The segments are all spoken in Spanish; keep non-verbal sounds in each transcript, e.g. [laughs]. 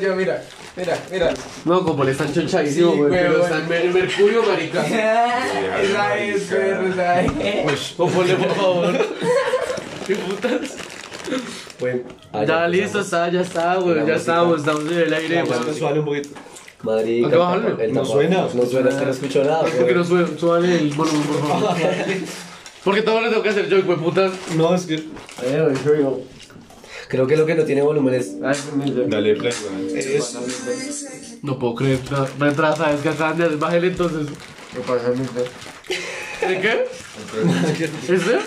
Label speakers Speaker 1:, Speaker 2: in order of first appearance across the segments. Speaker 1: yo, mira, mira,
Speaker 2: [laughs]
Speaker 1: mira. [laughs]
Speaker 3: No, como le están chonchadísimo,
Speaker 1: Sí,
Speaker 3: güey.
Speaker 1: güey,
Speaker 3: pero
Speaker 1: güey.
Speaker 3: está en mer- mercurio, marica.
Speaker 1: Esa es, güey, esa es.
Speaker 3: O ponle, por favor. ¿Qué putas?
Speaker 2: Bueno,
Speaker 3: ya listo, está, ya está, güey. Ya
Speaker 2: música.
Speaker 3: estamos, estamos en el aire, güey.
Speaker 2: vamos a suave un poquito.
Speaker 3: ¿A
Speaker 2: Marica,
Speaker 3: qué bajarlo?
Speaker 2: el
Speaker 3: ¿No
Speaker 2: tapado-
Speaker 4: suena?
Speaker 2: No suena, es que no escucho nada.
Speaker 3: ¿Por qué
Speaker 2: güey.
Speaker 3: Ah, no suben, suban el volumen, por favor? Porque todo lo tengo que hacer yo, güey, putas.
Speaker 4: No, es que.
Speaker 3: Eh, güey, yo.
Speaker 2: Creo que lo que no tiene volumen es.
Speaker 4: Dale play, güey.
Speaker 2: es-
Speaker 3: No puedo creer, no, retrasa, es que acaban de hacer bájale entonces. ¿De qué? ¿Este?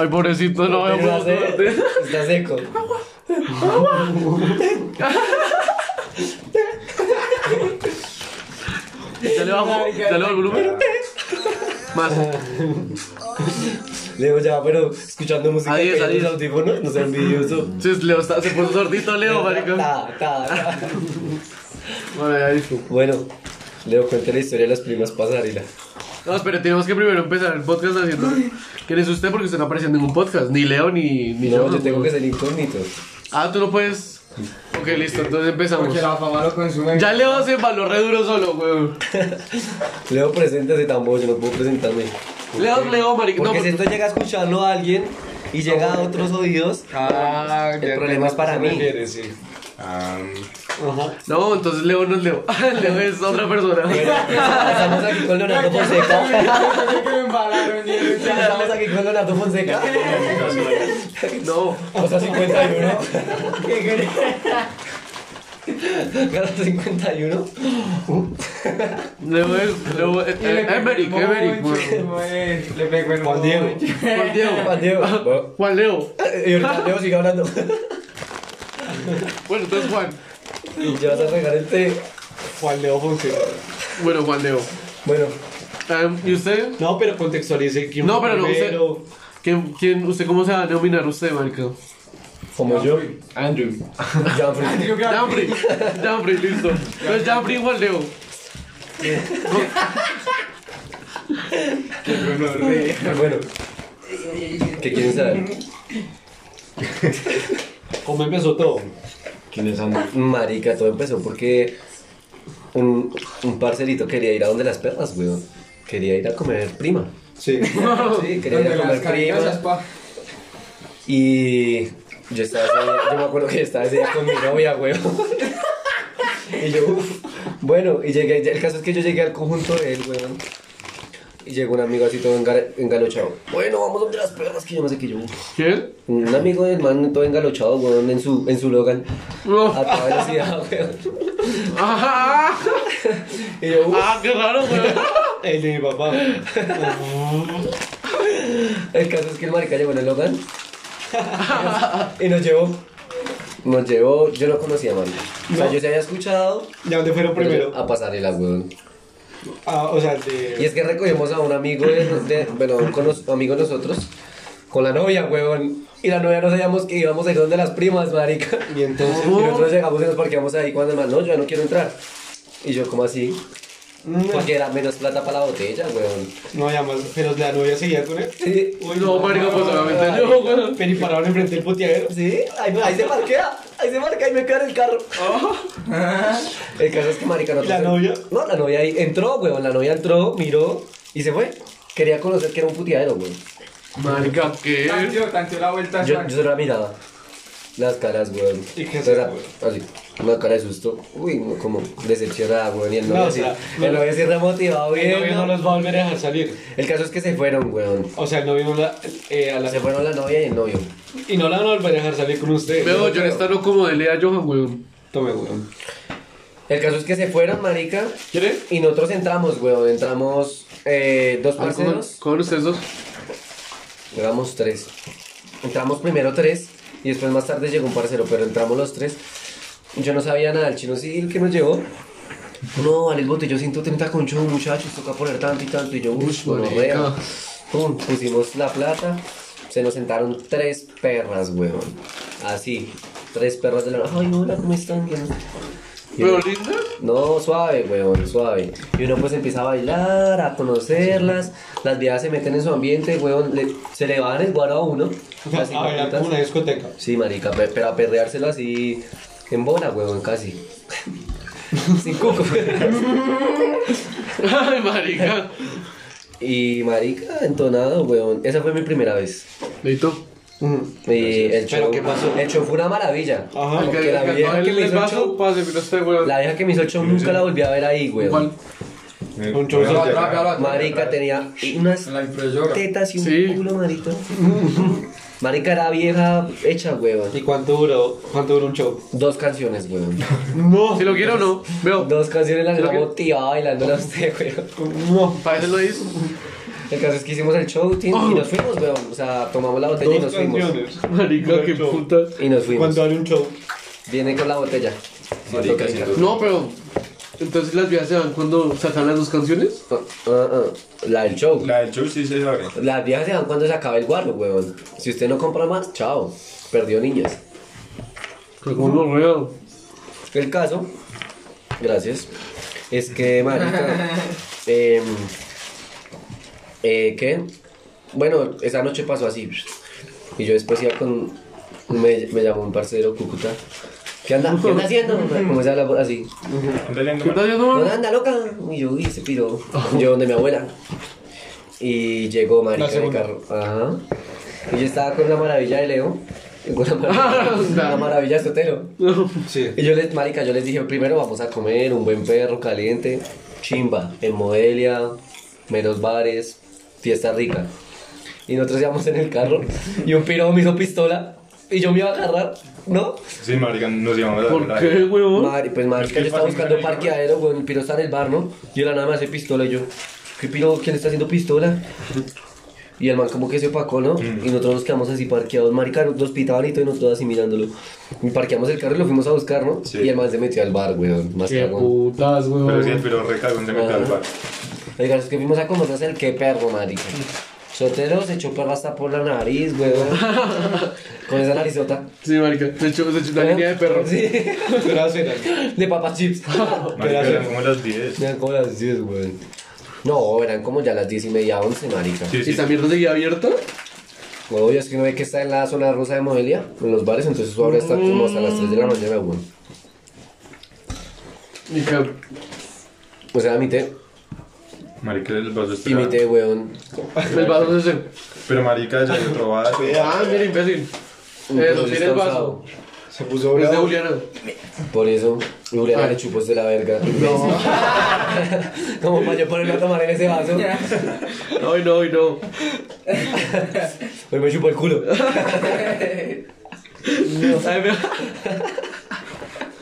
Speaker 3: Ay, pobrecito, no veo
Speaker 2: Está
Speaker 3: por
Speaker 2: se- está seco.
Speaker 3: Ya le bajo, ya le bajo el volumen. Más.
Speaker 2: Leo ya, pero escuchando música
Speaker 3: Adiós,
Speaker 2: pegando
Speaker 3: adiós.
Speaker 2: los audífonos, no sea envidioso.
Speaker 3: Sí, Leo está, se puso sordito, Leo, marica.
Speaker 2: Ta, ta, ta.
Speaker 3: Bueno, ya listo.
Speaker 2: Bueno, Leo, cuente la historia de las primas pasarela.
Speaker 3: No, espera, tenemos que primero empezar el podcast haciendo. ¿Quién es usted? Porque usted no aparece en ningún podcast, ni Leo ni, ni
Speaker 2: No, yo tengo
Speaker 3: güey.
Speaker 2: que ser incógnito. [laughs]
Speaker 3: Ah, tú no puedes. Ok, listo, entonces empezamos.
Speaker 1: Porque la fama lo consume.
Speaker 3: Ya Leo se valor re duro solo, güey.
Speaker 2: Leo, preséntese tampoco, yo no puedo presentarme.
Speaker 3: Leo, Leo, marica. No,
Speaker 2: Porque si
Speaker 3: porque-
Speaker 2: esto llega a escucharlo a alguien y llega a otros oídos,
Speaker 1: Ah,
Speaker 2: el
Speaker 1: ya
Speaker 2: problema es para mí.
Speaker 4: Quiere, sí. Am,
Speaker 3: no, entonces Leo no es Leo. [laughs] Leo es otra persona.
Speaker 2: Estamos aquí con Leonardo
Speaker 1: [laughs]
Speaker 2: Fonseca.
Speaker 1: Yo que me embalaron, yo que me embalaron.
Speaker 2: Estamos aquí con Leonardo Fonseca.
Speaker 3: No.
Speaker 2: O sea, 51. Gana 51.
Speaker 3: Leo es. Leo es.
Speaker 1: Y le
Speaker 3: eh,
Speaker 1: pegó
Speaker 3: Emerick,
Speaker 1: mucho,
Speaker 3: Emerick, güey.
Speaker 1: güey. Le pegó el
Speaker 4: Juan Diego.
Speaker 1: mucho.
Speaker 3: Juan Diego.
Speaker 2: [laughs] Juan Diego. Bueno,
Speaker 3: Juan Leo.
Speaker 2: Y ahorita Leo sigue hablando.
Speaker 3: Bueno, entonces Juan.
Speaker 2: Y ya vas a regar este, el té.
Speaker 4: Juan Leo Fonseca.
Speaker 3: Bueno, Juan Leo.
Speaker 2: Bueno,
Speaker 3: Em, ¿Y usted?
Speaker 4: No, pero contextualice quién
Speaker 3: No,
Speaker 4: fue
Speaker 3: pero no, usted-
Speaker 4: primero.
Speaker 3: ¿Quién, quién, ¿Usted cómo se va a denominar usted, marica?
Speaker 2: como yo, pues,
Speaker 3: Andrew.
Speaker 2: Janfrey.
Speaker 1: Digo que-
Speaker 3: Jambri. Jambri, listo. Entonces Jambri igual Leo.
Speaker 2: [laughs] Bueno, ¿qué quieren saber?
Speaker 4: ¿Cómo empezó todo?
Speaker 2: ¿Quién es Andy? Marica, todo empezó porque un, un parcerito quería ir a donde las perras, weón. Quería ir a comer
Speaker 1: [laughs]
Speaker 2: prima.
Speaker 4: Sí.
Speaker 2: Sí, quería ir
Speaker 1: Donde
Speaker 2: a
Speaker 1: las
Speaker 2: comer
Speaker 1: caricas,
Speaker 2: prima.
Speaker 1: pa.
Speaker 2: Y yo estaba ese día- yo me acuerdo que estaba ese día con mi novia, weón. Y yo, uff, bueno, y llegué, el caso es que yo llegué al conjunto de él, weón. Y llegó un amigo así todo engar- engalochado. Bueno, vamos donde las perras, que yo no sé qué yo. uf.
Speaker 3: ¿Quién?
Speaker 2: Un amigo del man todo engalochado, weón, en su, en su Logan. A
Speaker 3: No.
Speaker 2: toda velocidad, weón.
Speaker 3: Ah,
Speaker 2: Y yo, uff,
Speaker 3: ah, qué raro, güey.
Speaker 4: Ah, El de mi papá.
Speaker 2: el caso es que el marica llegó en el Logan. Y nos llevó. Nos llevó, yo no conocía a Mario. O sea,
Speaker 4: No.
Speaker 2: yo se había escuchado.
Speaker 4: ¿Y a dónde fueron primero?
Speaker 2: A pasarela, weón.
Speaker 4: Ah, o sea, el
Speaker 2: Y
Speaker 4: de.
Speaker 2: es que recogimos a un amigo de, de- bueno, un cono- amigo de nosotros con la novia, weón. Y la novia no sabíamos que íbamos a ir donde las primas, marica.
Speaker 4: Y entonces.
Speaker 2: Y nosotros llegamos y nos parqueamos ahí cuando el man, no, yo ya no quiero entrar. Y yo, como así? Porque era menos plata para la botella, weón.
Speaker 4: No, ya más. Pero la novia seguía con él.
Speaker 2: Sí,
Speaker 4: Uy,
Speaker 3: No, marica, pues obviamente yo, güey.
Speaker 4: Pero y pararon enfrente del puteadero.
Speaker 2: sí, ahí, ahí se parquea, ahí se marca y me queda en el carro. Oh. [laughs] El caso es que marica no
Speaker 4: ¿Y la novia?
Speaker 2: No, la novia ahí entró, weón. La novia entró, miró y se fue. Quería conocer que era un puteadero, weón.
Speaker 3: Marica, ¿qué?
Speaker 1: Tanteó, tanteó la vuelta.
Speaker 2: Yo,
Speaker 1: Juan.
Speaker 2: yo solo la miraba. Las caras, weón.
Speaker 4: ¿Y qué
Speaker 2: O
Speaker 4: haces,
Speaker 2: sea,
Speaker 4: weón?
Speaker 2: Así, una cara de susto. Uy, no, como decepcionada, weón. Y el
Speaker 4: No,
Speaker 2: novio
Speaker 4: o
Speaker 2: así.
Speaker 4: sea,
Speaker 2: el
Speaker 4: no.
Speaker 2: novio así remotivado,
Speaker 4: El
Speaker 2: bien.
Speaker 4: novio
Speaker 2: ¿no?
Speaker 4: no los va a volver a dejar salir.
Speaker 2: El caso es que se fueron, weón.
Speaker 4: O sea, el novio no la. eh, a la
Speaker 2: Se fueron la novia y el novio.
Speaker 4: Y no la van a volver a dejar salir con usted.
Speaker 3: Veo, yo le está no como de Lea Johan, güey.
Speaker 4: Tome, weón.
Speaker 2: El caso es que se fueron, marica.
Speaker 3: ¿Quiere?
Speaker 2: Y nosotros entramos, weón. Entramos eh, dos
Speaker 3: ¿Cómo
Speaker 2: parceros.
Speaker 3: cómo ustedes dos?
Speaker 2: Llegamos tres. Entramos primero tres. Y después más tarde llegó un parcero, pero entramos los tres. Yo no sabía nada, el chino sí, el que nos llevó. No, vale el botellón 130 con show, muchachos, toca poner tanto y tanto. Y yo, uff,
Speaker 3: Uy,
Speaker 2: bueno,
Speaker 3: marica.
Speaker 2: vea. Pum, pusimos la plata. Se nos sentaron tres perras, weón. Así, tres perras de la. Ay, hola, ¿cómo están? Bien. Y
Speaker 3: ¿Pero
Speaker 2: yo,
Speaker 3: linda?
Speaker 2: no, suave, weón, suave. Y uno pues empieza a bailar, a conocerlas. Las viejas se meten en su ambiente, weón. le- se le van el guaro a uno. pues, Las
Speaker 4: [laughs] A ver,
Speaker 2: hijueputas.
Speaker 4: como una discoteca.
Speaker 2: Sí, marica, pe- pero a perreárselo así En bola, weón, casi. [laughs] Sin cuco.
Speaker 3: Ay, marica.
Speaker 2: Y marica, entonado, weón. Esa fue mi primera vez.
Speaker 3: Leito.
Speaker 2: Y el show,
Speaker 4: ¿qué pasó?
Speaker 2: El show fue una maravilla.
Speaker 4: Ajá.
Speaker 3: El
Speaker 2: Porque
Speaker 3: que
Speaker 2: la
Speaker 3: el que
Speaker 2: vieja
Speaker 3: acabó
Speaker 2: Ah, que
Speaker 3: en
Speaker 2: me
Speaker 3: el
Speaker 2: hizo el
Speaker 3: vaso
Speaker 2: show,
Speaker 3: para servir a usted, weón.
Speaker 2: la vieja que me hizo el show nunca la volví a ver ahí,
Speaker 3: Igual.
Speaker 2: weón.
Speaker 4: Un show
Speaker 1: Pero
Speaker 4: social.
Speaker 1: atrás, pero atrás.
Speaker 2: Marica tenía unas
Speaker 1: En la impresora.
Speaker 2: tetas y un
Speaker 3: Sí.
Speaker 2: culo, marica. [laughs] Marica era vieja hecha, weón.
Speaker 4: ¿Y cuánto duró? ¿Cuánto duró un show?
Speaker 2: Dos canciones, weón.
Speaker 3: No. Si lo quiero o no. Veo.
Speaker 2: Dos canciones las
Speaker 3: Creo que-
Speaker 2: grabó tía bailándola usted, weón.
Speaker 4: No.
Speaker 3: Para eso lo hizo.
Speaker 2: El caso es que hicimos el show, tin, y nos fuimos, weón. O sea, tomamos la botella y nos
Speaker 4: Dos
Speaker 2: fuimos.
Speaker 4: canciones.
Speaker 3: Marica, qué
Speaker 4: Show.
Speaker 3: puta.
Speaker 2: Y nos fuimos.
Speaker 4: ¿Cuánto vale un show?
Speaker 2: Viene con la botella.
Speaker 5: Marica,
Speaker 2: 130.
Speaker 5: siento-
Speaker 3: No, pero. Entonces las viejas se van cuando sacan las dos canciones.
Speaker 2: Ah, ah, ah. La del show.
Speaker 5: La del show sí se sabe.
Speaker 2: Las viejas se dan cuando se acaba el guarro, weón. Si usted no compra más, chao. Perdió niñas.
Speaker 3: Pero como Pues, no, real.
Speaker 2: El caso, gracias, es que, marica, eh, eh, ¿qué? Bueno, esa noche pasó así. Y yo después iba con, me, me llamó un parcero, Cúcuta. ¿Qué anda, ¿qué anda haciendo? Como se habla por así.
Speaker 3: ¿Qué tal, ya no,
Speaker 2: No,
Speaker 3: mano?
Speaker 2: anda loca. Y yo, uy, se piró. Yo donde mi abuela. Y llegó marica
Speaker 1: La
Speaker 2: en el
Speaker 1: segunda.
Speaker 2: carro. Ajá. Y yo estaba con la maravilla de Leo. y
Speaker 1: [laughs]
Speaker 2: Con la maravilla, la maravilla de Sotelo. [laughs]
Speaker 4: Sí.
Speaker 2: Y yo les, marica, yo les dije, primero vamos a comer un buen perro caliente, chimba, en Modelia, menos bares, fiesta rica. Y nosotros íbamos en el carro y un piro me hizo pistola y yo me iba a agarrar, ¿no?
Speaker 5: Sí, marica, nos llamamos la
Speaker 3: ¿Por
Speaker 5: la-
Speaker 3: qué, huevón?
Speaker 2: Mari, pues marica,
Speaker 5: Es que
Speaker 2: yo estaba
Speaker 5: fácil
Speaker 2: buscando
Speaker 5: que no hay,
Speaker 2: parqueadero, weón, el piro está en el bar, ¿no? Y él nada más hace pistola y yo, ¿qué piro, quién está haciendo pistola? Y el man como que se opacó, ¿no?
Speaker 5: Mm.
Speaker 2: Y nosotros nos quedamos así parqueados, marica, nos pitaban y todo y nosotros así mirándolo. Y parqueamos el carro y lo fuimos a buscar, ¿no?
Speaker 5: Sí.
Speaker 2: Y el man se metió al bar, weón, más
Speaker 3: Qué
Speaker 2: cagón.
Speaker 3: putas,
Speaker 5: Pero sí,
Speaker 3: huevón.
Speaker 5: pero recagón se metió al bar.
Speaker 2: Oiga, es que fuimos a conocer el que perro, marica. Sotero se echó perro hasta por la nariz, weón.
Speaker 3: [laughs]
Speaker 2: Con esa narizota. ¿Eh?
Speaker 3: Sí, marica. Se echó, se echó la línea de perro.
Speaker 2: Sí.
Speaker 4: Gracias.
Speaker 2: De
Speaker 3: [laughs]
Speaker 2: papas chips.
Speaker 5: Marica,
Speaker 4: Gracias.
Speaker 5: eran como las 10.
Speaker 2: Eran como las 10, weón. No, eran como ya las 10 y media, 11, marica.
Speaker 5: Sí,
Speaker 3: ¿Y
Speaker 5: sí.
Speaker 3: esa mierda seguía abierta?
Speaker 2: Obvio, es que uno ve que está en la zona rosa de Modelia, en los bares, entonces eso ahora está como hasta las 3 de la mañana, weón.
Speaker 3: Y que-
Speaker 2: O sea, mi té,
Speaker 5: Marica, el vaso
Speaker 2: y mi
Speaker 5: esperaba.
Speaker 2: té, weón.
Speaker 3: El vaso es ese.
Speaker 5: Pero marica, ya hay otro
Speaker 2: [laughs]
Speaker 5: vaso.
Speaker 3: Ah, mira, imbécil. Eso
Speaker 2: Entonces
Speaker 3: tiene
Speaker 2: está
Speaker 3: el vaso.
Speaker 2: usado.
Speaker 4: Se puso
Speaker 3: Es de
Speaker 4: bravo.
Speaker 3: Juliana.
Speaker 2: Por eso, Juliana
Speaker 3: Ay.
Speaker 2: le chupó de la verga. [laughs] como para yo ponerme a tomar en ese vaso.
Speaker 3: No, y no, y no.
Speaker 2: Hoy me chupo el culo.
Speaker 3: Ay, me-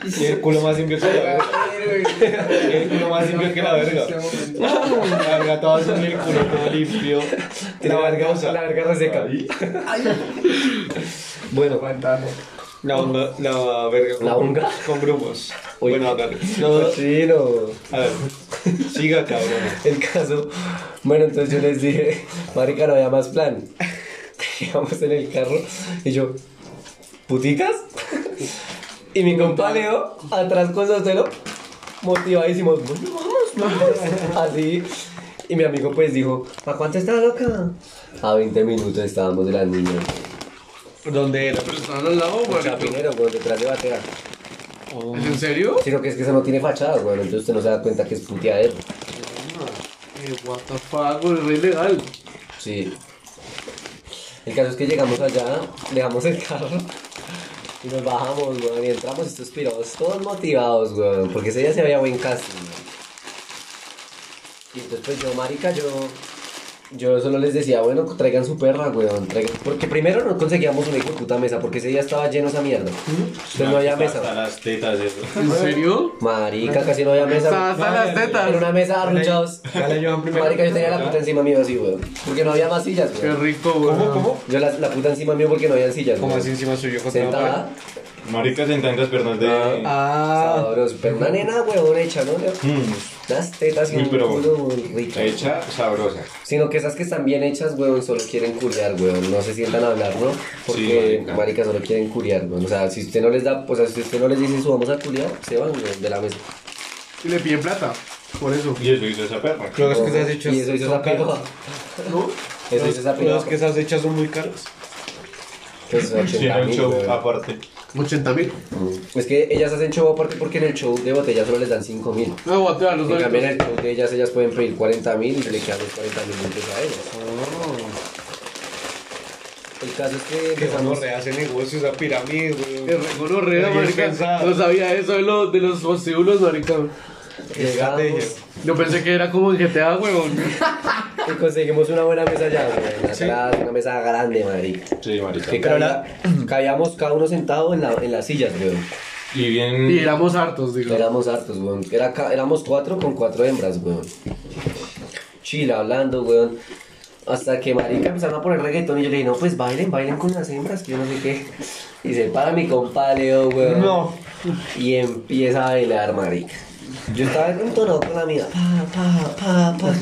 Speaker 4: Y el culo más simple que la verga. El culo más simple que la verga. La verga toda sucia, el culo todo limpio.
Speaker 2: La
Speaker 4: La
Speaker 2: verga,
Speaker 4: vergosa.
Speaker 2: la verga reseca. [laughs] Bueno,
Speaker 4: La honga, la verga. con-
Speaker 2: ¿La honga?
Speaker 4: Con brumos.
Speaker 2: Uy.
Speaker 4: Bueno, hágale. No, no,
Speaker 2: chino.
Speaker 4: a ver. Siga, cabrón.
Speaker 2: [laughs] El caso. Bueno, entonces yo les dije, marica, no había más plan. [laughs] Llegamos en el carro y yo, ¿puticas? [laughs] Y mi compa Leo, atrás con Sotelo, motivadísimo, "Bueno, vamos, vamos. [laughs] Así. Y mi amigo pues dijo, ¿para cuánto está loca? A 20 minutos estábamos de las niñas.
Speaker 4: ¿Dónde era?
Speaker 3: Pero están al lado, marica.
Speaker 2: Chapinero, weón, detrás de batera.
Speaker 3: ¿Es en serio?
Speaker 2: Sino que es que eso no tiene fachada, weón. Entonces usted no se da cuenta que es puteadero.
Speaker 3: Eh, what the fuck, güey, re ilegal.
Speaker 2: Sí. El caso es que llegamos allá, dejamos el carro y nos bajamos, weón. Y entramos estos pirados, todos motivados, weón. Porque ese día se veía buen casting, weón. Y entonces, pues yo, marica, yo. Yo solo les decía, bueno, traigan su perra, weón. traigan- Porque primero no conseguíamos una hijo de puta mesa, porque ese día estaba lleno esa mierda. Entonces no había
Speaker 5: Hasta
Speaker 2: mesa.
Speaker 5: las tetas, eso.
Speaker 3: ¿En serio?
Speaker 2: Marica, casi no había
Speaker 3: Hasta,
Speaker 2: mesa.
Speaker 3: hasta las
Speaker 2: Era
Speaker 3: tetas.
Speaker 2: una mesa arruchados.
Speaker 4: Dale, Johan, primero.
Speaker 2: Ah, Marica, yo tenía la puta encima mío así, weón. Porque no había más sillas,
Speaker 3: Qué
Speaker 2: weón.
Speaker 3: rico, güey.
Speaker 4: ¿Cómo, cómo?
Speaker 2: Yo la, la puta encima mío porque no había sillas,
Speaker 4: ¿Cómo
Speaker 2: weón.
Speaker 4: así encima suyo? Contra la pared.
Speaker 2: Sentada.
Speaker 5: Marica sentada en las piernas de.
Speaker 4: Ah.
Speaker 2: Sabroso. Pero una nena, weón, hecha, ¿no?
Speaker 5: Mm,
Speaker 2: Las tetas y
Speaker 5: Uy,
Speaker 2: un
Speaker 5: pero-
Speaker 2: culo muy rico.
Speaker 5: hecha sabrosa.
Speaker 2: Sino que esas que están bien hechas, weón, solo quieren curiar, weón. No se sientan a hablar, ¿no?
Speaker 5: Sí,
Speaker 2: Porque,
Speaker 5: marica.
Speaker 2: marica, solo quieren curiar, weón. O sea, si usted no les da, o sea, si usted no les dice eso, vamos a curiar, se van, weón, de la mesa.
Speaker 3: Y le piden plata. Por eso.
Speaker 5: Y eso hizo esa perra.
Speaker 4: Creo que esas hechas
Speaker 2: Y eso hizo esa
Speaker 4: son caras.
Speaker 2: piroja.
Speaker 3: ¿No?
Speaker 2: Eso hizo esa
Speaker 4: Creo
Speaker 2: piroja.
Speaker 4: que esas hechas son muy caras.
Speaker 2: Pues
Speaker 5: [laughs] Tiene
Speaker 2: 80
Speaker 5: un
Speaker 2: mil,
Speaker 5: show
Speaker 2: weón.
Speaker 5: aparte.
Speaker 3: 80 mil.
Speaker 2: Es que ellas hacen show aparte porque en el show de botella solo les dan 5 mil.
Speaker 3: No, botea los
Speaker 2: En cambio, en
Speaker 3: doritos.
Speaker 2: el show de ellas, ellas pueden pedir 40 mil y se le quedan los 40 mil limpios a ellas. El caso es que empezamos.
Speaker 4: rehace negocios a pirámide, güey.
Speaker 3: El gonorrea,
Speaker 4: Bien
Speaker 3: marica.
Speaker 4: pensado.
Speaker 3: No sabía eso de, lo- de los postíbulos, marica.
Speaker 2: Llegamos
Speaker 3: Yo pensé que era como en GTA, huevón.
Speaker 2: y conseguimos una buena mesa allá, güey. Atrás, una mesa grande, Madrid.
Speaker 6: Sí, marica.
Speaker 2: Que cabía- cabíamos cada uno sentado en, la, en las sillas, güey.
Speaker 6: Y
Speaker 3: Y
Speaker 6: bien.
Speaker 3: éramos hartos, digo.
Speaker 2: Éramos hartos, weón. Era ca- éramos cuatro con cuatro hembras, weón. Chila, hablando, weón. Hasta que marica empezaron a poner reggaetón y yo le dije, no, pues bailen, bailen con las hembras, que yo no sé qué. Y se para mi compa Leo, weón.
Speaker 4: No.
Speaker 2: Y empieza a bailar, marica. Yo estaba entonado con la mía. Pa, pa, pa, pa.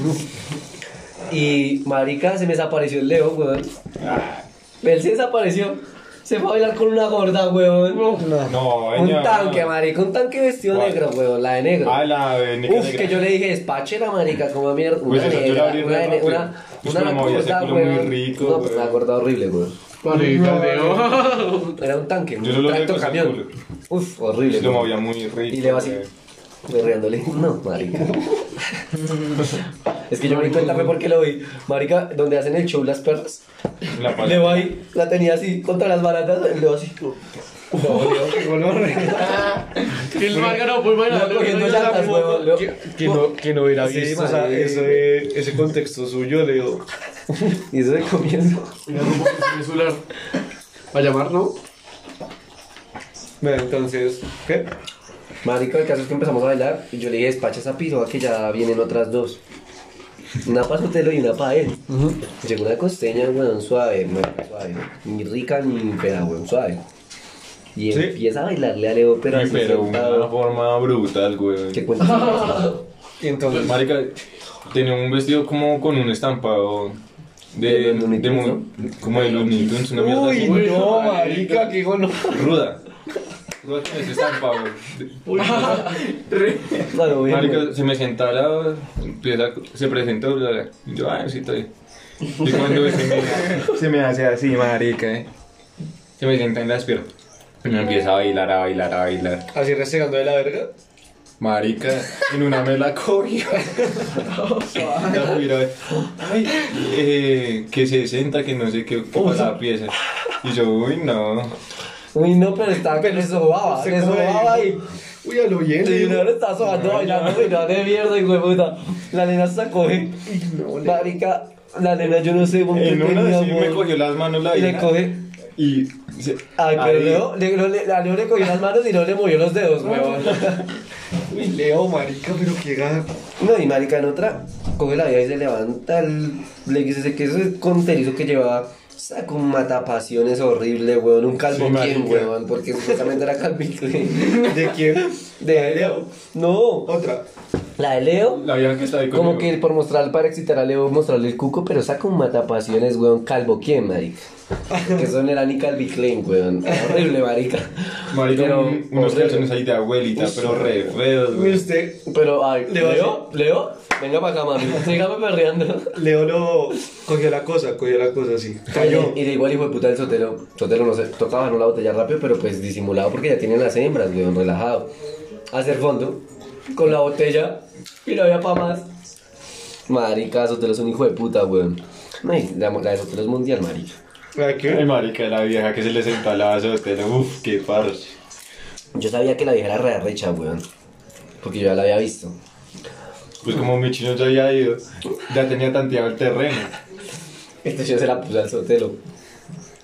Speaker 2: Y marica se me desapareció el Leo, weón.
Speaker 5: Ah,
Speaker 2: Él se desapareció. Se fue a bailar con una gorda, weón.
Speaker 6: No,
Speaker 2: Un
Speaker 6: ña.
Speaker 2: tanque, marica, un tanque vestido
Speaker 6: ¿Cuál?
Speaker 2: negro, weón, la de negro.
Speaker 6: Ah, la de Nica
Speaker 2: Uf,
Speaker 6: Negra.
Speaker 2: que yo le dije, despache la marica, como mierda.
Speaker 6: Pues
Speaker 2: Una
Speaker 6: eso yo la
Speaker 2: negra,
Speaker 6: abrí
Speaker 2: una, de ne-
Speaker 6: rápido.
Speaker 2: una,
Speaker 6: Pues
Speaker 2: una
Speaker 6: como movía ese
Speaker 2: gorda,
Speaker 6: culo muy
Speaker 2: weón.
Speaker 6: rico,
Speaker 2: No, pues
Speaker 6: weón.
Speaker 2: una gorda horrible, weón.
Speaker 3: Marica,
Speaker 4: [laughs]
Speaker 3: Leo.
Speaker 2: Era un tanque,
Speaker 6: Yo solo
Speaker 2: un
Speaker 6: le
Speaker 2: tracto
Speaker 6: cosí el
Speaker 2: camión.
Speaker 6: culo.
Speaker 2: Uf, horrible.
Speaker 6: Sí, Lo
Speaker 2: weón.
Speaker 6: movía muy rico.
Speaker 2: Y le va así,
Speaker 6: güey.
Speaker 2: berreándole. [laughs] No, marica. es que yo me di cuenta fue porque lo vi. Marica, donde hacen el show las perras,
Speaker 6: La pala.
Speaker 2: le va ahí, la tenía así, contra las baratas, le va así.
Speaker 3: Que el marca no, pues bueno,
Speaker 2: No,
Speaker 3: Leo,
Speaker 2: cogiendo
Speaker 3: no,
Speaker 2: llantas, weón. Leo.
Speaker 4: [laughs] Que no, que no hubiera
Speaker 2: Sí,
Speaker 4: visto o sea,
Speaker 2: marica.
Speaker 4: ese, ese contexto suyo, Leo.
Speaker 2: Y [laughs] eso es el comienzo.
Speaker 3: Mira, como que se me suena. ¿Para llamar, no?
Speaker 4: Bueno, entonces, ¿qué?
Speaker 2: Marica, el caso es que empezamos a bailar y yo le dije, despacha esa piroa que ya vienen otras dos. Una para Sotelo y una para él. Llegó una costeña, weón, suave, weón, suave. Ni rica ni peda, weón, suave. Y
Speaker 4: Sí.
Speaker 2: empieza a bailarle a Leo, pero
Speaker 6: Sí,
Speaker 2: así
Speaker 6: pero una
Speaker 2: sentado.
Speaker 6: forma brutal, güey.
Speaker 2: Que cuenta su pasado.
Speaker 4: Y entonces,
Speaker 6: Marica, tenía un vestido como con un estampado
Speaker 2: De
Speaker 6: de,
Speaker 2: los Looney
Speaker 6: de
Speaker 2: Tunes,
Speaker 6: mu- como de Looney Tunes, una mierda
Speaker 4: Uy,
Speaker 6: así.
Speaker 4: no, marica, que digo no.
Speaker 6: ruda. Ruda con ese estampado.
Speaker 2: Claro, bien, weón.
Speaker 6: Marica, se me sentara, empieza, se presentó, bla, bla. Y yo, ay, sí, está bien. Y cuando se me, se me hace así, marica, eh. se me sienta en las piernas. Y me empieza a bailar, a bailar, a bailar.
Speaker 4: Así restregando de la verga.
Speaker 6: Marica, en una me la
Speaker 2: [laughs]
Speaker 6: cogió. La miró, Ay, eh, que se sienta, que no sé qué, ocupa la pieza. Y yo, uy, no.
Speaker 2: Uy, no, pero estaba que le sobaba,
Speaker 4: Se
Speaker 2: le
Speaker 4: come
Speaker 2: sobaba
Speaker 4: ahí.
Speaker 2: y.
Speaker 4: Uy, a lo bien,
Speaker 2: Y no
Speaker 4: Leo.
Speaker 2: le estaba sobando bailando, y no, de mierda, hijo de puta. La nena se sacó, eh. Marica, la nena, yo no sé, weón, qué
Speaker 6: En una
Speaker 2: tenía,
Speaker 6: sí me
Speaker 2: weón.
Speaker 6: cogió las manos la
Speaker 2: Y le Ah,
Speaker 6: vieja.
Speaker 2: coge.
Speaker 6: Y se-
Speaker 2: Ay, pero
Speaker 6: ahí.
Speaker 2: Leo, le, lo- le- a Leo le cogió las manos y no le movió los dedos, huevón.
Speaker 4: Uy, Leo, marica, pero que gana.
Speaker 2: No, y marica en otra, coge la vida y se levanta el... Le dice ese- que ese conterizo que llevaba, saca un matapasiones horrible, huevón. Un calvo
Speaker 6: Sí,
Speaker 2: quien,
Speaker 6: marica.
Speaker 2: huevón, porque supuestamente era calvicle. [laughs]
Speaker 4: ¿De quién?
Speaker 2: De Leo. No,
Speaker 4: Otra.
Speaker 2: la de Leo,
Speaker 6: La vieja que está ahí
Speaker 2: como
Speaker 6: conmigo.
Speaker 2: que por mostrar, para excitar a Leo, mostrarle el cuco, pero saca un matapasiones, huevón, calvo quien, marica. Que eso no era ni calvicle, huevón. Horrible, marica.
Speaker 6: Marica,
Speaker 2: Pero
Speaker 6: un- unos
Speaker 2: horrible.
Speaker 6: calzones ahí de abuelita, pero re feos,
Speaker 4: Uy,
Speaker 6: güey.
Speaker 4: usted,
Speaker 2: Pero, ay,
Speaker 4: Le va a
Speaker 2: Leo, Leo, venga para acá,
Speaker 4: [laughs]
Speaker 2: mami. Sígame perreando.
Speaker 4: Leo lo cogió la cosa, cogió la cosa así. Cayó.
Speaker 2: Y de igual hijo de puta el Sotelo. Sotelo no se tocaba en una botella rápido, pero pues disimulado porque ya tienen las hembras, weón, relajado. Hacer fondo con la botella y no había pa' más. Marica, Sotelo es un hijo de puta, weón. Ay, la, la de Sotelo es mundial, marica.
Speaker 4: ¿La
Speaker 6: Ay,
Speaker 4: qué?
Speaker 6: marica, la vieja que se le sentó al vaso de hotel. Uf, qué parche.
Speaker 2: Yo sabía que la vieja era re arrecha, weón. Porque yo ya la había visto.
Speaker 6: Pues como mi chino ya había ido, ya tenía tanteado el terreno.
Speaker 2: Este yo se la puse al sotelo.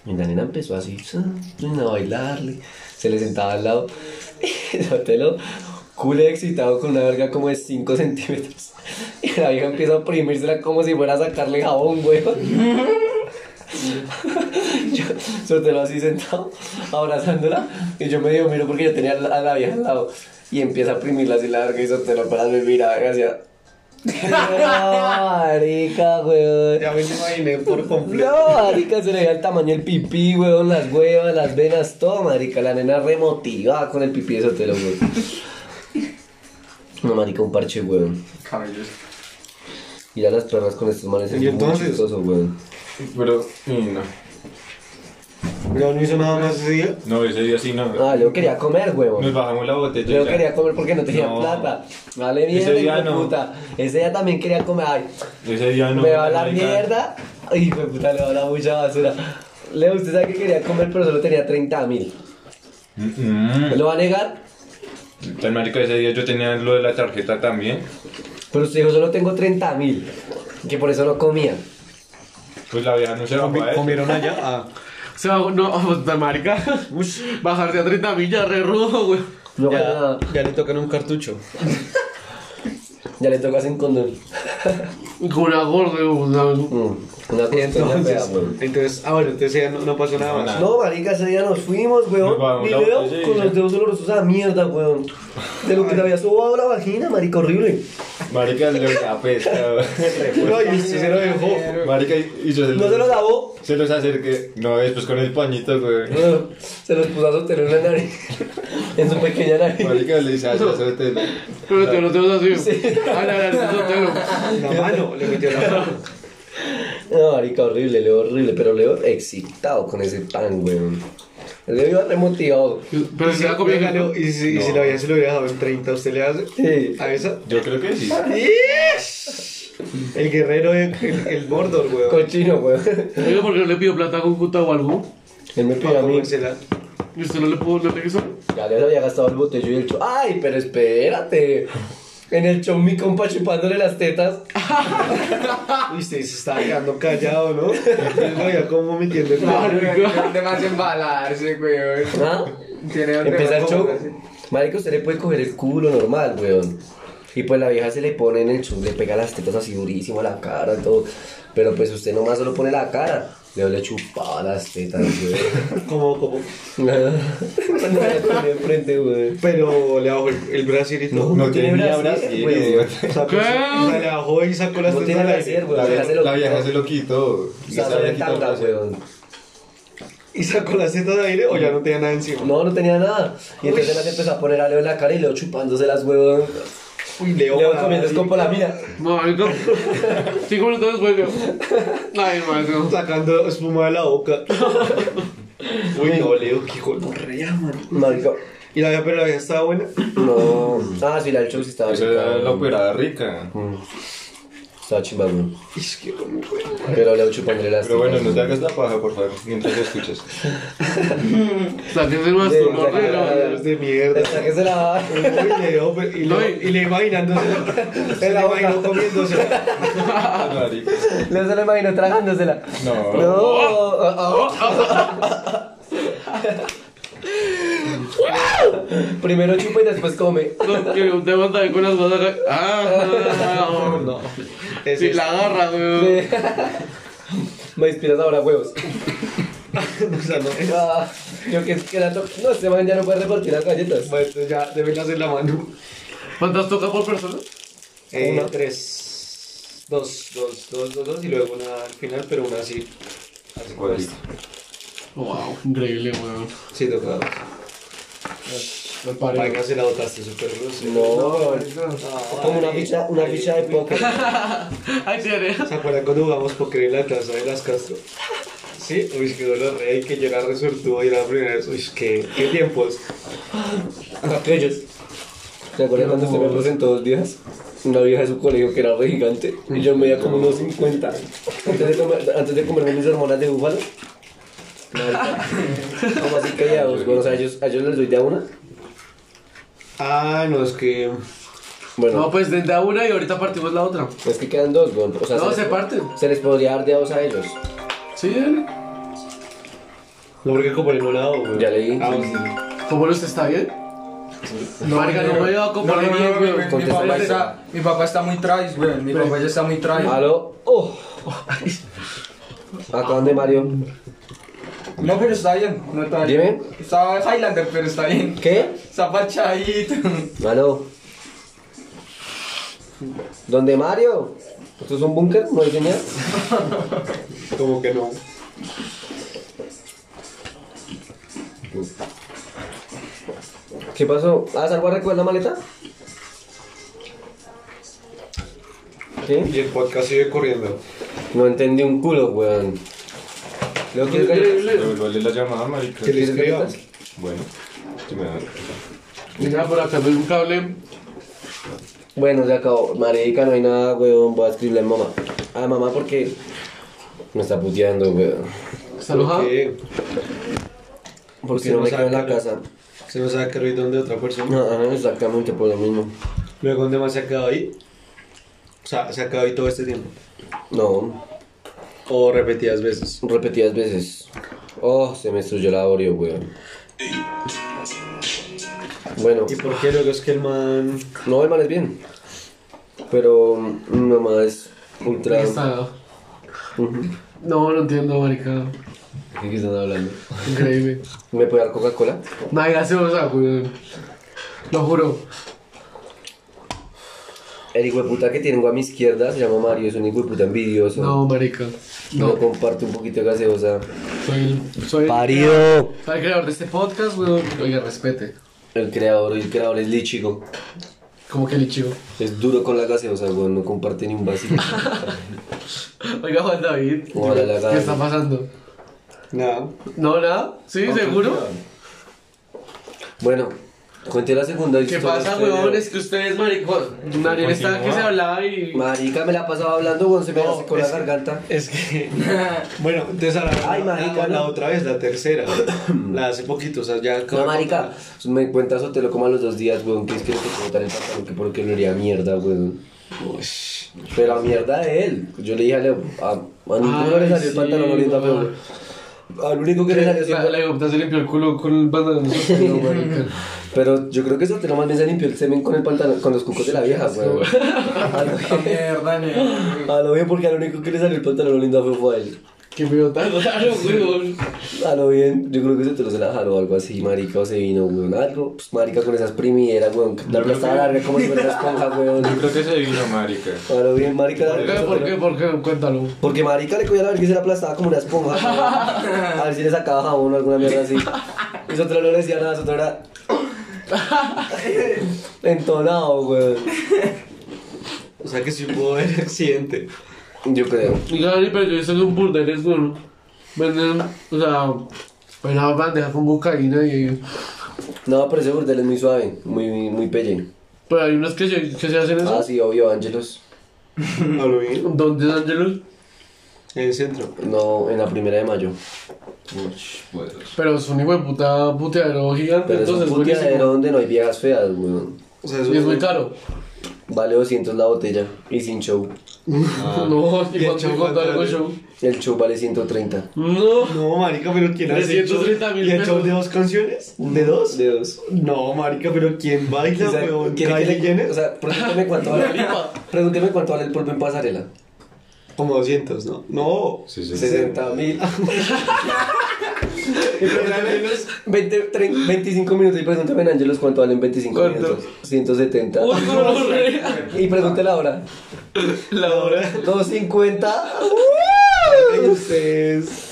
Speaker 2: Y la nena empezó así, sa, a bailarle. Se le sentaba al lado. [laughs] El sotelo, culo excitado con una verga como de 5 centímetros. [laughs] Y la vieja empieza a oprimírsela como si fuera a sacarle jabón, huevón. [laughs] Yo, sotelo así sentado, abrazándola. Y yo medio miro porque yo tenía a la, a la vieja al lado. Y empieza a oprimirla así la verga. Y sotelo para me miraba y [laughs] hacía. Marica, weón.
Speaker 4: Ya me lo imaginé por completo.
Speaker 2: No, marica, se le veía el tamaño el pipí, weón, las huevas, las venas, todo, marica. La nena remotivada con el pipí de Sotelo, weón. No, marica, un parche, weón.
Speaker 7: Cabellos.
Speaker 2: Ir a las perras con estos manes es
Speaker 4: ¿Y
Speaker 2: muy
Speaker 4: entonces?
Speaker 2: chistoso, weón.
Speaker 6: Pero, y no.
Speaker 4: Yo no hice nada más ese día.
Speaker 5: No, ese día sí, no.
Speaker 2: Ah, yo quería comer, huevón.
Speaker 5: Nos bajamos la botella.
Speaker 2: Yo
Speaker 5: ya.
Speaker 2: quería comer porque no tenía
Speaker 5: No.
Speaker 2: plata. Vale, mierda,
Speaker 5: Ese día
Speaker 2: hijo de
Speaker 5: no.
Speaker 2: puta. Ese día también quería comer. Ay,
Speaker 5: Ese día no.
Speaker 2: me va a hablar
Speaker 5: marica.
Speaker 2: mierda. Ay, hijo de puta, le va a hablar mucha basura. Leo, usted sabe que quería comer, pero solo tenía 30 mil.
Speaker 5: Mm,
Speaker 2: ¿Lo va a negar?
Speaker 5: mm. Tan marica, ese día yo tenía lo de la tarjeta también.
Speaker 2: Pero usted dijo, solo tengo 30 mil. Que por eso no comía.
Speaker 5: Pues la vieja no se bajó a eso.
Speaker 4: ¿Comieron allá? Ah.
Speaker 3: Se bajó, no, [laughs] pues tan marica. Bajarse a 30 millas, re rudo, güey.
Speaker 2: No comía
Speaker 4: Ya,
Speaker 2: nada.
Speaker 4: ya le tocan un cartucho.
Speaker 2: Ya le tocó hacer un
Speaker 4: [laughs]
Speaker 2: condón.
Speaker 3: Con una gorda, güey, ¿sabes?
Speaker 2: Mm, Una cosa una fea,
Speaker 4: Entonces,
Speaker 2: huevón.
Speaker 4: entonces, ah, bueno, entonces ya no, no pasó nada más.
Speaker 2: No, marica, ese día nos fuimos, weón.
Speaker 5: Nos vamos,
Speaker 2: Y
Speaker 5: la
Speaker 2: Leo
Speaker 5: botella y
Speaker 2: con
Speaker 5: ya.
Speaker 2: los dedos olorosos a mierda, weón. De lo que le había sobado la vagina, marica, horrible.
Speaker 5: Marica, le
Speaker 2: [laughs]
Speaker 5: apesta.
Speaker 4: No, y usted se lo dejó.
Speaker 5: Marica, y yo se
Speaker 2: No se lo lavó.
Speaker 5: Se los acerqué. No, después con el pañito, güey.
Speaker 2: Bueno, se los puso a sostener en la nariz. [laughs] En su pequeña nariz.
Speaker 5: Marica, le hice así, suéltelo.
Speaker 3: Pero te lo tengo así. Ah, la, la, la, te lo-
Speaker 4: La mano, le metió la mano.
Speaker 2: No, marica, horrible, Leo, horrible. Pero Leo excitado con ese pan, weón. Leo iba remotivado.
Speaker 3: Pero
Speaker 4: Y
Speaker 3: si
Speaker 4: si-
Speaker 3: la comida
Speaker 4: venga,
Speaker 3: que
Speaker 4: Leo, y si, y si la vieja se lo hubiera dejado en 30, ¿usted le hace?
Speaker 2: Sí.
Speaker 4: ¿A esa?
Speaker 5: Yo creo que sí.
Speaker 4: El guerrero, el, el, el Mordor, weón.
Speaker 2: Cochino, weón. [laughs]
Speaker 3: Oiga, ¿por qué no le pido plata a Cúcuta o algo?
Speaker 2: Él me pidió a
Speaker 4: Para
Speaker 2: mí.
Speaker 4: comérsela.
Speaker 3: ¿Y usted no le pudo, no le quiso?
Speaker 2: Ya le había gastado el botello y el show. ¡Ay, pero espérate! En el show mi compa chupándole las tetas.
Speaker 4: Y usted se estaba quedando callado, ¿no? Entonces lo veía como metiendo el
Speaker 1: No,
Speaker 4: palo.
Speaker 1: no, ¿Dónde más embalarse, güey?
Speaker 2: ¿Ah?
Speaker 1: Tiene dónde
Speaker 2: Empieza el
Speaker 1: más
Speaker 2: show.
Speaker 1: embalarse.
Speaker 2: Marica, usted le puede coger el culo normal, weón. Y pues la vieja se le pone en el show, le pega las tetas así durísimo, la cara, todo. Pero pues usted nomás solo pone la cara. Leo le chupaba las tetas, weón.
Speaker 4: Como, como.
Speaker 2: Cuando me la ponía enfrente, weón.
Speaker 4: Pero le bajó el, el brasier y todo.
Speaker 5: No tenía
Speaker 2: brasier,
Speaker 5: brasier,
Speaker 2: weón.
Speaker 5: idiota.
Speaker 4: O sea, pues,
Speaker 3: ¿Qué?
Speaker 4: o sea, le bajó y sacó las
Speaker 2: No tiene
Speaker 4: tetas al
Speaker 2: brasier,
Speaker 4: aire.
Speaker 2: weón.
Speaker 5: La
Speaker 2: La vieja Pues se
Speaker 5: vieja,
Speaker 2: lo
Speaker 5: la vieja
Speaker 2: quitó.
Speaker 5: se lo quitó.
Speaker 2: O
Speaker 5: Y
Speaker 2: sea,
Speaker 5: se
Speaker 2: solo
Speaker 5: había
Speaker 2: en
Speaker 5: quitado el
Speaker 2: tanga,
Speaker 5: brasier.
Speaker 2: weón.
Speaker 4: Y sacó las tetas al aire o ya no tenía nada encima.
Speaker 2: No, no tenía nada. Y entonces las empezó a poner a Leo en la cara y Leo chupándose las huevos.
Speaker 4: Uy, Leo.
Speaker 2: Leo
Speaker 4: para-
Speaker 2: comiendo escopolamina.
Speaker 3: No, marica. Cinco minutos después, güey. Ay, marica.
Speaker 4: Sacando espuma de la boca. Uy, no, Leo, qué gonorrea, man.
Speaker 2: Marica.
Speaker 4: Y la vieja, pero la vieja estaba buena.
Speaker 2: No. Ah, sí, la del show sí estaba
Speaker 5: Esa
Speaker 2: rica,
Speaker 5: era la
Speaker 2: weón.
Speaker 5: operada rica.
Speaker 2: Pues Estaba chimba, weón.
Speaker 4: Y es que como, weón.
Speaker 2: Pero Leo chupándole las
Speaker 5: Pero bueno, no
Speaker 2: tetas,
Speaker 5: te hagas la paja, por favor, mientras lo escuchas.
Speaker 3: Sáquense más
Speaker 2: Sí,
Speaker 3: turno,
Speaker 2: sáquense
Speaker 3: güey,
Speaker 4: Los de mierda.
Speaker 2: Hasta que se la va.
Speaker 4: Uy, Leo, pero- y, Leo, y le imaginándose. Se la imaginó comiéndose.
Speaker 5: Marica.
Speaker 2: Leo se la imaginó tragándosela.
Speaker 5: No.
Speaker 2: Ah. No. Oh, oh. Primero chupa y después come. [laughs]
Speaker 3: No, que te vas a ver con las cosas acá. Ah, no.
Speaker 4: Ese
Speaker 3: Sí,
Speaker 4: es-
Speaker 3: la agarra, güey.
Speaker 2: Me inspiras ahora huevos.
Speaker 4: [laughs] o sea, no.
Speaker 2: Ah, yo que que la to- No, este man ya no puede repartir las galletas.
Speaker 4: Bueno, entonces ya deben hacer la mano.
Speaker 3: ¿Cuántas toca por persona?
Speaker 4: Eh,
Speaker 2: Una.
Speaker 4: tres. Dos, dos, dos, dos, dos. Y luego una al final, pero una así. Así como
Speaker 5: Cuadrito.
Speaker 4: esta.
Speaker 3: Wow, increíble, güey.
Speaker 4: Sí, tocado.
Speaker 3: Me parece.
Speaker 4: Para que se la botaste súper grosero.
Speaker 2: No, como una ficha, una ficha de póker.
Speaker 3: Ay, tiene.
Speaker 4: ¿Se acuerdan cuando jugamos poker en la casa de las Castro? Sí, uy, que dolor rey, que yo era resortudo y era la primera vez. Uy, que, qué tiempos.
Speaker 2: Aquellos. ¿Te acuerdas cuando se me presentó dos días? Una vieja de su colegio que era re gigante y yo medía como unos 50. Antes de, comer- antes de comerme mis hormonas
Speaker 3: [laughs]
Speaker 2: de búfalo. marica, Como así que ya dos, bueno, o sea, yo, a ellos les doy de a una.
Speaker 4: Ah, no, es que.
Speaker 2: Bueno,
Speaker 3: No, pues desde una y ahorita partimos la otra.
Speaker 2: es que quedan dos, bueno, o sea,
Speaker 3: No,
Speaker 2: les-
Speaker 3: se parten.
Speaker 2: se les podría dar de a dos a ellos.
Speaker 3: Sí, dale.
Speaker 4: No, porque como en un lado, güey.
Speaker 2: Ya leí.
Speaker 4: Ah, sí.
Speaker 3: ¿Cómo lo está bien? Marica, no me iba a
Speaker 1: No, no,
Speaker 3: componer
Speaker 1: no,
Speaker 3: bien, güey.
Speaker 1: güey, mi- mi,
Speaker 2: contesta
Speaker 1: papá
Speaker 2: eso.
Speaker 1: está, mi papá está muy trash, güey. Mi papá ya está muy trash.
Speaker 2: Aló.
Speaker 3: [laughs]
Speaker 2: Oh. Acaban de Mario.
Speaker 1: No, pero está bien. No está bien.
Speaker 2: Dime.
Speaker 1: Está Highlander, pero está bien.
Speaker 2: ¿Qué?
Speaker 1: Está parchadito.
Speaker 2: Aló. ¿Dónde Mario? ¿Esto es un búnker? ¿No hay señal?
Speaker 4: Como que no.
Speaker 2: ¿Qué pasó? ¿Ah, salvo a recoger la maleta? ¿Qué?
Speaker 4: Y el podcast sigue corriendo.
Speaker 2: No entendí un culo, weón. Luego, ¿quieres galletas?
Speaker 5: Devuélvale la llamada, marica.
Speaker 4: Que le
Speaker 2: ¿Quieres
Speaker 4: escriba.
Speaker 2: galletas?
Speaker 5: Bueno, si me da-
Speaker 3: Mira, por acá tengo un cable.
Speaker 2: Bueno, se acabó. Marica, no hay nada, weón. Voy a escribirle a mamá. A mamá porque me está puteando, weón.
Speaker 3: ¿Está alojado?
Speaker 4: ¿Qué?
Speaker 2: Porque
Speaker 4: Usted
Speaker 2: no
Speaker 4: no
Speaker 2: me
Speaker 4: sabe
Speaker 2: quedo en la
Speaker 4: hablar.
Speaker 2: casa.
Speaker 4: Se nos saca el ruido de otra persona.
Speaker 2: No, no, exactamente por lo mismo.
Speaker 4: Luego, ¿dónde más se ha quedado ahí? O sea, se ha quedado ahí todo este tiempo.
Speaker 2: No,
Speaker 4: O repetidas veces.
Speaker 2: repetidas veces. Oh, se me destruyó la Oreo, weón. Bueno,
Speaker 4: ¿Y por qué luego es que el man
Speaker 2: no, el mal es bien. Pero mm, mi mamá es ultra.
Speaker 3: Ahí está. No, no entiendo, marica.
Speaker 2: ¿Qué están hablando?
Speaker 3: Increíble.
Speaker 2: ¿Me puede dar Coca-Cola?
Speaker 3: No hay gaseosa, weón. Lo juro.
Speaker 2: El hijo de puta que tengo a mi izquierda se llama Mario, es un hijo de puta envidioso.
Speaker 3: No, marica.
Speaker 2: No.
Speaker 3: No,
Speaker 2: comparte un poquito de gaseosa.
Speaker 3: soy el. Soy el
Speaker 2: Parido.
Speaker 3: soy el creador de este podcast, weón. Oiga, respete.
Speaker 2: El creador, el creador es lichigo.
Speaker 3: Como que el chico.
Speaker 2: Es duro con la gaseosa, weón, no comparte ni
Speaker 3: [laughs]
Speaker 2: un vasito.
Speaker 3: Oiga, Juan David.
Speaker 2: Hola, la
Speaker 3: ¿Qué
Speaker 2: gana.
Speaker 3: está pasando?
Speaker 4: No.
Speaker 3: ¿No, pues, nada? ¿Sí, seguro?
Speaker 2: bueno, conté la segunda
Speaker 3: ¿Qué
Speaker 2: historia.
Speaker 3: pasa, weón? Es que ustedes, marico. Daniel estaba que se hablaba y.
Speaker 2: Marica, me la pasaba hablando, weón, se me
Speaker 4: No,
Speaker 2: hace con la
Speaker 4: es que-
Speaker 2: garganta.
Speaker 4: Es que. Bueno, entonces ahora.
Speaker 2: Ay, marica,
Speaker 4: la, la
Speaker 2: no.
Speaker 4: otra vez, la tercera. la hace poquito, o sea, ya. acabo
Speaker 2: No,
Speaker 4: de
Speaker 2: marica, pues,
Speaker 4: contar.
Speaker 2: me cuentas o te lo como a los dos días, weón, que es que no te puedo botar el pantalón, que porque lo haría mierda, weón. Pero a mierda de él. Yo le dije a Leo, "Ah, a, a ninguno
Speaker 3: Ay,
Speaker 2: le salió el
Speaker 3: sí,
Speaker 2: pantalón ahorita,
Speaker 3: weón.
Speaker 2: pero al único que le salió
Speaker 3: La,
Speaker 2: siempre-
Speaker 3: la hijueputa se limpió el culo con el pantalón. [laughs] No, marica.
Speaker 2: Pero yo creo que eso te lo más bien se limpió el semen con el pantalón, con los cucos de la vieja, weón. A lo
Speaker 1: Ah,
Speaker 2: bien-
Speaker 1: mierda, nene.
Speaker 2: [laughs] A lo bien, porque al único que le salió el pantalón linda fue- fue a él.
Speaker 3: Qué pedo tan [laughs] raro, weón.
Speaker 2: A lo bien, yo creo que se te lo se la jaló o algo así, marica, o se vino, weón, algo. Pues, marica, con esas primideras, weón, que la plata larga como si fuera una esponja, weón.
Speaker 5: Yo creo que se vino, marica.
Speaker 2: A lo bien, marica,
Speaker 3: ¿Por qué?
Speaker 2: la-
Speaker 3: ¿Por qué? ¿Por qué? Cuéntalo.
Speaker 2: Porque marica le cogía la verga y se la aplastaba como
Speaker 3: [laughs]
Speaker 2: una esponja. weón. A ver si le sacaba jabón o alguna mierda así. Y Sotelo no le decía nada,
Speaker 3: [laughs]
Speaker 2: Sotelo era... Entonado, weón.
Speaker 4: O sea, que sí pudo haber accidente.
Speaker 2: Yo creo.
Speaker 3: Y claro, pero yo hice un burdeles, weón. Venden, o sea, una bandeja con cocaína y.
Speaker 2: No, pero ese burdel es muy suave, muy, muy pelle.
Speaker 3: Pero pues, hay unos que se, que se hacen
Speaker 2: Ah,
Speaker 3: eso.
Speaker 2: sí, obvio, Ángelos.
Speaker 4: A lo bien.
Speaker 3: ¿Dónde es Angelus?
Speaker 4: En el centro.
Speaker 2: No, en la primera de mayo.
Speaker 5: Bueno,
Speaker 3: Pero es un hijo de puta puteadero gigante,
Speaker 2: Pero
Speaker 3: Ah, entonces
Speaker 2: es un
Speaker 3: buenísimo.
Speaker 2: puteadero donde no hay viejas feas, weón.
Speaker 4: O sea,
Speaker 3: Y es muy caro.
Speaker 2: Vale 200 la botella y sin show. Ah.
Speaker 3: no, y
Speaker 4: Y el
Speaker 3: cuando
Speaker 4: show
Speaker 3: cuando algo
Speaker 4: cuánto
Speaker 3: show.
Speaker 2: El show vale 130.
Speaker 3: No.
Speaker 4: No, marica, pero ¿quién hace
Speaker 3: 330 mil
Speaker 4: ¿Y el show
Speaker 3: pesos.
Speaker 4: de dos canciones? ¿De dos?
Speaker 2: De dos.
Speaker 4: No, marica, pero ¿quién baila, weón? ¿Kylie Jenner?
Speaker 2: O sea,
Speaker 3: [laughs]
Speaker 2: pregúntame cuánto vale. pregúntame cuánto vale el polvo en pasarela.
Speaker 4: Como 200, ¿no? No.
Speaker 5: sí, sí.
Speaker 2: 60
Speaker 3: [laughs]
Speaker 2: mil.
Speaker 4: Y pregúntale los-
Speaker 2: 20, 30, 25 minutos. Y pregúntame en Ángelos cuánto valen 25
Speaker 3: ¿Cuánto?
Speaker 2: minutos. 170. [laughs]
Speaker 3: Uy, no, re.
Speaker 2: Y pregúntale ahora.
Speaker 3: La hora. [laughs]
Speaker 2: 250.
Speaker 4: Ay, ustedes.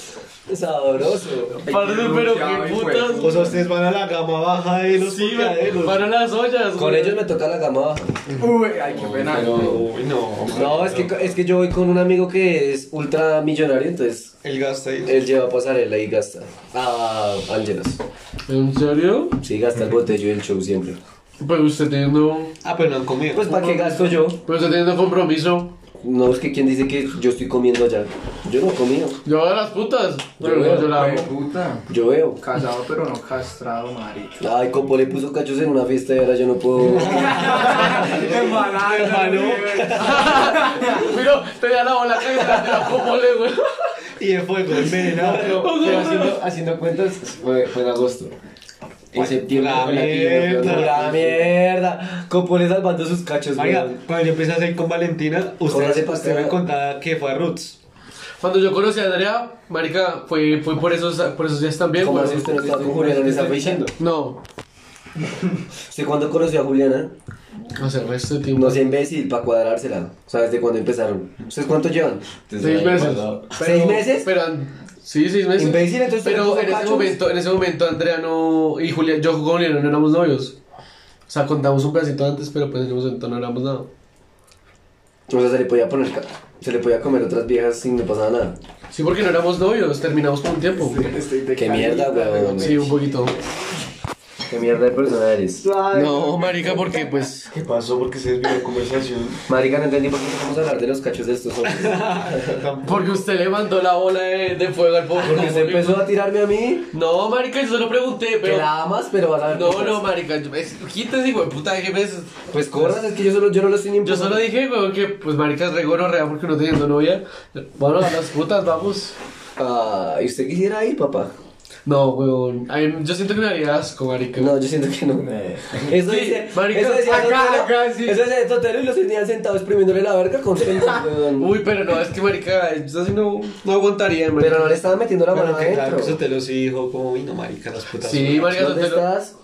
Speaker 2: Sabroso.
Speaker 3: Parce, pero
Speaker 1: Ay,
Speaker 3: qué
Speaker 1: qué
Speaker 3: putas.
Speaker 4: O sea, ustedes van a la gama baja de los
Speaker 3: Sí,
Speaker 4: puteaderos.
Speaker 3: para las ollas.
Speaker 2: Con
Speaker 3: güey.
Speaker 2: ellos me toca la gama baja.
Speaker 1: Uy, ay, qué pena.
Speaker 4: Uy, no.
Speaker 2: No, es que, es que yo voy con un amigo que es ultra millonario, entonces
Speaker 4: El gasto ahí.
Speaker 2: él lleva pasarela y gasta. Ah, A Ángelos.
Speaker 3: ¿En serio?
Speaker 2: Sí, gasta el botello y el show siempre.
Speaker 3: Pero usted teniendo.
Speaker 4: Ah, pero no han comido.
Speaker 2: Pues, ¿para qué gasto yo?
Speaker 3: Pero usted teniendo compromiso.
Speaker 2: No, es que quien dice que yo estoy comiendo allá. Yo no he comido.
Speaker 3: Yo a las putas. Pero
Speaker 2: veo,
Speaker 3: yo la
Speaker 1: Ay,
Speaker 3: amo.
Speaker 1: puta.
Speaker 2: Yo veo.
Speaker 1: Casado pero no castrado, marica.
Speaker 2: Ay, Copo le puso cachos en una fiesta y ahora yo no [laughs] puedo.
Speaker 3: Mira, tenía la bola que la copole, güey. Oh,
Speaker 4: Y de fuego, envenenado.
Speaker 2: haciendo, cuentas, fue, en agosto. En septiembre
Speaker 4: fue la que yo me fui a
Speaker 2: Pura
Speaker 4: tomar.
Speaker 2: mierda. Copo le salvando sus cachos,
Speaker 4: Oiga,
Speaker 2: weón.
Speaker 4: cuando yo empecé a salir con Valentina,
Speaker 2: Con la
Speaker 4: usted,
Speaker 2: cepa
Speaker 4: usted me
Speaker 2: está-
Speaker 4: contaba que fue a Roots.
Speaker 3: Cuando yo conocí a Andrea, marica, fue, fue por esos, por esos días también,
Speaker 2: ¿Cómo
Speaker 3: güey.
Speaker 2: así usted no estaba con Juliana en esa fecha?
Speaker 3: No,
Speaker 2: ¿Usted cuándo conoció a Juliana?
Speaker 3: hace resto de este tiempo.
Speaker 2: No sea imbécil, para cuadrársela. O sea, ¿desde cuándo empezaron? ¿Ustedes cuánto llevan?
Speaker 3: Seis meses.
Speaker 2: ¿Seis meses?
Speaker 3: Pero, an- sí, seis meses.
Speaker 2: Imbécil, entonces,
Speaker 3: Pero
Speaker 2: ¿tenemos
Speaker 3: en ese,
Speaker 2: cachos?
Speaker 3: momento, en ese momento, Andrea no. Y Julia, yo con Juliana no éramos novios. O sea, contamos un pedacito antes, pero pues en ese momento no éramos nada.
Speaker 2: O sea, se le podía poner. ca- Se le podía comer otras viejas sin no pasaba nada.
Speaker 3: Sí, porque no éramos novios, terminamos por un tiempo.
Speaker 1: Estoy de
Speaker 2: Qué mierda,
Speaker 1: calidad.
Speaker 2: weón.
Speaker 3: Sí, un poquito.
Speaker 2: Qué mierda de persona eres.
Speaker 3: No, marica, porque pues...
Speaker 4: ¿Qué pasó? Porque se desvió la conversación.
Speaker 2: Marica, no entendí por qué vamos a hablar de los cachos de estos
Speaker 3: [laughs]
Speaker 2: hombres.
Speaker 3: Porque usted le mandó la bola de, de fuego al poco.
Speaker 2: Porque se empezó a tirarme a mí.
Speaker 3: No, marica, yo solo pregunté,
Speaker 2: Que
Speaker 3: pero...
Speaker 2: la amas, pero vas a ver.
Speaker 3: No,
Speaker 2: cosas.
Speaker 3: no, marica, yo- es- quítese, hijo de puta, déjeme eso.
Speaker 2: Pues cosas, es que yo solo, yo no lo estoy ni
Speaker 3: Yo solo dije, weón, que pues marica es re gonorrea porque no teniendo novia. Bueno, a las putas, vamos.
Speaker 2: Ah, ¿y usted quisiera ir, papá?
Speaker 3: No, weón. A mí- yo siento que me haría asco, marica.
Speaker 2: No, yo siento que no. Eso
Speaker 3: Eh. Sí,
Speaker 2: dice.
Speaker 3: marica,
Speaker 2: eso decía
Speaker 3: acá,
Speaker 2: Totelo-
Speaker 3: acá, sí.
Speaker 2: Eso decía Totelo y los tenían sentados exprimiéndole la verga
Speaker 3: [laughs]
Speaker 2: con senta, weón.
Speaker 3: Uy, pero no, es que marica, yo así no, no aguantaría, marica.
Speaker 2: Pero no le estaban metiendo la mano adentro.
Speaker 4: te lo sí dijo como, uy, no, marica, las putas.
Speaker 3: Sí, marica,
Speaker 2: ¿Dónde
Speaker 3: te lo-
Speaker 2: estás?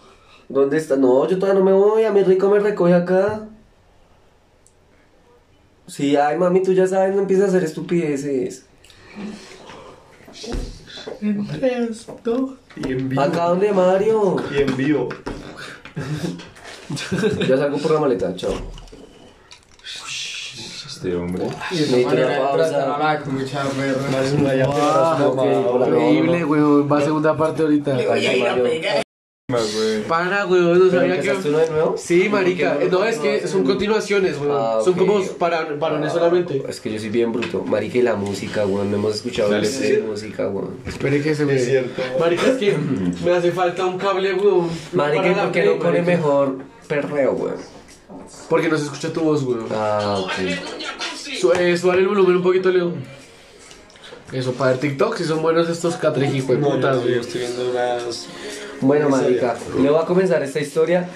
Speaker 2: ¿Dónde estás? No, yo todavía no me voy. A mi rico me recoge acá. Sí, ay, mami, tú ya sabes, no empiezas a hacer estupideces.
Speaker 4: Y en vivo.
Speaker 2: Acá donde Mario.
Speaker 4: Y en vivo.
Speaker 2: Ya salgo por la maleta, chao.
Speaker 5: Este hombre.
Speaker 1: Y esa
Speaker 2: Necesito
Speaker 1: manera
Speaker 2: una
Speaker 1: de
Speaker 2: pausa.
Speaker 1: tratarla con mucha perra.
Speaker 4: Más una ya
Speaker 2: Ah, ok, hola, no,
Speaker 3: Increíble,
Speaker 2: no.
Speaker 3: weón. Va a segunda parte ahorita.
Speaker 5: Más, güey.
Speaker 3: Pana, weón, no
Speaker 2: ¿Pero
Speaker 3: sabía que.
Speaker 2: empezaste uno de nuevo?
Speaker 3: Sí, marica.
Speaker 2: ¿Por qué
Speaker 3: eh, No, es que
Speaker 2: hacen?
Speaker 3: son continuaciones, weón.
Speaker 2: Ah,
Speaker 3: Son
Speaker 2: ok.
Speaker 3: como para varones
Speaker 2: Ah,
Speaker 3: solamente.
Speaker 2: Es que yo soy bien bruto. Marica, y la música, weón. No hemos escuchado
Speaker 5: Dale,
Speaker 2: la
Speaker 5: sí.
Speaker 2: música, weón.
Speaker 3: Espere que se me.
Speaker 4: Es cierto.
Speaker 3: Eh, Marica, es que me hace falta un cable, weón.
Speaker 2: Marica, ¿y
Speaker 3: para la
Speaker 2: por qué
Speaker 3: Play,
Speaker 2: no pone
Speaker 3: marica?
Speaker 2: mejor perreo, weón?
Speaker 3: Porque no se escucha tu voz, weón.
Speaker 2: Ah, ok.
Speaker 3: Su- eh, Sube el volumen un poquito, Leo. Eso, para el TikTok, si son buenos estos catrejico de
Speaker 4: No,
Speaker 3: putas,
Speaker 4: yo, yo
Speaker 3: weón.
Speaker 4: estoy viendo unas.
Speaker 2: Bueno,
Speaker 4: Esa
Speaker 2: marica, le voy a comenzar esta historia.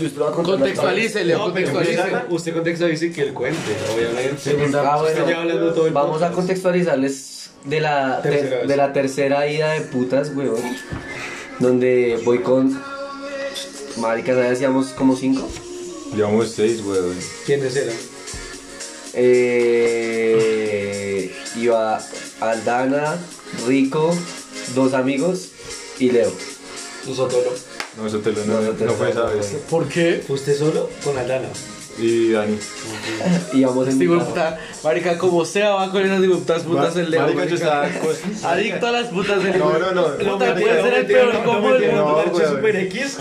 Speaker 2: Y usted lo va a contar.
Speaker 3: Contextualice, Leo,
Speaker 4: No, pero
Speaker 3: contextualice.
Speaker 4: usted contextualice que él cuente, obviamente.
Speaker 2: Segunda- Ah,
Speaker 4: Usted lleva hablando todo
Speaker 2: bueno,
Speaker 4: el
Speaker 2: vamos a
Speaker 4: podcast.
Speaker 2: contextualizarles de la, de,
Speaker 4: Tercera vez.
Speaker 2: de la tercera ida de putas, weón. Donde voy con. Marica, ¿sabes? Hacíamos como cinco.
Speaker 5: Llevamos seis, güey.
Speaker 4: ¿Quiénes eran?
Speaker 2: Eh, iba Aldana, Rico, dos amigos y Leo. [laughs]
Speaker 4: ¿Tú solo?
Speaker 5: No, eso te lo
Speaker 2: No,
Speaker 5: no,
Speaker 2: no te lo
Speaker 5: no fue esa
Speaker 2: sabes.
Speaker 5: vez.
Speaker 3: ¿Por qué?
Speaker 4: ¿Usted solo? Con Aldana.
Speaker 5: Y Dani.
Speaker 2: Íbamos en
Speaker 3: Este
Speaker 2: mi
Speaker 3: hijo de
Speaker 2: carro.
Speaker 3: puta, marica, como sea, va con esas hijo de putas putas el Leo.
Speaker 5: Marica, yo
Speaker 3: marica.
Speaker 5: estaba
Speaker 3: [laughs] Adicto a las putas del
Speaker 5: No, no, no.
Speaker 3: Puta, puede ser el peor combo del
Speaker 5: mentira,
Speaker 3: mundo.
Speaker 5: no. güey.
Speaker 4: Super X.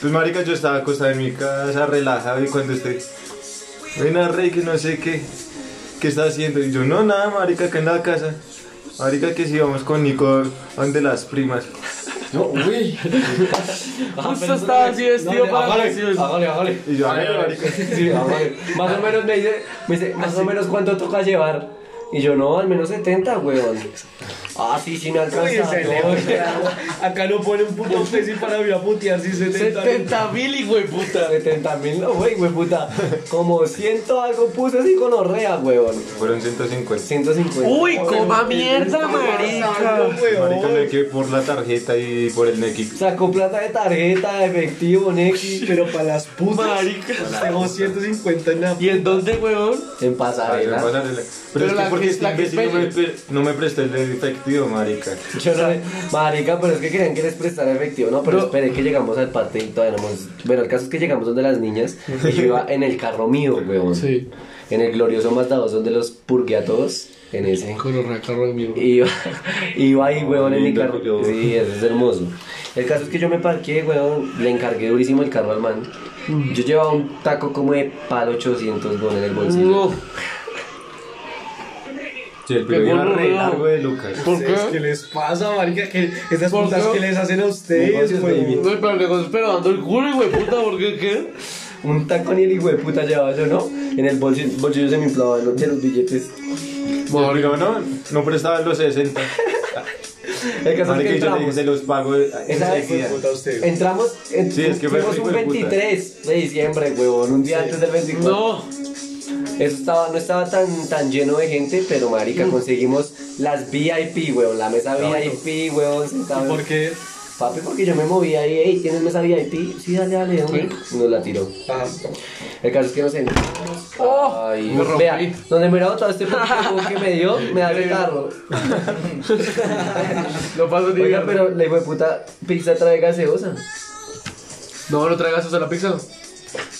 Speaker 5: Pues marica, yo estaba acostado en mi casa, relajado, y cuando usted... Ven a Rey, que no sé qué. ¿Qué está haciendo? Y yo, no, nada, marica, acá en la casa. Marica, que si vamos con Nico, donde las primas.
Speaker 2: No, uy.
Speaker 3: Justo estaba así vestido
Speaker 2: Ah, No,
Speaker 3: para la
Speaker 2: hágale,
Speaker 3: acción.
Speaker 2: hágale, hágale.
Speaker 5: Y yo,
Speaker 2: Hágale,
Speaker 5: hágale,
Speaker 2: hágale.
Speaker 5: marica.
Speaker 2: Sí, hágale. Más o menos me dice, me dice, más o menos cuánto toca llevar. Y yo, no, al menos 70, weón. Ah, sí, sí me alcanza. no, [laughs]
Speaker 4: Acá lo pone un puto imbécil para ir a putear si
Speaker 3: 70 mil, hijo de puta.
Speaker 2: 70 mil, no, wey, wey, puta. Como ciento algo puse así con orrea, weón.
Speaker 5: Fueron 150.
Speaker 2: 150.
Speaker 3: Uy, coma mierda, marica.
Speaker 5: Marica, no hay que por la tarjeta y por el Neki.
Speaker 2: Sacó plata de tarjeta, de efectivo, Neki.
Speaker 4: Pero para las putas.
Speaker 3: Marica.
Speaker 4: Tengo 150 en la
Speaker 3: ¿Y en dónde, weón?
Speaker 2: En
Speaker 5: Pásale,
Speaker 2: pasarela.
Speaker 5: pásale. Pero,
Speaker 3: Pero
Speaker 5: es
Speaker 3: la
Speaker 5: que
Speaker 3: que-
Speaker 5: porque este
Speaker 3: la que
Speaker 5: imbécil no me,
Speaker 3: pelle.
Speaker 5: pre- no me prestó el efectivo, marica.
Speaker 2: Yo no le- Marica, pero es que querían que les prestara efectivo. No, pero
Speaker 3: No.
Speaker 2: esperé que llegamos al parte y todavía no hemos. Bueno, el caso es que llegamos donde las niñas y yo iba en el carro mío, weón.
Speaker 3: Sí.
Speaker 2: En el glorioso Mazda 2 donde los purgué a todos. En ese.
Speaker 3: Con los recarros de mi
Speaker 2: Iba, [laughs] iba ahí, weón, en mi
Speaker 5: Lindo,
Speaker 2: carro.
Speaker 5: yo.
Speaker 2: Sí, eso es hermoso. El caso es que yo me parqué, weón, le encargué durísimo el carro al man.
Speaker 5: Mm.
Speaker 2: Yo llevaba un taco como de palo 800, weón, en el bolsillo.
Speaker 3: No.
Speaker 5: Sí, el primero
Speaker 3: gordo,
Speaker 5: iba re
Speaker 3: no.
Speaker 5: largo de Lucas.
Speaker 3: ¿Por qué?
Speaker 4: ¿Qué les pasa, marica? Que esas
Speaker 3: ¿Por
Speaker 4: putas
Speaker 3: qué?
Speaker 4: que les hacen a ustedes,
Speaker 2: Negocios,
Speaker 4: güey.
Speaker 2: baby.
Speaker 3: No, pero le estoy esperando el culo, hijo de puta, ¿por qué qué?
Speaker 2: Un taco ni el hijo de puta llevaba yo, ¿no? En el bolsillo, bolsillo se me inflaba el de los billetes.
Speaker 5: Marica, no, no prestaba los
Speaker 2: [laughs]
Speaker 5: 60.
Speaker 2: El caso
Speaker 5: Marica, y
Speaker 2: es que
Speaker 5: yo le dije,
Speaker 2: entramos.
Speaker 5: se los pago
Speaker 2: Esa vez
Speaker 5: enseguida.
Speaker 4: puta usted.
Speaker 2: Entramos, en,
Speaker 5: Sí, es que fue
Speaker 2: fuimos
Speaker 5: rico
Speaker 2: un
Speaker 5: de puta.
Speaker 2: 23 de diciembre, huevón, un día antes del 24.
Speaker 3: No.
Speaker 2: Eso estaba, no estaba tan, tan lleno de gente, pero marica, conseguimos las VIP, huevón, la mesa VIP, huevón, sentado.
Speaker 4: ¿Por qué?
Speaker 2: Papi, porque yo me moví ahí, hey, ¿tienes mesa VIP? Sí, dale, dale, de una. Nos la tiró.
Speaker 4: Ajá.
Speaker 2: El caso es que nos sentamos. Ay,
Speaker 3: me rompí.
Speaker 2: vea, donde me grabó todo este poco que me dio, me da el carro.
Speaker 3: No paso ni
Speaker 2: Oiga,
Speaker 3: verga.
Speaker 2: pero la hijo de puta pizza trae gaseosa.
Speaker 3: No, no traigas eso a la pizza.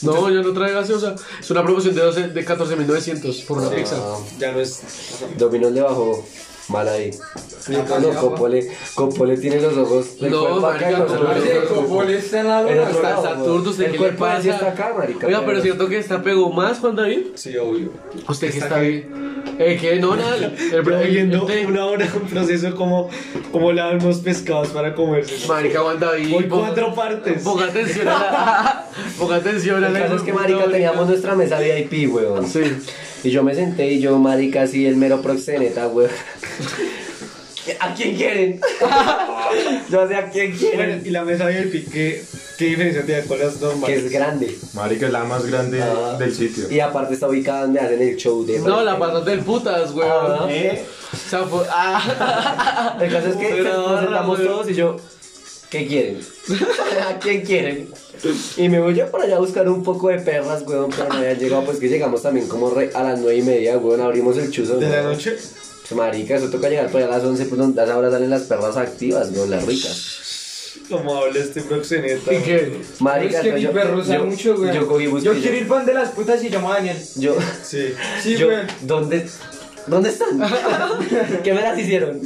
Speaker 3: No, yo no trae gaseosa. Es una promoción de, 12 de 14.900 por una pizza.
Speaker 4: Ya no es.
Speaker 2: Dominos le bajó mal ahí. No, Copole, Copole tiene los ojos. el
Speaker 3: No,
Speaker 2: cuerpo acá
Speaker 3: marica,
Speaker 2: y los
Speaker 3: no,
Speaker 2: ojos-
Speaker 3: marica,
Speaker 1: Copole está en la
Speaker 2: en
Speaker 1: luna.
Speaker 2: otro
Speaker 3: Está
Speaker 2: lado,
Speaker 3: Saturno, ¿usted
Speaker 2: El
Speaker 3: qué le
Speaker 2: cuerpo así
Speaker 3: pasa?
Speaker 2: está acá, marica.
Speaker 3: Oiga, pero es cierto que está pegó más, Juan David.
Speaker 4: Sí, obvio.
Speaker 3: Usted que está bien. Eh, que no,
Speaker 4: [laughs]
Speaker 3: nada. El, el-
Speaker 4: viendo
Speaker 3: el-
Speaker 4: una hora un proceso como, como lavan los pescados para comerse.
Speaker 3: Marica Juan David.
Speaker 4: Por
Speaker 3: po-
Speaker 4: cuatro partes.
Speaker 3: Ponga atención a la. [laughs] Ponga atención a
Speaker 2: El
Speaker 3: la.
Speaker 2: caso es que, marica, teníamos nuestra mesa VIP, weón.
Speaker 3: Sí.
Speaker 2: Y yo me senté y yo, marica, así el mero proxeneta,
Speaker 3: [laughs]
Speaker 2: weón. ¿A quién quieren? [laughs] yo sé a quién
Speaker 4: Bueno,
Speaker 2: quieren.
Speaker 4: y la mesa VIP, ¿qué, qué diferencia tiene con las
Speaker 2: Que
Speaker 4: normales?
Speaker 2: es grande.
Speaker 5: Marica es la más grande
Speaker 2: Ah.
Speaker 5: del sitio.
Speaker 2: Y aparte está ubicada donde hacen el show de.
Speaker 3: No, la pasaste del putas, weón.
Speaker 2: Ah.
Speaker 5: ¿Eh?
Speaker 3: Safo- [laughs] ah.
Speaker 2: El caso es que
Speaker 3: Pero
Speaker 2: nos
Speaker 3: ahorra,
Speaker 2: sentamos
Speaker 3: weón.
Speaker 2: todos y yo, ¿qué quieren? [laughs] ¿A quién quieren? Y me voy yo para allá a buscar un poco de perras, weón, pero no había llegado, pues que llegamos también como re- a las nueve y media, weón, abrimos el chuzo.
Speaker 4: ¿De la
Speaker 2: weón.
Speaker 4: noche?
Speaker 2: Pues, Marica, eso toca llegar para allá a las 11, pues donde a esa hora salen las perras activas, weón, las ricas.
Speaker 4: Como habla este proxeneta.
Speaker 3: ¿Y qué?
Speaker 2: Marica,
Speaker 1: es que
Speaker 2: entonces
Speaker 1: mi perro usa
Speaker 2: yo,
Speaker 1: mucho, güey.
Speaker 2: yo cogí busqué.
Speaker 1: Yo quiero ir pan de las putas y llamo a Daniel.
Speaker 2: Yo,
Speaker 4: Sí.
Speaker 1: Sí,
Speaker 2: yo-
Speaker 1: güey.
Speaker 2: ¿dónde, ¿Dónde
Speaker 1: [laughs]
Speaker 2: están? [laughs] ¿Qué me las hicieron?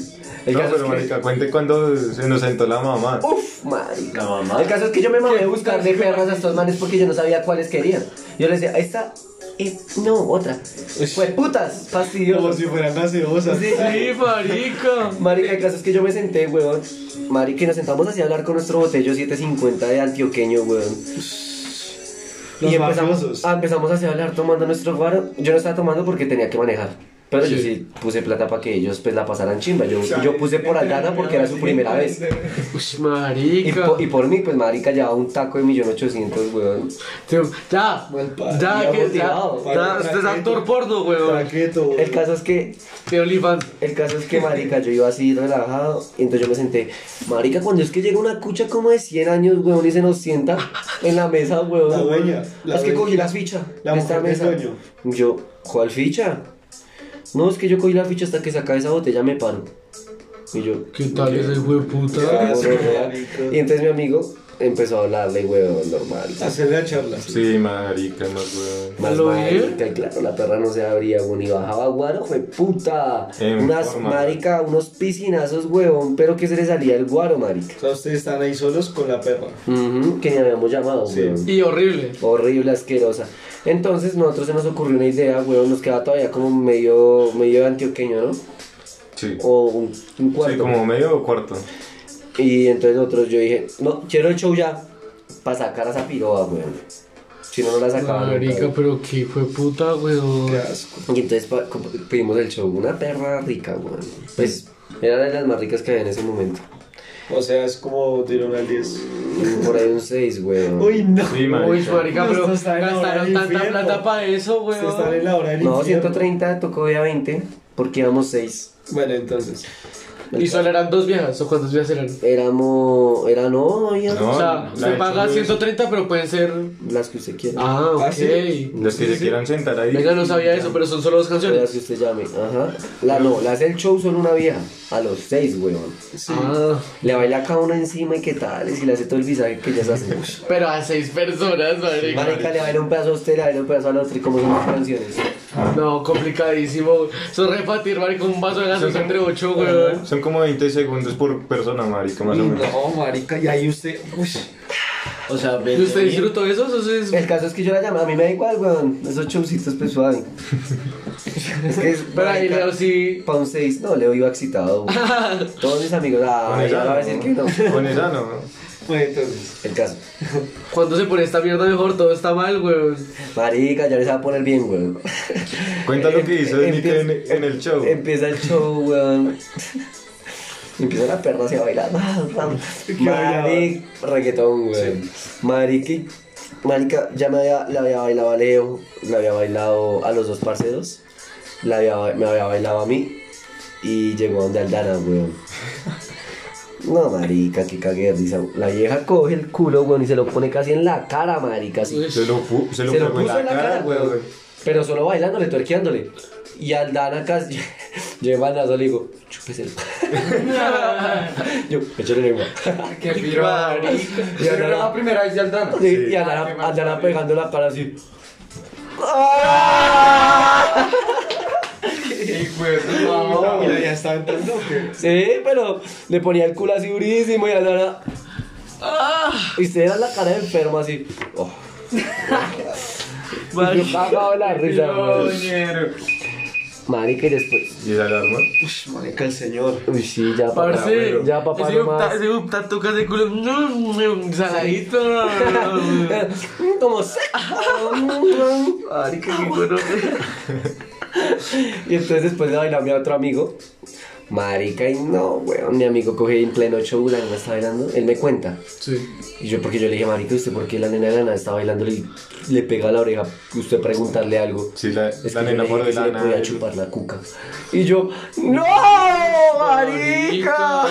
Speaker 2: El
Speaker 5: No,
Speaker 2: caso es
Speaker 5: pero
Speaker 2: que. Oh,
Speaker 5: marica, cuente cuando se nos sentó la mamá.
Speaker 2: Uf, marica.
Speaker 5: La mamá.
Speaker 2: El caso es que yo me mamé a buscar de perras a estos manes porque yo no sabía cuáles querían. Yo les decía, esta y no, otra. Pues putas,
Speaker 4: Como
Speaker 2: fastidioso.
Speaker 4: si fueran gaseosas.
Speaker 2: Sí.
Speaker 3: Sí, marica.
Speaker 2: Marica, el caso es que yo me senté, weón. Marica, y nos sentamos así a hablar con nuestro botello 750 de antioqueño, weón.
Speaker 4: Los
Speaker 2: y empezamos,
Speaker 4: mafiosos.
Speaker 2: ah, empezamos así a hablar tomando nuestro guaro. Yo no estaba tomando porque tenía que manejar. Pero yo sí puse plata para que ellos pues la pasaran chimba. Yo, yo puse por Aldana porque era su primera vez.
Speaker 3: Uy,
Speaker 2: Y,
Speaker 3: marica.
Speaker 2: po- y por mí, pues marica llevaba un taco de 1.800.000, weón.
Speaker 3: Tío, Ya, ya,
Speaker 2: Ya
Speaker 3: que ya,
Speaker 2: motivado.
Speaker 3: ya, usted es actor porno, weón.
Speaker 4: Traqueto.
Speaker 2: El caso es que,
Speaker 3: De OnlyFans.
Speaker 2: el caso es que, marica, yo iba así relajado, y entonces yo me senté, marica, cuando es que llega una cucha como de 100 años, weón, y se nos sienta en la mesa, weón.
Speaker 4: La dueña, la
Speaker 2: es que
Speaker 4: dueña.
Speaker 2: cogí las fichas
Speaker 4: La
Speaker 2: de esta
Speaker 4: mujer
Speaker 2: mesa.
Speaker 4: del dueño.
Speaker 2: Yo, ¿cuál ficha? No, es que yo cogí la ficha hasta que se acabe esa botella, me paro. Y yo,
Speaker 3: ¿Qué tal ese hijo de puta?
Speaker 2: "Ah, bueno, Y entonces mi amigo empezó a hablarle, weón, normal.
Speaker 4: Hacer la charla.
Speaker 5: Sí, marica, no weón.
Speaker 2: Más
Speaker 3: ¿Lo
Speaker 2: marica, y claro, la perra no se abría, weón, y bajaba guaro, fue puta.
Speaker 5: En
Speaker 2: Unas,
Speaker 5: forma.
Speaker 2: marica, unos piscinazos, huevón, pero que se le salía el guaro, marica.
Speaker 4: O sea, ustedes están ahí solos con la perra.
Speaker 2: Ujú, que ni habíamos llamado, huevón.
Speaker 3: Y horrible.
Speaker 2: Horrible, asquerosa. Entonces, nosotros se nos ocurrió una idea, huevón, nos quedaba todavía como medio, medio antioqueño, ¿no?
Speaker 5: Sí.
Speaker 2: O un, un Oh, cuarto.
Speaker 5: Sí, como medio o cuarto.
Speaker 2: Y entonces nosotros yo dije, no, quiero el show ya, para sacar a esa piroa, huevón. Si no, no la sacaban.
Speaker 3: Marica, pero qué hijo de puta, weón.
Speaker 4: Qué asco.
Speaker 2: Y entonces pa- como que pedimos el show, una perra rica, weón. Pues era de las más ricas que había en ese momento.
Speaker 4: O sea, es como de 1 al 10.
Speaker 2: Por ahí un 6, weón.
Speaker 4: [laughs] Uy, no.
Speaker 5: Sí,
Speaker 3: Uy,
Speaker 5: marica.
Speaker 3: marica,
Speaker 4: No,
Speaker 3: pero
Speaker 4: esto está en la hora
Speaker 3: gastaron
Speaker 4: del
Speaker 3: tanta
Speaker 4: infierno.
Speaker 3: plata para eso,
Speaker 4: Se están
Speaker 3: weón.
Speaker 4: en la hora del
Speaker 2: No,
Speaker 4: infierno.
Speaker 2: 130 tocó de a 20 porque íbamos 6.
Speaker 4: Bueno, entonces.
Speaker 3: Y solo eran dos viejas, ¿o cuántas viejas eran?
Speaker 2: Éramos, era no, había
Speaker 5: No,
Speaker 3: O sea,
Speaker 5: la
Speaker 3: se
Speaker 5: de
Speaker 3: paga
Speaker 5: Cholo es-
Speaker 3: 130, pero pueden ser.
Speaker 2: las que usted quiera.
Speaker 3: Ah,
Speaker 4: ¿Ah,
Speaker 3: ok.
Speaker 4: sí?
Speaker 5: Los que se quieran sentar ahí.
Speaker 3: Venga, no sabía eso, pero son solo dos
Speaker 2: Las
Speaker 3: canciones.
Speaker 2: que usted llame, ajá. La no, las del show son una vieja. A los 6, weón.
Speaker 3: Ah,
Speaker 2: Le baila cada una encima y qué tal. Y le hace todo el visaje que ya se hace.
Speaker 3: pero a seis personas, marica.
Speaker 2: Marica, le baila un pedazo a usted, le baila un pedazo al otro. ¿Y cómo son las canciones?
Speaker 3: No, complicadísimo. Eso es repartir, marica, un vaso de gaseosa entre ocho, weón.
Speaker 5: Son como 20 segundos por persona, marica, más o menos.
Speaker 4: No, marica, y ahí usted. Uy.
Speaker 2: O sea,
Speaker 3: ¿Y usted disfrutó eso? Eso sí es
Speaker 2: El caso es que yo la llamé, a mí me da igual, weón. Esos showcitos pues suave. es que es.
Speaker 3: Pero ahí Leo sí.
Speaker 2: Pa' un 6, no, Leo
Speaker 3: [laughs]
Speaker 2: iba excitado. weón. Todos mis amigos,
Speaker 5: Con
Speaker 2: ah, ya
Speaker 5: ella
Speaker 2: va a
Speaker 5: no.
Speaker 2: decir que no.
Speaker 5: Con ella no.
Speaker 4: Bueno, Pues, entonces.
Speaker 2: El caso.
Speaker 3: Cuando se pone esta mierda mejor, todo está mal, weón.
Speaker 2: Marica, ya les va a poner bien, weón.
Speaker 5: Cuenta lo que hizo
Speaker 2: Em-
Speaker 5: Nick en, en el show.
Speaker 2: Empieza em, el show, weón. Empieza la perra así a bailar.
Speaker 4: bailaba?
Speaker 2: Marica, reggaetón, weón. Mariqui- Marica, ya me había, la había bailado a Leo, la había bailado a los dos parceros, la había- me había bailado a mí y llegó donde Aldana, weón. No, marica, que cague de risa. La vieja coge el culo, weón, y se lo pone casi en la cara, marica. Así.
Speaker 5: Se lo, pu- se lo
Speaker 2: Se lo
Speaker 5: pegó en
Speaker 2: puso
Speaker 5: la cara, weón.
Speaker 2: Pero solo bailándole, tuerqueándole. Y al Dan acá, [laughs] yo me mando a le digo, chúpese el. [laughs] yo, échale lengua. [laughs]
Speaker 1: Qué piro.
Speaker 2: Y
Speaker 1: Pero
Speaker 2: Aldana-
Speaker 1: era la primera vez de Aldana.
Speaker 2: Y al
Speaker 1: Ah, qué
Speaker 2: Dana,
Speaker 1: mal
Speaker 2: al Dana
Speaker 1: parido.
Speaker 2: pegando la cara así.
Speaker 4: Y la ya estaba entrando.
Speaker 2: Sí, pero le ponía el culo así durísimo y al Dana.
Speaker 3: Ah.
Speaker 2: Y se era la cara de enfermo así. Oh. Yo cagado de la risa, güey. Marica, y después.
Speaker 5: ¿Y la alarma?
Speaker 4: Marica, el señor.
Speaker 2: Uy, sí, ya papá.
Speaker 3: Parce,
Speaker 2: Ya papá
Speaker 3: ese
Speaker 2: nomás.
Speaker 3: upta- ese upta toca de culo, mm, mm, saladito.
Speaker 2: [laughs] Como se-
Speaker 3: Ay, qué bueno.
Speaker 2: Y entonces después de bailar mi otro amigo, marica, y no, weón, mi amigo coge en pleno show, la nena está bailando, él me cuenta.
Speaker 3: Sí.
Speaker 2: Y yo, porque yo le dije, marica, ¿usted por qué la nena de la nada está bailando y le pega a la oreja? Usted preguntarle algo.
Speaker 5: Sí, la,
Speaker 2: Es
Speaker 5: la
Speaker 2: que yo
Speaker 5: nena
Speaker 2: le dije
Speaker 5: por
Speaker 2: que
Speaker 5: de
Speaker 2: si
Speaker 5: la
Speaker 2: le podía
Speaker 5: nada.
Speaker 2: chupar la cuca. Y yo, ¡No, marica!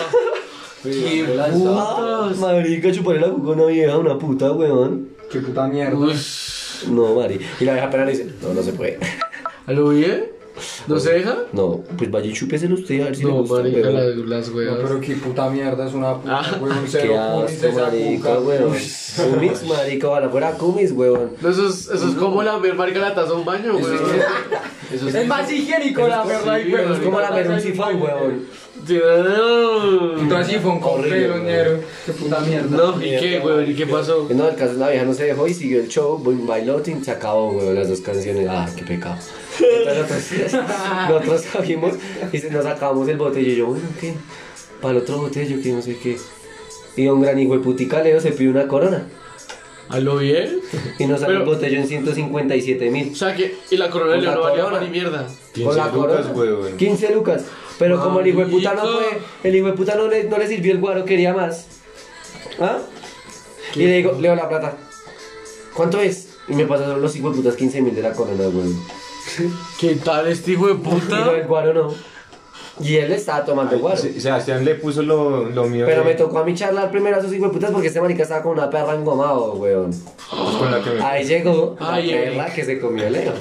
Speaker 3: ¡Qué
Speaker 2: Ah,
Speaker 3: putas!
Speaker 2: Marica, chuparle la cuca a una vieja, una puta, weón.
Speaker 1: Qué puta mierda.
Speaker 3: Ush.
Speaker 2: No, mari. Y la vieja apenas le dice, no, no se puede. [laughs]
Speaker 3: ¿A lo bien? ¿No se deja?
Speaker 2: No, pues vaya y chúpeselo usted a ver si le
Speaker 3: No,
Speaker 2: gusta,
Speaker 3: marica,
Speaker 2: weón.
Speaker 3: las, las
Speaker 1: No,
Speaker 3: weas.
Speaker 1: pero qué puta mierda, es una puta,
Speaker 3: Ah.
Speaker 1: weón,
Speaker 2: Qué
Speaker 1: cero cunis de
Speaker 2: asco,
Speaker 1: esa
Speaker 2: marica,
Speaker 1: cuca.
Speaker 2: weón. Cumis, marica, ojalá fuera cumis, weón.
Speaker 3: No, eso es, eso es como la ver marica la taza de un baño, güey. Eso
Speaker 1: Es más higiénico la pues, verdad,
Speaker 3: sí,
Speaker 1: weón.
Speaker 3: es
Speaker 2: Es como la ver un sifón, weón.
Speaker 3: Sí,
Speaker 1: Puto
Speaker 3: no.
Speaker 1: así fue un
Speaker 2: Horrible,
Speaker 1: correo, ñero. Qué puta mierda.
Speaker 3: No, ¿y qué, güey? ¿Y qué pasó?
Speaker 2: No, el caso la vieja no se dejó y siguió el show, boom, bailoting, se acabó, weón, las dos canciones. Ah, qué pecado. Entonces nosotros, [laughs] nosotros cogimos y se- nos acabamos el botello. Y yo, bueno, ¿qué? Para el otro botello, que no sé qué. Y un gran hijo de putica Leo se pidió una corona.
Speaker 3: ¿A lo bien?
Speaker 2: Y nos salió el
Speaker 3: Pero-
Speaker 2: botello en 157
Speaker 3: O
Speaker 2: mil.
Speaker 3: sea que, y la corona de
Speaker 2: Con la
Speaker 3: León no valía
Speaker 2: corona.
Speaker 3: para ni mierda.
Speaker 2: Con la
Speaker 5: 15 lucas,
Speaker 2: corona.
Speaker 5: weón.
Speaker 2: 15 lucas. Pero como el hijo de puta no
Speaker 3: Marica.
Speaker 2: fue, el hijo de puta no le, no le sirvió el guaro, quería más. ¿Ah? Y le digo, Leo la plata. ¿Cuánto es? Y me pasaron los hijos de putas 15 mil de la corona, weón.
Speaker 3: ¿Qué tal este hijo de
Speaker 2: Y no, el
Speaker 3: puta?
Speaker 2: guaro no. Y él estaba tomando guaro.
Speaker 5: Se- Sebastián le puso lo, lo mío
Speaker 2: Pero
Speaker 5: de-
Speaker 2: me tocó a mí charlar primero a esos hijos de putas porque este marica estaba con una perra engomado, weón.
Speaker 5: pues, con la que me...
Speaker 2: Ahí llegó la
Speaker 3: Ay,
Speaker 2: perra
Speaker 3: Eric.
Speaker 2: que se comió Leo.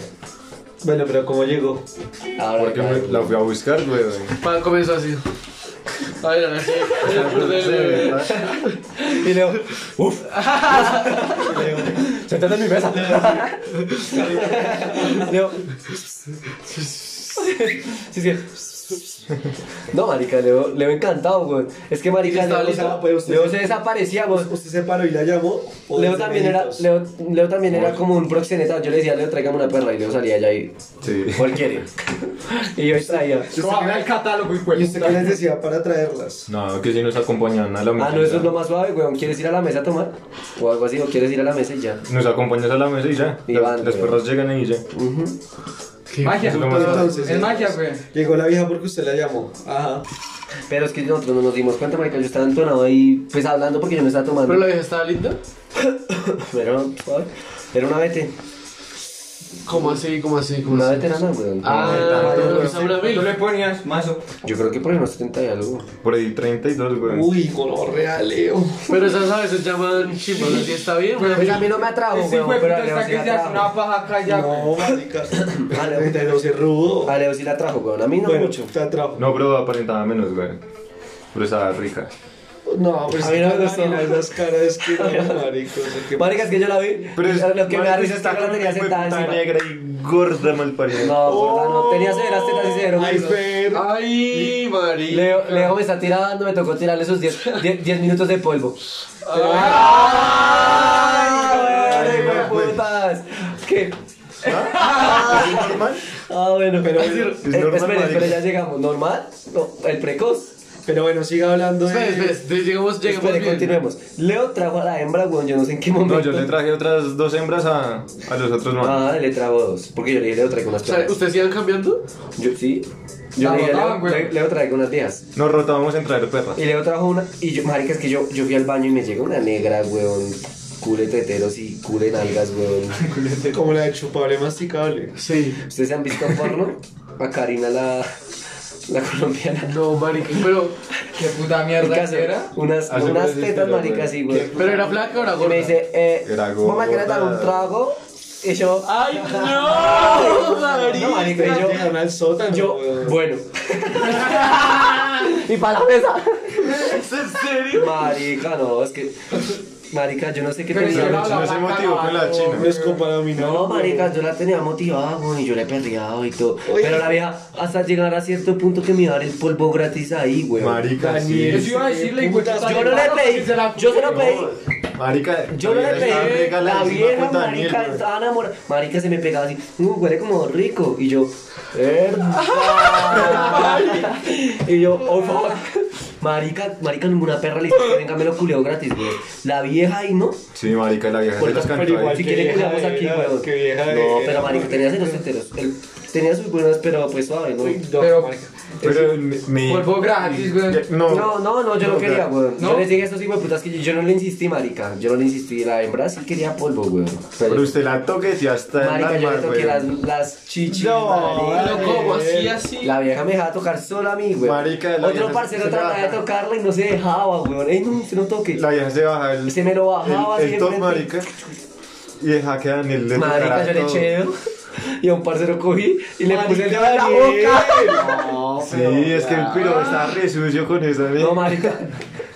Speaker 4: Bueno, pero ¿cómo llegó?
Speaker 2: Ahora,
Speaker 5: Porque me- la fui a buscar, weón.
Speaker 3: Pa, comenzó así. A ver, a ver. sí.
Speaker 2: Y Leo, [laughs] uff. Sentate en mi mesa. Leo. Sí, sí. No, marica, Leo, Leo encantado, güey. Es que marica,
Speaker 3: estaba
Speaker 2: Leo,
Speaker 3: listo,
Speaker 2: Leo
Speaker 4: pues, usted-
Speaker 2: se desaparecía, güey.
Speaker 4: ¿Usted se paró y la llamó? ¿O
Speaker 2: Leo
Speaker 4: desde
Speaker 2: también, era,
Speaker 4: lejitos?
Speaker 2: Leo, Leo también era como un proxeneta. Yo le decía, Leo, tráigame una perra. Y Leo salía allá y.
Speaker 5: Sí.
Speaker 2: ¿Cuál quiere? [laughs] y yo ahí traía.
Speaker 1: Pero abre el catálogo, hijo
Speaker 4: ¿Y
Speaker 1: de
Speaker 4: usted qué
Speaker 1: puta.
Speaker 4: les decía para traerlas?
Speaker 5: No, que si nos acompañan a la mesa.
Speaker 2: Ah, no, eso es lo más suave, weón. ¿Quieres ir a la mesa a tomar? O algo así, o quieres ir a la mesa y ya.
Speaker 5: Nos acompañas a la mesa y ya.
Speaker 2: Y
Speaker 5: las,
Speaker 2: van,
Speaker 5: las
Speaker 2: weón.
Speaker 5: perras llegan y ya.
Speaker 1: Magia,
Speaker 5: Eso es lo más-
Speaker 4: Entonces,
Speaker 1: es
Speaker 4: eh,
Speaker 1: magia, weón.
Speaker 4: Llegó la vieja porque usted la llamó. Ajá.
Speaker 2: Pero es que nosotros no nos dimos cuenta, marica, yo estaba entonado ahí, pues hablando porque yo no estaba tomando.
Speaker 3: Pero la vieja estaba linda.
Speaker 2: Pero, era una vete,
Speaker 3: ¿Cómo así? ¿Cómo así? ¿Cómo
Speaker 2: una
Speaker 3: así?
Speaker 2: veterana, weón.
Speaker 3: Ah,
Speaker 5: no,
Speaker 2: pues,
Speaker 3: no, Saura
Speaker 1: ¿Tú
Speaker 3: Bill.
Speaker 1: le ponías mazo?
Speaker 2: Yo creo que por ahí unos 70 y algo.
Speaker 5: Por ahí 32, weón.
Speaker 4: Uy, color real, Leo.
Speaker 3: Pero esas a veces llaman chimbas, así está bien, güey.
Speaker 2: Pues a mí no me atrajo,
Speaker 1: Ese
Speaker 2: weón,
Speaker 1: hijo de
Speaker 2: pero a
Speaker 1: puta
Speaker 2: Leo
Speaker 1: está
Speaker 2: sí
Speaker 1: que
Speaker 2: la
Speaker 1: se hace una
Speaker 2: atrajo.
Speaker 1: paja acá ya, weón.
Speaker 4: No, marica.
Speaker 2: Vale.
Speaker 4: 32 es rudo.
Speaker 2: A Leo sí la atrajo, weón, a mí no
Speaker 4: Bueno,
Speaker 2: mucho.
Speaker 4: te atrajo.
Speaker 5: No, pero aparentaba menos, weón. Pero estaba rica.
Speaker 4: No, pues
Speaker 2: A mí no me
Speaker 4: la
Speaker 2: gustó.
Speaker 4: nena, Esas caras [laughs] que no, marico. o sea, que-
Speaker 2: Marica, es que yo la vi,
Speaker 5: Pero es,
Speaker 2: lo que me da risa es que yo
Speaker 5: está
Speaker 2: la tenía sentada encima.
Speaker 5: negra y gorda mal parida.
Speaker 2: No, gorda, no, tenía severas tetas y severo.
Speaker 4: Ay, Ah.
Speaker 2: muslo.
Speaker 4: Fer.
Speaker 3: Ay, marica.
Speaker 2: Leo, Leo me está tirando, me tocó tirarle esos 10 10 10 minutos de polvo. ¡Ay,
Speaker 5: Ay,
Speaker 2: güey,
Speaker 5: güey.
Speaker 2: putas! ¿Qué?
Speaker 5: ¿Es normal?
Speaker 2: Ah, bueno, pero
Speaker 5: es normal,
Speaker 2: espera,
Speaker 5: marica.
Speaker 2: espera, ya llegamos. ¿Normal? No, el precoz.
Speaker 4: Pero bueno, siga hablando de...
Speaker 3: Espera, espera, entonces llegamos, llegamos
Speaker 2: Espere,
Speaker 3: bien.
Speaker 2: continuemos. Leo trajo a la hembra, weón, yo no sé en qué momento.
Speaker 5: No, yo le traje otras dos hembras a, a los otros manes.
Speaker 2: Ah, le trajo dos. Porque yo le dije, Leo traigo unas
Speaker 3: O sea,
Speaker 2: chavas.
Speaker 3: ¿ustedes iban cambiando?
Speaker 2: Yo sí. Yo
Speaker 1: La
Speaker 2: le dije,
Speaker 1: botaban,
Speaker 2: Leo,
Speaker 1: weón.
Speaker 2: tra- Leo traigo unas viejas.
Speaker 5: Nos rotábamos en traer perras.
Speaker 2: Y Leo trajo una. Y yo, marica, es que yo, yo fui al baño y me llegó una negra, weón. Cure teteros y cure nalgas, weón.
Speaker 4: Como la de chupable masticable.
Speaker 3: Sí.
Speaker 2: ¿Ustedes han visto porno? A Karina, la, la colombiana.
Speaker 3: No, marica, pero...
Speaker 1: Qué puta
Speaker 2: El
Speaker 1: mierda
Speaker 2: caso,
Speaker 1: que era.
Speaker 2: unas,
Speaker 5: Así
Speaker 2: unas
Speaker 5: puede ser,
Speaker 2: tetas,
Speaker 5: pero,
Speaker 2: marica,
Speaker 5: weón.
Speaker 2: sí, güey.
Speaker 3: ¿Pero era flaca o era
Speaker 2: Y
Speaker 3: gorda?
Speaker 2: me dice, eh,
Speaker 5: Era
Speaker 2: ¿vos me querés dar
Speaker 5: gorda.
Speaker 2: un trago? Y yo,
Speaker 3: ¡Ay, no! marica!
Speaker 2: marica, y yo-
Speaker 3: Llegaron al sótano.
Speaker 2: yo,
Speaker 3: weón.
Speaker 2: bueno. y para la mesa.
Speaker 3: ¿Es en serio?
Speaker 2: Marica, no, es que. Marica, yo no sé qué
Speaker 1: Pero
Speaker 2: tenía.
Speaker 1: yo
Speaker 2: No,
Speaker 1: la-
Speaker 6: No se motivó con la china.
Speaker 3: Descomparaminado.
Speaker 2: marica, yo la tenía motivada, güey, yo le perreaba y todo. Pero la había hasta llegar a cierto punto que me iba a dar el polvo gratis ahí, güey.
Speaker 6: Marica, sí.
Speaker 1: Eso iba a decirle, hijo de puta,
Speaker 2: Yo no le
Speaker 1: claro,
Speaker 2: pedí,
Speaker 1: que se la-
Speaker 2: yo se lo pedí.
Speaker 6: Marica,
Speaker 2: Yo no
Speaker 6: la
Speaker 2: le
Speaker 6: vieja estaba
Speaker 2: pegué,
Speaker 6: pegada
Speaker 2: la
Speaker 6: encima
Speaker 2: vieja
Speaker 6: con Daniel, pues.
Speaker 2: marica
Speaker 6: güey.
Speaker 2: estaba enamorada. Marica se me pegaba así, uh, huele como rico. Y yo, "Erda". Y yo, oh fuck. Marica, marica, ninguna perra le dice que venga, me lo culeo gratis, güey. La vieja ahí, ¿no?
Speaker 6: Sí, marica, la vieja se
Speaker 2: Puerta,
Speaker 6: las
Speaker 2: pero
Speaker 6: cantó ahí.
Speaker 2: Si quiere que
Speaker 4: vieja
Speaker 2: veamos aquí,
Speaker 4: era,
Speaker 2: weón.
Speaker 4: Qué vieja
Speaker 2: No,
Speaker 4: era.
Speaker 2: pero marica, tenía celos enteros. Él tenía sus buenas, pero pues suave, ¿no?
Speaker 4: Uy, no,
Speaker 1: Pero-
Speaker 4: marica.
Speaker 6: Pero mi- mi...
Speaker 1: Polvo gratis, güey.
Speaker 6: No,
Speaker 2: No, no, no, yo no, quería,
Speaker 6: güey.
Speaker 2: weón.
Speaker 1: ¿No?
Speaker 2: Yo le dije a esos hijos de putas que yo, yo no le insistí, marica. Yo no le insistí. La hembra sí quería polvo, weón.
Speaker 6: Pero usted la toqueteó hasta el
Speaker 2: Marica, yo le
Speaker 6: alma,
Speaker 2: toqué
Speaker 6: güey.
Speaker 2: las, las chichis.
Speaker 4: No,
Speaker 2: marica.
Speaker 3: Pero ¿cómo? Así, así.
Speaker 2: La vieja me dejaba tocar solo a mí, güey.
Speaker 6: Marica, la
Speaker 2: Otro
Speaker 6: vieja
Speaker 2: parcero
Speaker 6: se
Speaker 2: trataba de
Speaker 6: baja.
Speaker 2: tocarla y no se dejaba, güey. Ey, no, se no toque.
Speaker 6: La vieja se baja el...
Speaker 2: Se me lo bajaba
Speaker 6: el-
Speaker 2: así
Speaker 6: El
Speaker 2: de
Speaker 6: top,
Speaker 2: frente.
Speaker 6: marica. Y deja que Daniel le
Speaker 2: Marica,
Speaker 6: tocara
Speaker 2: yo le
Speaker 6: todo.
Speaker 2: eché dedo. Y a un parcero cogí y le puse el dedo en la
Speaker 4: Daniel.
Speaker 2: boca.
Speaker 6: Sí, es que el piro está re sucio con esa, ¿eh?
Speaker 2: No, marica.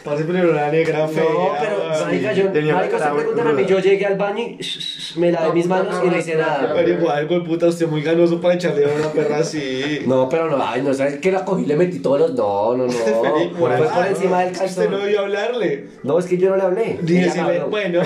Speaker 4: Parce, pero la negra fea.
Speaker 2: No, pero, marica, yo,
Speaker 6: ah, tenía
Speaker 2: marica,
Speaker 6: la-
Speaker 2: usted pregúntame a mí, yo llegué al baño y sh- sh- sh, me lavé mis manos y no hice nada.
Speaker 4: Pero igual, güey, puta, usted muy ganoso para echarle a una perra así.
Speaker 2: No, pero no, ay, no, ¿sabes qué? La cogí y le metí todos los... No, no,
Speaker 6: [laughs]
Speaker 2: no,
Speaker 4: Felipe,
Speaker 2: fue por
Speaker 4: ah,
Speaker 2: encima del
Speaker 4: Usted no
Speaker 2: calzón.
Speaker 4: debió hablarle.
Speaker 2: No, es que yo no le hablé.
Speaker 4: Ni
Speaker 2: Ella me
Speaker 4: Decirle,
Speaker 2: habló.
Speaker 4: bueno.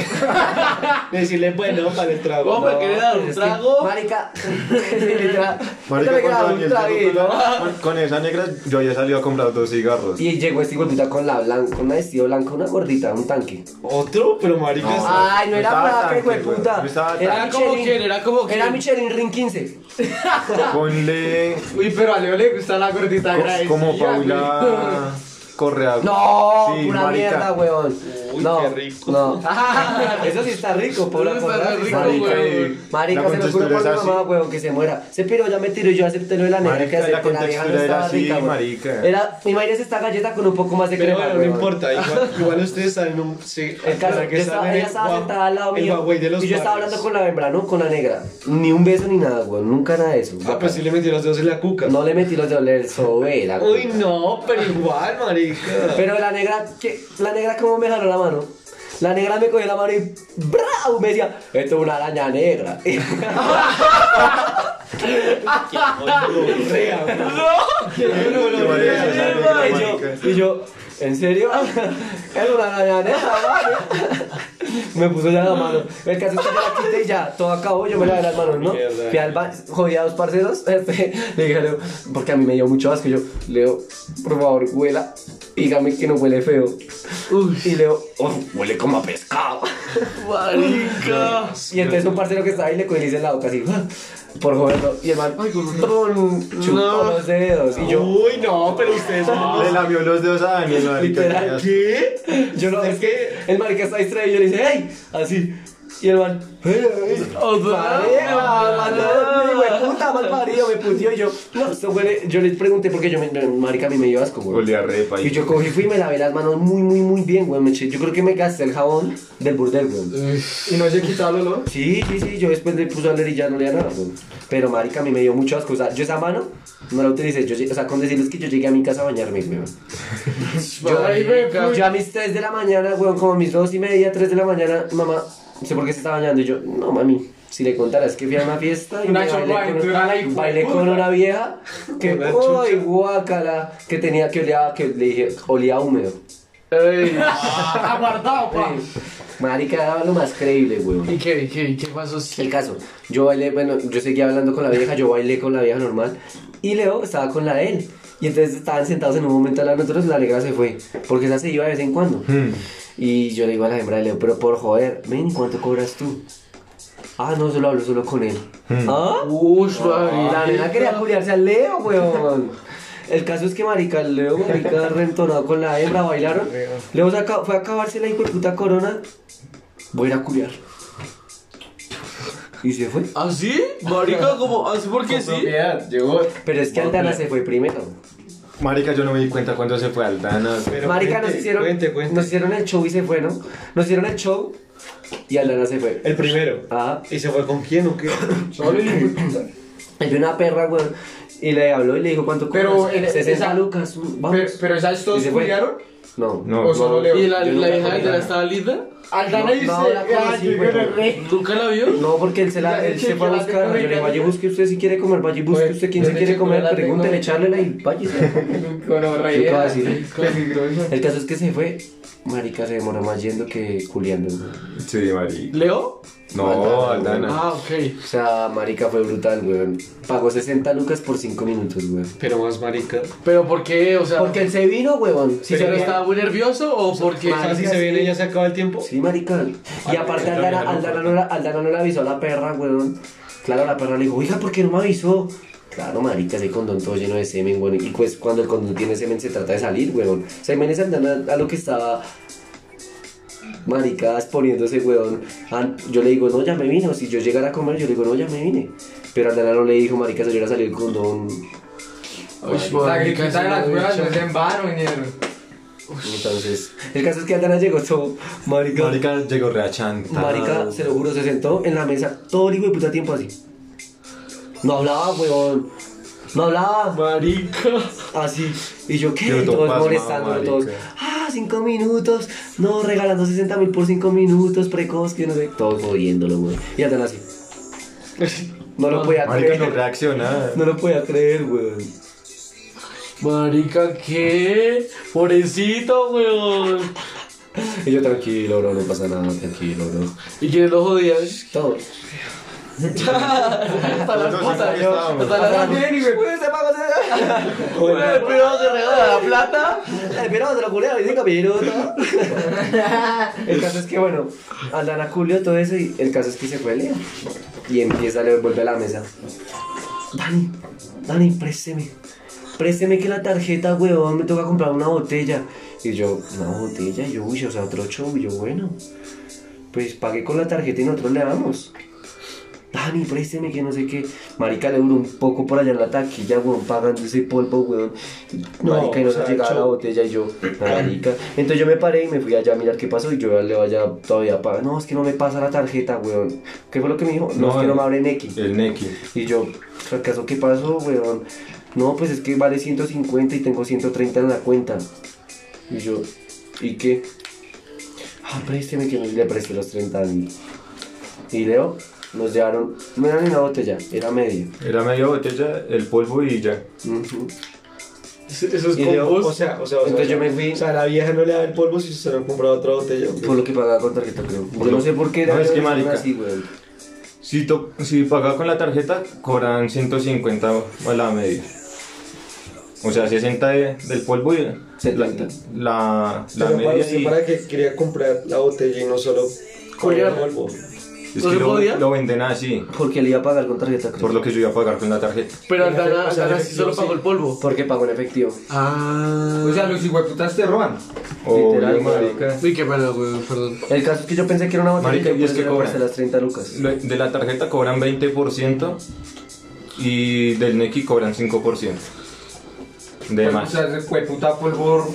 Speaker 4: [laughs] Decirle, bueno, para el trago.
Speaker 3: ¿Cómo me querés dar un
Speaker 2: Es que,
Speaker 6: [laughs]
Speaker 3: trago?
Speaker 2: Marica, [laughs] literal, yo
Speaker 6: Marica,
Speaker 2: me quedaba
Speaker 6: cuando Daniel
Speaker 2: un
Speaker 6: se
Speaker 2: traguito.
Speaker 6: tocó la- con, con esa negra, yo ya salí a comprar dos cigarros.
Speaker 2: Y llegó este gordita con la blanca, con una vestido blanca, una gordita, un tanque.
Speaker 4: Otro, pero marica.
Speaker 6: No.
Speaker 4: sí.
Speaker 2: Ay, no ah,
Speaker 6: no
Speaker 2: era
Speaker 6: estaba
Speaker 2: blanca,
Speaker 6: tanque,
Speaker 2: hijo de
Speaker 6: güey,
Speaker 2: puta.
Speaker 6: no estaba
Speaker 2: Era
Speaker 3: tanque. Era como
Speaker 2: Michelin.
Speaker 3: quien, era como
Speaker 2: Era
Speaker 3: quien.
Speaker 2: Michelin Ring 15.
Speaker 6: Ponle
Speaker 1: Uy, pero a Leo le gusta la gordita
Speaker 6: co-
Speaker 1: agradecida,
Speaker 6: como
Speaker 1: güey.
Speaker 6: Paula Correa.
Speaker 2: No,
Speaker 6: Sí,
Speaker 2: pura
Speaker 6: marica.
Speaker 2: mierda, weón.
Speaker 4: Uy,
Speaker 2: no,
Speaker 4: qué rico.
Speaker 2: No. [laughs] Eso sí está rico, Paula.
Speaker 3: Eso está
Speaker 2: Correa,
Speaker 3: rico,
Speaker 2: marica.
Speaker 3: weón.
Speaker 2: Marica,
Speaker 6: eh, La
Speaker 2: se lo juro por mi
Speaker 6: contextura es
Speaker 2: mamá, weón, que se muera. Ese piro ya me tiró, yo acepté lo de la negra
Speaker 6: Marica,
Speaker 2: que
Speaker 6: la
Speaker 2: acepté. La vieja no
Speaker 6: contextura era
Speaker 2: estaba
Speaker 6: así,
Speaker 2: rica, weón.
Speaker 6: marica.
Speaker 2: Era, mi madre es esta galleta con un poco más de
Speaker 4: Pero
Speaker 2: crema,
Speaker 4: bueno, no
Speaker 2: weón.
Speaker 4: importa, igual, igual ustedes saben un... Sí,
Speaker 2: El caso, yo estaba, ella estaba sentada al lado
Speaker 4: el
Speaker 2: mío
Speaker 4: Huawei de los
Speaker 2: y yo estaba
Speaker 4: barrios.
Speaker 2: hablando con la hembra, ¿no? Con la negra. Ni un beso ni nada, güey. Nunca nada de eso.
Speaker 4: Ah, pues sí le metí los dedos en la cuca.
Speaker 2: No le metí los dedos, le sobé la
Speaker 4: Uy,
Speaker 2: cuca.
Speaker 4: no, pero igual,
Speaker 2: [laughs]
Speaker 4: marica.
Speaker 2: Pero la negra, ¿qué? La negra cómo me jaló la mano. La negra me cogió la mano y ¡brau! me decía, esto es una araña
Speaker 4: [laughs]
Speaker 2: negra. [laughs]
Speaker 4: Rea, güey.
Speaker 6: Yo voy a decir la negra,
Speaker 2: y, yo,
Speaker 6: marica.
Speaker 2: y yo, ¿en serio? [laughs] Era una arañaneta, ¿vale? Me puso ya la mano. El caso es que yo la quité y ya, todo acabó, yo me lavé las manos, ¿no?
Speaker 4: Mierda.
Speaker 2: Fui al baño, jodí a dos parceros, [laughs] este, le dije a Leo, porque a mí me dio mucho asco, y yo, Leo, por favor, huela, dígame que no huele feo. Y Leo, "Oh, huele como a pescado.
Speaker 3: Marica.
Speaker 2: Y entonces un parcero que estaba ahí le cogí y le hice la boca así, [laughs] por joderlo. Y el man, tron, chupó los dedos. Y yo,
Speaker 4: Uy, no, pero
Speaker 6: [laughs]
Speaker 4: ustedes son...
Speaker 6: Le lamió los dedos a Daniel, marica.
Speaker 2: Literal.
Speaker 4: ¿Qué?
Speaker 2: Yo no, es que el marica está distraído y yo le dice, ¡ey! Así. Y el man, ¡ey! ey!
Speaker 4: Oh,
Speaker 2: Marica, mandó- hijo de puta,
Speaker 4: [laughs]
Speaker 2: mal parido, me puteó y yo, no, esto huele. Yo les pregunté porque yo, me, me- marica, a mí me dio asco, güey.
Speaker 6: Olía re, pa' ahí.
Speaker 2: Y yo cogí, fui y me lavé las manos muy, muy, muy bien, güey. me eché- Yo creo que me gasté el jabón del burdel, güey.
Speaker 4: Mm.
Speaker 1: Y no se quitaba el olor.
Speaker 2: Sí, sí, sí, yo después le puse a leer y ya no leía nada, güey. Pero, marica, a mí me dio muchas cosas. Yo esa mano no la utilicé. Yo, lle- o sea, con decirles que yo llegué a mi casa a bañarme, güey.
Speaker 1: Ay, güey,
Speaker 2: Yo, yo a mis 3 de la mañana, weón, como a mis 2 y media, 3 de la mañana, mamá, no sé por qué se está bañando. Y yo, no, mami, si le contaras que fui a una fiesta y
Speaker 1: Una
Speaker 2: me
Speaker 1: chorba
Speaker 2: bailé, con,
Speaker 1: aventura, la hijo de
Speaker 2: bailé
Speaker 1: puta.
Speaker 2: con una vieja que,
Speaker 4: Una chucha.
Speaker 2: uy, guácala, que tenía que olía, que le dije, olía a húmedo.
Speaker 3: Ah,
Speaker 1: Aguardado, pa.
Speaker 2: Ey, Marica, era lo más creíble, weón.
Speaker 3: ¿Y qué, qué, qué pasó?
Speaker 2: El caso, yo bailé, bueno, yo seguía hablando con la vieja, yo bailé con la vieja normal y Leo estaba con la de él. Y entonces estaban sentados en un momento al lado de nosotros, la negra se fue, porque esa se iba de vez en cuando. Y yo le digo a la hembra de Leo, pero por joder, ven, ¿cuánto cobras tú? Ah, no, solo hablo solo con él. ¿Ah?
Speaker 3: Uy,
Speaker 2: La nena quería culiarse al Leo, weón. El caso es que marica, el Leo,
Speaker 4: [laughs]
Speaker 2: marica, rentonado con la hembra, bailaron. Leo saca- fue a acabarse la hijo de puta corona. Voy a ir a culiar. Y se fue.
Speaker 3: ¿Así? ¿Ah, Marica, como, así porque sí.
Speaker 5: Llegó.
Speaker 2: Pero es que Aldana se fue primero.
Speaker 6: Marica, yo no me di cuenta cuando se fue Aldana.
Speaker 4: Pero
Speaker 2: Marica,
Speaker 4: cuente,
Speaker 2: nos hicieron,
Speaker 4: Cuente, cuente.
Speaker 2: nos hicieron el show y se fue, ¿no? Nos hicieron el show Y Aldana se fue. Ah,
Speaker 4: El primero.
Speaker 2: Ajá.
Speaker 4: ¿Y se fue con quién o qué?
Speaker 1: Solo el
Speaker 2: Es de una perra, weón. Y le habló y le dijo cuánto
Speaker 1: Pero
Speaker 2: cobras?
Speaker 1: en-
Speaker 2: 60
Speaker 1: esa-
Speaker 2: lucas, vamos.
Speaker 1: [laughs] Pero, pero esas
Speaker 2: Y
Speaker 1: todos
Speaker 2: se fue.
Speaker 1: culiaron.
Speaker 2: No.
Speaker 6: No,
Speaker 1: O solo Leo.
Speaker 3: ¿Y la, la
Speaker 2: Yo nunca
Speaker 3: vieja
Speaker 2: fui
Speaker 3: de la
Speaker 2: nada.
Speaker 3: estaba linda?
Speaker 1: Aldana
Speaker 2: No,
Speaker 1: dice, "Ah,
Speaker 2: no, la conocí,
Speaker 1: ay, yo
Speaker 2: güey.
Speaker 1: era re.
Speaker 3: ¿Nunca la vio?
Speaker 2: No, porque él se, la, él se fue a buscar. Yo le dije, vaya, busque usted si quiere comer, vaya, busque
Speaker 3: Oye,
Speaker 2: usted quién
Speaker 3: yo
Speaker 2: se
Speaker 3: le
Speaker 2: quiere
Speaker 3: checo, Pues, yo
Speaker 2: comer,
Speaker 3: la
Speaker 2: pregúntele,
Speaker 3: tengo.
Speaker 2: echárlela y váyase.
Speaker 1: Bueno, re
Speaker 2: Yo te voy a
Speaker 1: era,
Speaker 2: decir.
Speaker 1: sí, peligroso.
Speaker 2: El caso es que se fue. Marica se demora más yendo que culiando. güey.
Speaker 6: Sí, marica.
Speaker 3: ¿Leo?
Speaker 6: No, Aldana.
Speaker 3: Ah, ok.
Speaker 2: O sea, Marica fue brutal, weón. Pagó 60 lucas por 5 minutos, weón.
Speaker 4: [coughs] Pero más marica.
Speaker 3: ¿pero por qué? O sea,
Speaker 2: Porque él se vino, weón. Si
Speaker 3: ¿pero
Speaker 2: se vino-
Speaker 3: estaba muy nervioso o porque
Speaker 2: marica,
Speaker 4: si se viene ya se acaba el tiempo.
Speaker 2: Sí, marica. Y aparte Aldana, Aldana, no la, Aldana no le avisó a la perra, weón. Claro, la perra le dijo, oiga, ¿por qué no me avisó? Claro, marica, ese condón todo lleno de semen, weón. Y pues cuando el condón tiene semen se trata de salir, weón. Semen es Aldana a lo que estaba... Marica, exponiéndose, weón. Al- Yo le digo, no, ya me vino. Si yo llegara a comer, yo le digo, no, ya me vine. Pero Aldana no le dijo, marica, se le hubiera salido el condón.
Speaker 3: Uy,
Speaker 1: La
Speaker 3: marica,
Speaker 1: grita
Speaker 3: ese
Speaker 1: de las
Speaker 3: huevo
Speaker 1: cuevas no
Speaker 3: bicho.
Speaker 1: es en vano, ñero.
Speaker 2: Entonces, el caso es que Aldana llegó todo, marica.
Speaker 6: Marica llegó reachanta.
Speaker 2: Marica, se lo juro, se sentó en la mesa todo el hijo de puta tiempo así. No hablaba, weón. No hablaba
Speaker 3: Marica.
Speaker 2: así. Y yo, ¿qué?
Speaker 6: Yo todo
Speaker 2: todos
Speaker 6: pasmado,
Speaker 2: molestándolo, todos.
Speaker 6: marica.
Speaker 2: Ah, cinco minutos. No, regalando 60 mil por cinco minutos, precoz, que no sé. Todos jodiéndolo, weón. Y andan así. No lo podía
Speaker 6: Marica no
Speaker 2: creer.
Speaker 6: reacciona.
Speaker 2: No lo podía creer, weón.
Speaker 3: Marica, ¿qué? Pobrecito, weón.
Speaker 2: Y yo, tranquilo, bro, no pasa nada, tranquilo, bro.
Speaker 3: ¿Y quiénes lo jodían?
Speaker 2: Todo.
Speaker 3: Hasta las
Speaker 6: Nosotros
Speaker 3: putas.
Speaker 6: aquí estábamos.
Speaker 3: Hasta las
Speaker 1: Bien, y pues, me-
Speaker 3: Bueno, el primero se regala la plata.
Speaker 2: El pirata se lo culearon y cinco minutos. el caso es que, bueno, Aldana culió todo eso y el caso es que se fue Leo. Y empieza Leo y vuelve a la mesa. Dani, Dani, présteme. Présteme que la tarjeta, huevón, me toca comprar una botella. Y yo, una botella, Y yo, uy, o sea, otro show, y yo, bueno. Pues pagué con la tarjeta y nosotros le damos. Dani, présteme que no sé qué. Marica le duró un poco por allá en la taquilla, weón, pagando ese polvo, weón.
Speaker 4: No,
Speaker 2: Marica, y no
Speaker 4: o
Speaker 2: se
Speaker 4: sea,
Speaker 2: llegaba la
Speaker 4: chao.
Speaker 2: botella y yo, marica. Entonces yo me paré y me fui allá a mirar qué pasó y yo le vaya todavía paga. No, es que no me pasa la tarjeta, weón. ¿Qué fue lo que me dijo? No,
Speaker 6: No,
Speaker 2: es que no
Speaker 6: no.
Speaker 2: me abre Nequi.
Speaker 6: El Neki.
Speaker 2: Y yo, ¿acaso qué pasó, weón? No, pues es que vale 150 y tengo 130 en la cuenta. Y yo, ¿y qué? Ah, présteme que le presté los 30 mil. Y Leo, nos llevaron, no era ni una botella, era media.
Speaker 6: Era media botella, el polvo y ya.
Speaker 2: Ujú.
Speaker 3: Esos
Speaker 4: Y Leo, o
Speaker 3: combos.
Speaker 4: sea, o sea, o sea,
Speaker 2: Entonces yo me fui.
Speaker 4: O sea, la vieja no le da el polvo si se lo comprado otra botella.
Speaker 2: Por lo que pagaba con tarjeta, creo. Yo no sé por qué
Speaker 6: No, es
Speaker 2: Leo,
Speaker 6: que
Speaker 2: pero
Speaker 6: marica.
Speaker 2: así, weón.
Speaker 6: Si, to- si pagaba con la tarjeta, cobran 150 a la media. O sea, 60 de- del polvo y la,
Speaker 2: 70.
Speaker 6: la, la
Speaker 4: Pero para
Speaker 6: media.
Speaker 4: usted,
Speaker 6: Y,
Speaker 4: para que quería comprar la botella y no solo con el
Speaker 3: Julián.
Speaker 4: polvo.
Speaker 6: es
Speaker 3: ¿No
Speaker 6: que
Speaker 3: se podía?
Speaker 6: lo, lo venden así,
Speaker 2: Porque le iba a pagar con tarjeta, creo.
Speaker 6: por lo que yo iba a pagar con la tarjeta.
Speaker 3: Pero Aldana,
Speaker 4: O sea,
Speaker 3: Aldana sí solo
Speaker 4: sí.
Speaker 3: pagó el polvo.
Speaker 2: Porque pagó en efectivo.
Speaker 3: Ah.
Speaker 1: O sea, los hijueputas te roban.
Speaker 6: O
Speaker 2: Literal,
Speaker 6: marica.
Speaker 3: Uy, qué pena, weón, perdón.
Speaker 2: El caso es que yo pensé que era una botella
Speaker 6: Marica,
Speaker 2: y
Speaker 6: y es que cobran.
Speaker 2: que las 30 lucas.
Speaker 6: Lo- De la tarjeta cobran 20% y del Neki cobran 5%. De
Speaker 1: Pues, O
Speaker 6: más.
Speaker 1: sea, ese hijueputa polvo.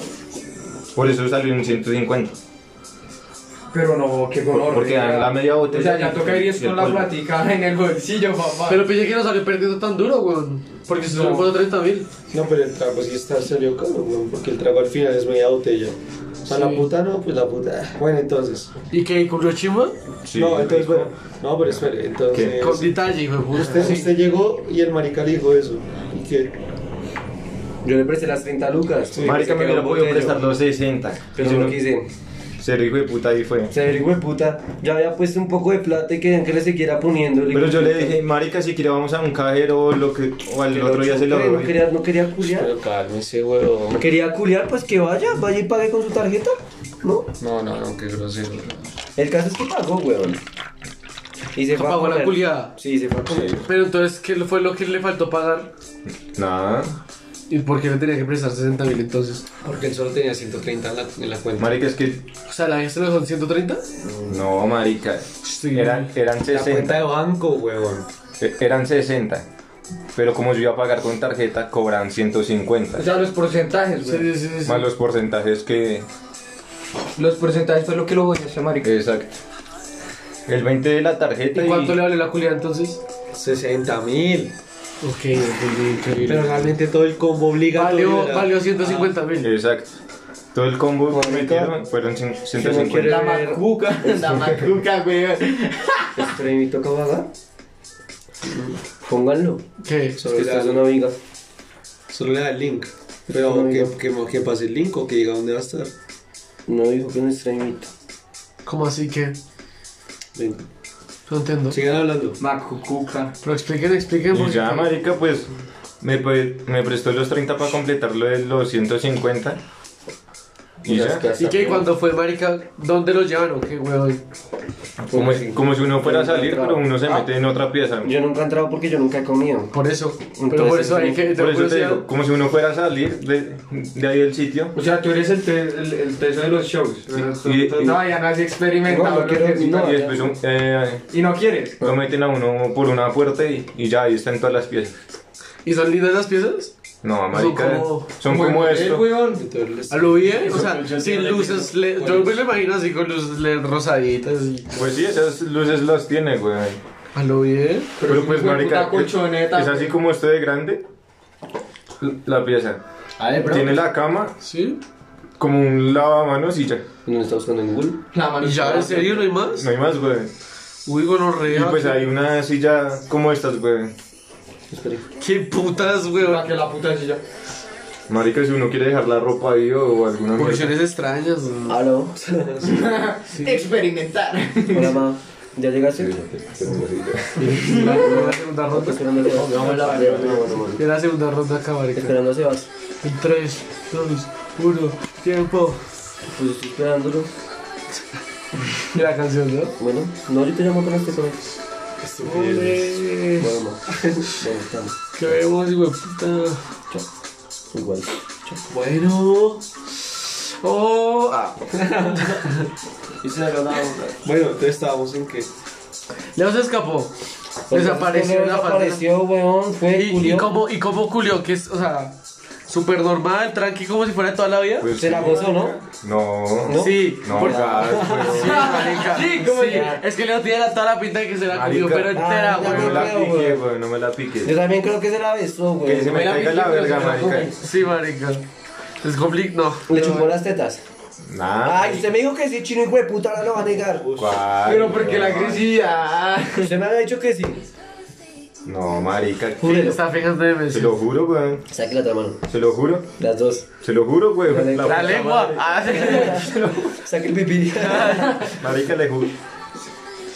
Speaker 6: Por eso salió en 150.
Speaker 1: Pero no, qué color.
Speaker 6: Porque dan la media
Speaker 1: O sea,
Speaker 6: botella.
Speaker 1: ya toca irías
Speaker 6: y el
Speaker 1: con la
Speaker 6: polvo.
Speaker 1: platica en el bolsillo, papá.
Speaker 3: Pero pillé que no salió perdiendo tan duro, weón. Porque se solo puso 30 mil.
Speaker 4: No, pero el trago sí está serio caro, weón, porque el trago al final es media botella. O sea, la puta no, pues la puta. Bueno, entonces.
Speaker 3: ¿Y qué? ¿Cubrió chimba?
Speaker 6: Sí,
Speaker 4: no, entonces, bueno. No, pero espere, entonces.
Speaker 3: Con detalle, hijo de puta.
Speaker 4: Usted, usted llegó y el marica le dijo eso. ¿Y qué?
Speaker 2: Yo le presté las 30 lucas.
Speaker 6: Marica me hubiera podido prestar los 60.
Speaker 2: Pero
Speaker 6: Yo
Speaker 2: yo
Speaker 6: no-
Speaker 2: no quise.
Speaker 6: Ser hijo de puta ahí fue.
Speaker 2: Se averigüe de puta. Yo había puesto un poco de plata y querían que le siguiera poniendo.
Speaker 6: Pero yo le dije, marica, si quiere vamos a un cajero o lo que o al otro día se lo
Speaker 2: No
Speaker 6: doy.
Speaker 2: quería, no quería culiar.
Speaker 4: Pero cálmese, weón.
Speaker 2: Quería culiar, pues que vaya, vaya y pague con su tarjeta. ¿No?
Speaker 4: No, no, no, qué grosero.
Speaker 2: El caso es que pagó, weón. Y se fue a
Speaker 3: Pagó la
Speaker 2: comer.
Speaker 3: culiada.
Speaker 2: Sí, se fue a comer.
Speaker 3: Pero entonces, ¿qué fue lo que le faltó pagar?
Speaker 6: Nada.
Speaker 3: ¿Y por qué le tenía que prestar 60 mil entonces?
Speaker 4: Porque él solo tenía 130 en la, en la cuenta.
Speaker 6: Marica, es que.
Speaker 3: O sea, ¿la gente le son 130?
Speaker 6: No, marica.
Speaker 3: Sí.
Speaker 6: Eran, eran
Speaker 4: La cuenta
Speaker 6: 60.
Speaker 4: de banco, weón.
Speaker 6: eh, Eran 60. Pero como yo iba a pagar con tarjeta, cobran 150.
Speaker 1: O sea, los porcentajes, güey.
Speaker 3: Sí, sí, sí, sí.
Speaker 6: Más los porcentajes que.
Speaker 1: Los porcentajes fue lo que lo jodió ese marica.
Speaker 6: Exacto. El 20 de la tarjeta.
Speaker 3: ¿Y cuánto le vale la culiada entonces?
Speaker 2: 60 mil.
Speaker 3: Ok, entendí, increíble.
Speaker 4: Pero realmente todo el combo obligatorio.
Speaker 3: valió,
Speaker 4: era-
Speaker 3: valió 150 mil.
Speaker 6: Exacto. Todo el combo que metieron fueron cin- 150. [laughs]
Speaker 1: La macuca. La macuca, güey.
Speaker 2: ¿Este toca pagar? Pónganlo.
Speaker 3: ¿Qué?
Speaker 2: Es que
Speaker 4: Solo le, da,
Speaker 2: estas son amigas.
Speaker 4: solo le da el link. Pero
Speaker 2: No,
Speaker 4: que,
Speaker 2: no.
Speaker 4: que, que pase el link o que diga dónde va a estar.
Speaker 2: No dijo que no es traimito.
Speaker 3: ¿Cómo así que?
Speaker 4: Venga.
Speaker 3: No entiendo.
Speaker 4: Sigan hablando.
Speaker 1: Macucuca.
Speaker 3: Pero expliquen, expliquen.
Speaker 6: Y
Speaker 3: porque-
Speaker 6: ya, marica, pues me, pre- me prestó los 30 para completar lo de los 150. Y ya.
Speaker 3: ¿Y qué? Cuando fue marica, ¿dónde lo llevaron? ¿Qué huevón?
Speaker 6: Como, como si uno fuera a salir, pero uno se mete en otra pieza.
Speaker 3: Ah,
Speaker 2: Yo nunca he entrado porque yo nunca he comido.
Speaker 3: Por eso. Pero
Speaker 2: Entonces,
Speaker 3: por eso hay que...
Speaker 6: Por eso te
Speaker 3: curiosidad.
Speaker 6: digo, como si uno fuera a salir de, de ahí del sitio.
Speaker 1: O sea, tú eres el, te- el, el teso de los shows. pero tú-
Speaker 6: y-
Speaker 1: tú
Speaker 6: y-
Speaker 1: todavía no has
Speaker 2: No,
Speaker 1: experimentado
Speaker 2: no
Speaker 1: lo
Speaker 2: quiero
Speaker 1: que es.
Speaker 2: ni nada.
Speaker 6: Y después un- eh,
Speaker 1: Y no quieres.
Speaker 6: lo meten a uno por una puerta y, y ya, ahí están todas las piezas.
Speaker 3: ¿Y son lindas las piezas?
Speaker 6: No, marica,
Speaker 3: como-
Speaker 6: son como
Speaker 1: El
Speaker 6: esto.
Speaker 1: weón.
Speaker 4: Entonces,
Speaker 3: ¿A lo bien? O sea,
Speaker 1: Yo
Speaker 3: sin
Speaker 1: entiendo
Speaker 3: luces... le- Yo me lo imagino así con luces LED rosaditas y...
Speaker 6: Pues sí, esas luces las tiene, güey.
Speaker 3: ¿A lo bien?
Speaker 6: Pero, pues,
Speaker 1: hijo de
Speaker 6: marica,
Speaker 1: puta
Speaker 6: es,
Speaker 1: colchoneta,
Speaker 6: es así
Speaker 1: güey.
Speaker 6: como estoy de grande, la pieza. Tiene la cama
Speaker 3: ¿Sí?
Speaker 6: como un lavamanos y ya.
Speaker 2: No está buscando en Google.
Speaker 1: La mano
Speaker 3: ¿Y ya? ¿En serio no hay más?
Speaker 6: No hay más, güey.
Speaker 3: Uy,
Speaker 6: Y
Speaker 3: gonorrea.
Speaker 6: pues hay una silla como estas, güey.
Speaker 2: Espera.
Speaker 3: ¿Qué putas,
Speaker 1: Para
Speaker 3: weón?
Speaker 1: que la puta silla.
Speaker 6: Marica, si uno quiere dejar la ropa ahí o alguna mierda.
Speaker 3: Posiciones extrañas. weón.
Speaker 2: Aló.
Speaker 1: Experimentar.
Speaker 2: Hola, ma. ¿Ya llegaste?
Speaker 3: Era la segunda
Speaker 2: Estoy
Speaker 3: ronda.
Speaker 2: esperando a Sebas. Pero no, bueno, bueno.
Speaker 3: Era la segunda ronda acá,
Speaker 2: Estoy
Speaker 3: marica.
Speaker 2: Esperando a Sebas.
Speaker 3: 3, 2, 1, tiempo.
Speaker 2: Pues estoy esperándolo.
Speaker 3: Y la canción, ¿no?
Speaker 2: Bueno, no, yo te llamo apenas te conectes.
Speaker 3: Ole.
Speaker 2: este. Bueno, ma. Bueno, estamos.
Speaker 3: Que vemos, hijo de puta.
Speaker 2: Igual.
Speaker 3: Bueno. Oh, ah.
Speaker 2: Y se lo damos.
Speaker 4: bueno, entonces estábamos en que.
Speaker 3: Leo se escapó. Desapareció la pantalla.
Speaker 2: Desapareció, weón. Fue
Speaker 3: ¿Y, y
Speaker 2: culió.
Speaker 3: cómo, y cómo culió, que es, o sea, súper normal, tranqui, como si fuera de toda la vida.
Speaker 6: Pues
Speaker 2: Se la
Speaker 6: sí.
Speaker 2: gozó, ¿no?
Speaker 6: No.
Speaker 3: [laughs] Sí,
Speaker 6: No,
Speaker 3: por-
Speaker 6: gas, güey.
Speaker 3: [laughs] Sí, marica. Sí, Es que Leo tiene la, toda la pinta de que se la culió,
Speaker 6: Marica.
Speaker 3: pero entera,
Speaker 2: Ah, ya
Speaker 6: No me
Speaker 3: güey.
Speaker 6: la
Speaker 2: creo,
Speaker 6: pique,
Speaker 2: güey.
Speaker 6: güey, no me la pique.
Speaker 2: Yo también creo que se la besó,
Speaker 6: Que se
Speaker 2: weón.
Speaker 6: me caiga la verga, marica.
Speaker 3: Sí, marica. Es complicado, no.
Speaker 2: Le chupó las tetas.
Speaker 6: Nah.
Speaker 2: Ay, usted me dijo que sí, chino hijo de puta, ahora lo va a negar.
Speaker 6: ¿Cuál?
Speaker 1: Pero porque la agresividad.
Speaker 2: Usted me había dicho que sí.
Speaker 6: No, marica.
Speaker 2: Júrelo.
Speaker 3: Está fijando de
Speaker 6: Se
Speaker 3: Messi.
Speaker 6: lo juro, güey.
Speaker 2: Saque la otra mano.
Speaker 6: Se lo juro.
Speaker 2: Las dos.
Speaker 6: Se lo juro, güey.
Speaker 2: Dale.
Speaker 6: La-
Speaker 3: La lengua. Ah, sí.
Speaker 2: Saque el pipí.
Speaker 3: [laughs]
Speaker 6: Marica, le juro.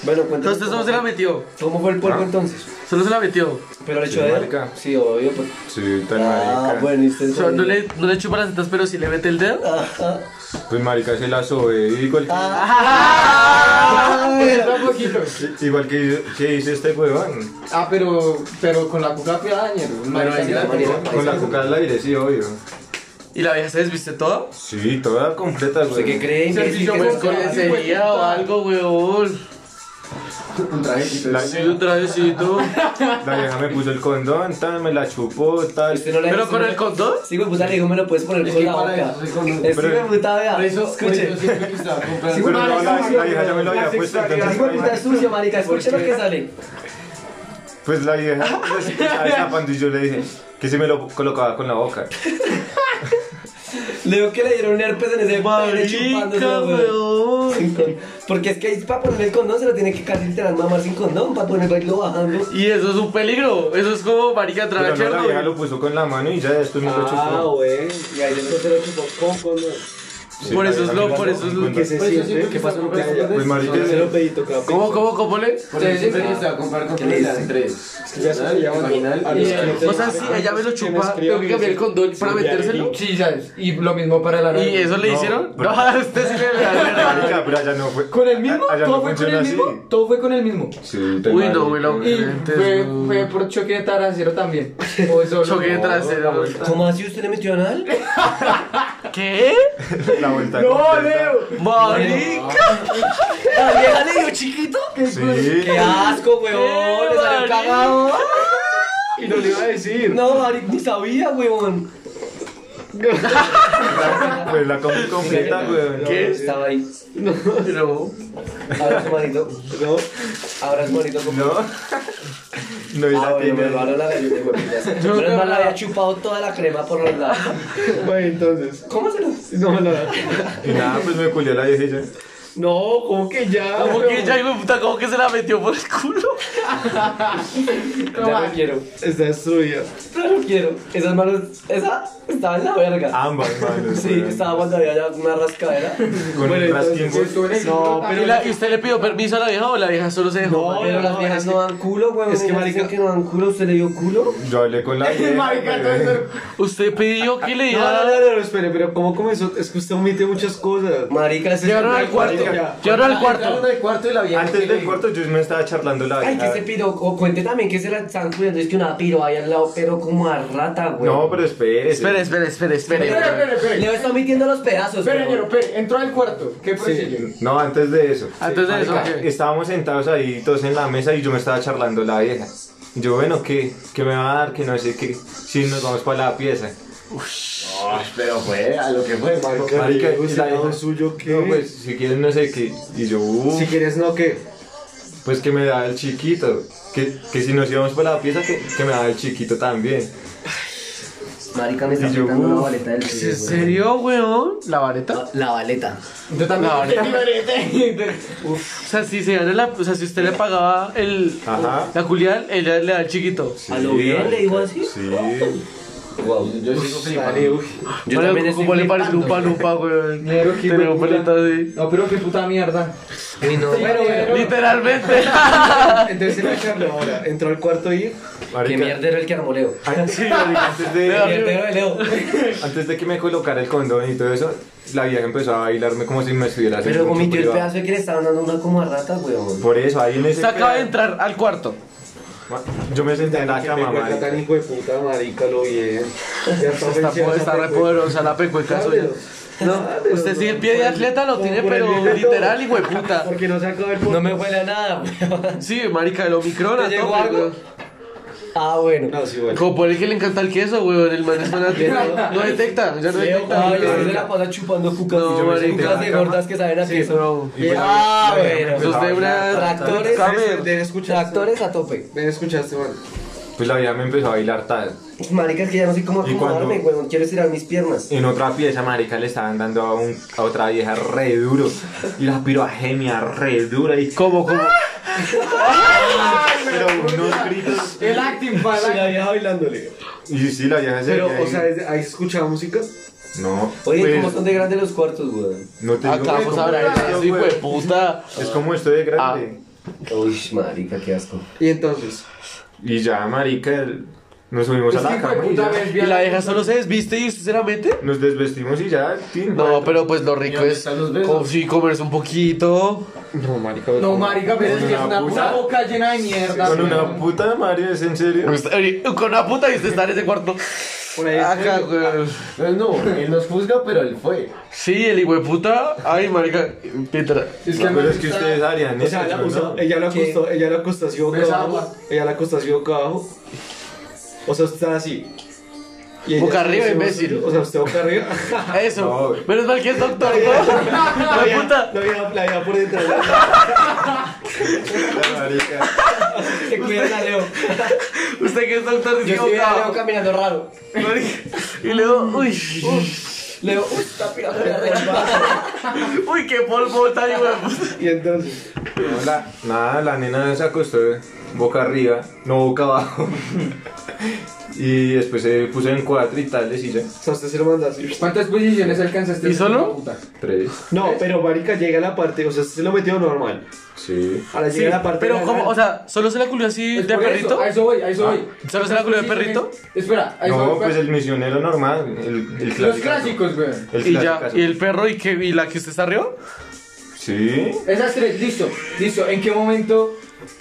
Speaker 2: bueno, cuéntame.
Speaker 3: Entonces solo se la metió.
Speaker 2: ¿Cómo fue el
Speaker 3: Ah.
Speaker 2: polvo entonces?
Speaker 3: Solo se la metió.
Speaker 2: ¿Pero le
Speaker 6: Sí,
Speaker 2: echó de
Speaker 6: marica.
Speaker 2: Sí, obvio. Pues.
Speaker 6: Sí, tan
Speaker 2: Ah,
Speaker 6: marica.
Speaker 2: bueno, y usted.
Speaker 3: O sea, no
Speaker 2: sabía.
Speaker 3: le, no le chupa las tetas, pero si le mete el dedo.
Speaker 2: [laughs] Ajá.
Speaker 6: Pues marica se la sobe. Igual que,
Speaker 1: Entra un poquito.
Speaker 6: igual que, hizo- que hizo este huevón.
Speaker 1: Ah, pero, pero con la cuca pedañero. Bueno,
Speaker 3: ahí sí la
Speaker 2: Marica,
Speaker 6: Con la cuca al aire, sí, obvio.
Speaker 3: ¿Y la vieja se desviste toda?
Speaker 6: Sí, toda completa,
Speaker 2: ¿Usted qué
Speaker 6: güey.
Speaker 2: cree? imbécil?
Speaker 3: Servicio
Speaker 2: ¿Qué
Speaker 3: pues
Speaker 2: es
Speaker 3: con
Speaker 2: eso?
Speaker 3: lencería o algo, weón.
Speaker 1: Un trajecito.
Speaker 6: La,
Speaker 3: Sí, un trajecito.
Speaker 6: la vieja me puso el condón, tal, me la chupó, tal.
Speaker 2: Usted no le
Speaker 3: ¿Pero con el condón?
Speaker 2: Sí, güey, puta, le dijo, me lo puedes poner
Speaker 1: Es
Speaker 2: con
Speaker 1: que
Speaker 2: la
Speaker 1: para
Speaker 2: boca.
Speaker 1: eso soy con-
Speaker 2: Es que
Speaker 6: Pero-
Speaker 2: me puta, vea.
Speaker 1: Por eso, por
Speaker 2: Escuche.
Speaker 1: eso siempre que estaba comprando-
Speaker 6: Pero no, la, la vieja ya me lo había puesto,
Speaker 2: El hijo de puta
Speaker 6: entonces.
Speaker 2: es sucio, marica. Escuche lo que sale.
Speaker 6: Pues la vieja pues, estaba escapando y yo le dije que se me lo colocaba con la boca.
Speaker 2: Le digo que le dieron herpes en ese padre
Speaker 3: Marica,
Speaker 2: chupándoselo, güey.
Speaker 3: weón.
Speaker 2: Sin con- Porque es que ahí para poner el condón se lo tiene que casi literal mamar sin condón para ponerlo ahí lo bajando.
Speaker 3: Y eso es un peligro. Eso es como marica
Speaker 6: Pero no, la vieja
Speaker 3: trajero.
Speaker 6: lo puso con la mano y ya después me lo
Speaker 4: Ah,
Speaker 6: chupó.
Speaker 4: güey. Y ahí después se lo chupó con condón.
Speaker 6: Sí,
Speaker 3: por
Speaker 6: la
Speaker 3: eso es
Speaker 6: vieja
Speaker 3: lo-
Speaker 6: me
Speaker 3: por
Speaker 6: pasó
Speaker 3: eso
Speaker 6: el
Speaker 3: es lo
Speaker 6: condón.
Speaker 4: ¿Qué se
Speaker 1: Por eso
Speaker 4: siente?
Speaker 1: siempre
Speaker 4: ¿Qué
Speaker 1: que
Speaker 4: pasa
Speaker 1: estaba
Speaker 4: con que haya?
Speaker 1: comprando-
Speaker 6: Pues marica,
Speaker 4: Se lo pedí tocado.
Speaker 3: ¿Cómo, cómo, cómo le?
Speaker 1: Ustedes siempre que estaba comprando con las tres.
Speaker 4: Ya se le llama
Speaker 1: Vaginal y-
Speaker 3: O sea, sí, ella me lo chupa. Tengo que cambiar el condón para metérselo.
Speaker 1: Sí, sabes. Y lo mismo para la
Speaker 3: ¿Y eso le
Speaker 6: No,
Speaker 3: hicieron? [laughs] No,
Speaker 6: pero-
Speaker 3: a usted sí le [laughs]
Speaker 6: Marica, Ah, pero allá no fue.
Speaker 1: [laughs] ¿Con el mismo?
Speaker 6: Allá
Speaker 1: ¿Todo
Speaker 6: no
Speaker 1: fue con
Speaker 6: funciona
Speaker 1: el
Speaker 6: así.
Speaker 1: mismo? Todo fue con el mismo.
Speaker 6: Sí, te
Speaker 3: Uy,
Speaker 6: marica.
Speaker 3: no, me lo-
Speaker 1: Y
Speaker 3: Obviamente,
Speaker 1: fue,
Speaker 3: no.
Speaker 1: fue por choque de trasero también. O solo-
Speaker 3: Choque de trasero.
Speaker 2: ¿Cómo así usted le metió anal?
Speaker 3: ¿Qué?
Speaker 6: [laughs] La vuelta
Speaker 1: ¡No,
Speaker 6: completa.
Speaker 1: Leo!
Speaker 3: Marica.
Speaker 2: ¿La vieja le dio chiquito?
Speaker 6: Sí.
Speaker 2: ¡Qué asco, weón! ¡Le salió
Speaker 3: marica!
Speaker 2: cagado!
Speaker 3: [laughs]
Speaker 1: Y no le iba a decir.
Speaker 2: No, Maric, ni sabía, weón.
Speaker 6: Pues la combi completa, weón.
Speaker 3: ¿Qué?
Speaker 2: Estaba ahí.
Speaker 3: No.
Speaker 2: Ahora su manito. No. Ahora su manito como.
Speaker 6: No. No, y
Speaker 2: Ah,
Speaker 6: la
Speaker 2: bueno,
Speaker 6: tiene.
Speaker 2: me lo la galleta, de huepitas. Yo no le había chupado toda la crema por los lados.
Speaker 3: Bueno, entonces.
Speaker 2: ¿Cómo se lo?
Speaker 3: No me lo da.
Speaker 6: Y nada, pues me culió la viejilla.
Speaker 3: No, ¿cómo que ya? ¿Cómo que ya, hijo de puta? ¿Cómo que se la metió por el culo?
Speaker 2: Ya no quiero.
Speaker 3: Está destruida.
Speaker 2: Ya no quiero. Esas manos. Esa estaba en la verga.
Speaker 6: Ambas manos.
Speaker 2: Sí,
Speaker 6: weón.
Speaker 2: estaba cuando había ya una rascadera.
Speaker 6: Con
Speaker 3: Bueno,
Speaker 6: un
Speaker 3: entonces,
Speaker 6: rasquín,
Speaker 1: Pues tú eres
Speaker 3: No,
Speaker 1: idiota.
Speaker 3: pero la- ¿y usted le pidió permiso a la vieja o la vieja solo se dejó?
Speaker 2: No, pero las viejas
Speaker 3: es
Speaker 2: no dan culo, güey.
Speaker 3: es que,
Speaker 2: Ellas dicen
Speaker 3: marica-
Speaker 2: que no dan culo, ¿usted le dio culo?
Speaker 6: weón. Yo hablé con la vieja. weón.
Speaker 3: que- Usted pidió que le
Speaker 4: No,
Speaker 3: diera.
Speaker 4: no, no, no, no, espere, pero ¿cómo comenzó? Es que usted omite muchas cosas.
Speaker 2: Marica, ese
Speaker 3: Llegaron al cuarto. Llegaron al
Speaker 1: Entraron
Speaker 3: cuarto.
Speaker 1: al cuarto y la vieja.
Speaker 6: Antes del cuarto yo me estaba charlando la
Speaker 2: Ay, que
Speaker 6: vieja.
Speaker 2: se piro, o cuente también que se la están cuidando, es que una piro ahí al lado, pero como a rata, güey.
Speaker 6: No, pero espere.
Speaker 3: Espere, espere, espere,
Speaker 1: Espere,
Speaker 3: espere.
Speaker 1: espere, espere.
Speaker 2: Le está omitiendo los pedazos,
Speaker 1: Espere,
Speaker 2: güey.
Speaker 1: ñero, espere. Entró al cuarto. ¿Qué prosigue?
Speaker 6: No, antes de eso.
Speaker 3: Antes de eso,
Speaker 6: Marica,
Speaker 3: ¿qué?
Speaker 6: Estábamos sentados ahí todos en la mesa y yo me estaba charlando la vieja. Y Yo, bueno, ¿qué? ¿Qué me va a dar? Que no sé qué. Si nos vamos para la pieza.
Speaker 8: Pero fue a lo que fue, marica.
Speaker 6: Marica,
Speaker 4: Uy,
Speaker 6: y la
Speaker 4: ¿no
Speaker 6: vieja,
Speaker 4: es suyo qué?
Speaker 6: no, pues si quieres no sé qué. Y yo, "Uh,
Speaker 4: Si quieres, no, que.
Speaker 3: [laughs]
Speaker 6: pues que me da el chiquito. Que, que si nos íbamos para la pieza, que, que me da el chiquito también.
Speaker 2: Marica, me está
Speaker 6: Y yo,
Speaker 2: apretando la
Speaker 6: uf,
Speaker 2: baleta del
Speaker 3: ¿En
Speaker 2: pie, güey.
Speaker 3: serio, weón? ¿La vareta?
Speaker 2: La- La baleta.
Speaker 1: Yo también. [laughs]
Speaker 3: No, ahorita.
Speaker 1: Librete.
Speaker 3: O sea, si se gana la, o sea, si usted le pagaba el
Speaker 6: Ajá.
Speaker 3: la culial, ella le da el chiquito.
Speaker 6: Sí,
Speaker 2: ¿A lo bien le digo
Speaker 6: marica,
Speaker 2: así?
Speaker 6: Sí.
Speaker 8: Yo sigo flipando.
Speaker 2: Yo también
Speaker 3: Bueno,
Speaker 2: estoy
Speaker 3: como le parece un
Speaker 2: flipando.
Speaker 3: panumpa, weón.
Speaker 1: Ñero, qué
Speaker 3: Tenemos
Speaker 1: huevula.
Speaker 3: paleta así.
Speaker 1: No, pero qué puta mierda.
Speaker 2: Uy, no.
Speaker 1: Pero bueno.
Speaker 3: Literalmente.
Speaker 4: Entonces en la charla ahora, entró al cuarto y.
Speaker 2: Qué
Speaker 6: Marica,
Speaker 2: mierdero el que armó Leo.
Speaker 6: an- sí, marica, antes de...
Speaker 2: Mierdero de Leo.
Speaker 6: Antes de que me colocara el condón y todo eso, la vieja empezó a bailarme como si me estuviera haciendo
Speaker 2: Pero
Speaker 6: mucho
Speaker 2: omitió el
Speaker 6: privado.
Speaker 2: pedazo de que le estaban dando una como a rata, weón.
Speaker 6: Por eso, ahí en ese
Speaker 3: Se acaba de
Speaker 6: pedazo-
Speaker 3: entrar al cuarto.
Speaker 6: Ma- Yo me senté en la
Speaker 4: Que me
Speaker 6: cama,
Speaker 4: cuenta
Speaker 6: marica.
Speaker 4: tan hijo de puta, marica, lo bien. Ya está
Speaker 3: Está,
Speaker 4: ofensiva
Speaker 3: po-
Speaker 4: esa
Speaker 3: está re
Speaker 4: pregunta.
Speaker 3: poderosa la pecueca suya.
Speaker 4: Ábrelo.
Speaker 3: No, usted sí el pie de atleta lo tiene,
Speaker 4: por el
Speaker 3: pero
Speaker 4: dedo.
Speaker 3: literal y puta.
Speaker 4: Porque no se acaba el
Speaker 2: No me huele a nada, weón.
Speaker 3: Sí, marica, el Omicron a
Speaker 2: ¿Te llegó
Speaker 3: tope,
Speaker 2: algo?
Speaker 3: weón.
Speaker 2: [laughs] Ah, bueno.
Speaker 4: No, sí, bueno.
Speaker 3: Como por el que le encanta el queso, weón. El man es fanático. No detecta, ya no detecta.
Speaker 2: Ay,
Speaker 3: weón.
Speaker 2: usted se la pasa chupando cucas
Speaker 3: No, marica.
Speaker 2: cucas de gordas que saben a queso.
Speaker 3: No.
Speaker 6: Y pues,
Speaker 2: Ah, bueno.
Speaker 3: Eso es de una-
Speaker 2: Tractores.
Speaker 3: Cabe-
Speaker 4: Ven, escucha. esto.
Speaker 2: Tractores a tope.
Speaker 4: Ven, escucha esto, man.
Speaker 6: pues la vieja me empezó a bailar tal.
Speaker 2: Marica, es que ya no sé cómo
Speaker 6: ¿Y cuándo?
Speaker 2: acomodarme, weón. Quiero estirar mis piernas.
Speaker 6: En otra pieza, marica, le estaban dando a, un- a otra vieja re duro. Y la pirogenia re dura. Y
Speaker 3: ¿Cómo, cómo?
Speaker 6: pero unos gritos.
Speaker 1: El acting para
Speaker 4: la vieja bailándole.
Speaker 6: Y sí, la vieja se
Speaker 4: Pero,
Speaker 6: veía
Speaker 4: o
Speaker 6: ahí.
Speaker 4: sea, desde ahí se escuchaba música.
Speaker 6: No.
Speaker 2: Oye,
Speaker 6: pues,
Speaker 2: ¿cómo son de grandes los cuartos, weón?
Speaker 6: No te digo
Speaker 3: Acabamos
Speaker 6: ¿cómo
Speaker 3: ahora
Speaker 6: era,
Speaker 3: eso, hijo de
Speaker 6: güey?
Speaker 3: puta.
Speaker 6: Es como estoy de grande.
Speaker 2: Uy, marica, qué asco.
Speaker 4: Y entonces.
Speaker 6: Y ya, marica, el- nos subimos a la
Speaker 1: hijo
Speaker 6: cama
Speaker 1: de
Speaker 6: y
Speaker 1: puta
Speaker 6: ya.
Speaker 3: ¿Y
Speaker 1: lesbiana.
Speaker 3: la vieja solo se desviste y usted se la mete?
Speaker 6: Nos desvestimos y ya, tin,
Speaker 3: No,
Speaker 6: marica.
Speaker 3: pero pues lo rico
Speaker 8: dónde
Speaker 3: es
Speaker 8: están los besos?
Speaker 3: co- sí, comerse un poquito.
Speaker 4: No, marica.
Speaker 1: No, marica, pero es que es una puta boca llena de mierda.
Speaker 6: Con
Speaker 1: weón.
Speaker 6: una puta madre, ¿es en serio?
Speaker 3: Usted- Con la puta y usted está en ese cuarto.
Speaker 4: Por ahí.
Speaker 3: Acá, güey.
Speaker 8: Pues no, él nos juzga, pero él fue.
Speaker 6: Ah,
Speaker 3: Sí, el hijo de puta. Ay, marica. Pítala.
Speaker 1: Es que
Speaker 6: Pero
Speaker 1: me
Speaker 6: es que
Speaker 1: gusta-
Speaker 6: ustedes harían
Speaker 4: O sea,
Speaker 6: eso,
Speaker 4: la
Speaker 6: ¿no?
Speaker 4: acusó- ella lo acostó, ella lo acostó así boca
Speaker 1: Ves
Speaker 4: abajo.
Speaker 1: agua.
Speaker 4: Ella lo acostó así boca abajo. O sea, usted estaba así. Y ella-
Speaker 3: Boca arriba, imbécil.
Speaker 4: O sea, usted boca arriba.
Speaker 3: [laughs] Eso.
Speaker 6: No, güey.
Speaker 3: Menos mal que es doctor, ¿no? Hijo de puta.
Speaker 4: La vieja, la vieja por detrás.
Speaker 3: [laughs]
Speaker 6: Marica.
Speaker 2: Te cuidas a Leo.
Speaker 3: Usted que es doctor,
Speaker 2: Yo
Speaker 3: dice
Speaker 2: estoy a Leo
Speaker 3: boca.
Speaker 2: caminando raro.
Speaker 3: Y luego, uy.
Speaker 2: Leo, uy, está pirando la
Speaker 3: Uy, qué polvo está, hijo de puta.
Speaker 4: Y entonces.
Speaker 6: No, la- nada, la nena se acostó boca arriba, no boca abajo. [laughs] y después se puso en cuatro y tales y ya.
Speaker 4: O sea, usted se lo manda así.
Speaker 1: ¿Cuántas posiciones alcanzaste?
Speaker 3: ¿Y solo?
Speaker 1: Puta?
Speaker 6: Tres.
Speaker 4: No, pero marica llega a la parte. O sea, usted se lo metió normal.
Speaker 6: Sí.
Speaker 4: Ahora llega
Speaker 3: Sí,
Speaker 4: a la parte.
Speaker 3: pero
Speaker 4: de
Speaker 3: como, o sea, solo se la culió así
Speaker 1: Pues
Speaker 3: de
Speaker 1: por eso,
Speaker 3: perrito.
Speaker 1: A eso voy, a eso voy.
Speaker 3: ¿Solo se la culió de perrito?
Speaker 1: Espera, a eso
Speaker 6: No,
Speaker 1: voy.
Speaker 6: pues el misionero normal, el, el
Speaker 1: Los
Speaker 6: clásico.
Speaker 1: clásicos, weón.
Speaker 6: El
Speaker 3: Y ya,
Speaker 6: clásico.
Speaker 3: y el perro y, que, y la que usted está arriba.
Speaker 6: Sí.
Speaker 1: Esas tres, listo, listo. ¿En qué momento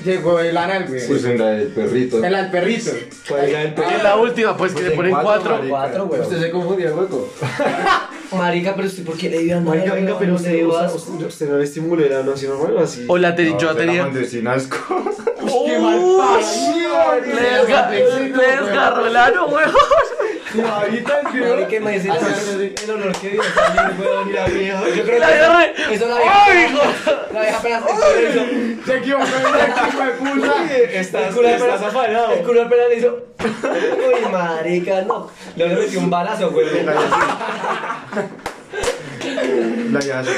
Speaker 1: llegó el anal, weón?
Speaker 6: Pues en la del perrito.
Speaker 1: El al perrito.
Speaker 4: ¿Cuál era el
Speaker 3: Y en la última, pues que
Speaker 6: Pues
Speaker 3: le
Speaker 6: en
Speaker 3: ponen
Speaker 6: cuatro,
Speaker 3: cuatro.
Speaker 6: marica.
Speaker 2: Cuatro,
Speaker 8: Usted
Speaker 2: weón.
Speaker 8: se confundió el hueco.
Speaker 2: Marica, pero usted, ¿por qué le dio a
Speaker 4: Marica,
Speaker 2: Leo?
Speaker 4: venga, pero
Speaker 2: No le
Speaker 4: usted,
Speaker 2: dio
Speaker 4: o sea,
Speaker 2: asco.
Speaker 4: usted, usted no le estimuló, era no así normal o así.
Speaker 3: O la teri-
Speaker 6: No,
Speaker 3: yo
Speaker 6: se la
Speaker 3: tenía.
Speaker 6: mandé sin asco.
Speaker 1: ¡Qué mal parido!
Speaker 3: [laughs] Le desga- le desgarró el ano, weón.
Speaker 1: Y ahorita escribió.
Speaker 2: Marica, imagínese el olor- el olor que dio salir, weón, y la vieja. Yo creo
Speaker 3: La
Speaker 2: que
Speaker 3: vieja
Speaker 2: eso la vieja. [laughs] La vieja apenas le hizo.
Speaker 1: Se equivocó el equipo de puta.
Speaker 2: El culo apenas afanado. El culo apenas le hizo. Uy, marica, no. Le metió un balazo, güey.
Speaker 6: [laughs] La ya
Speaker 3: [laughs]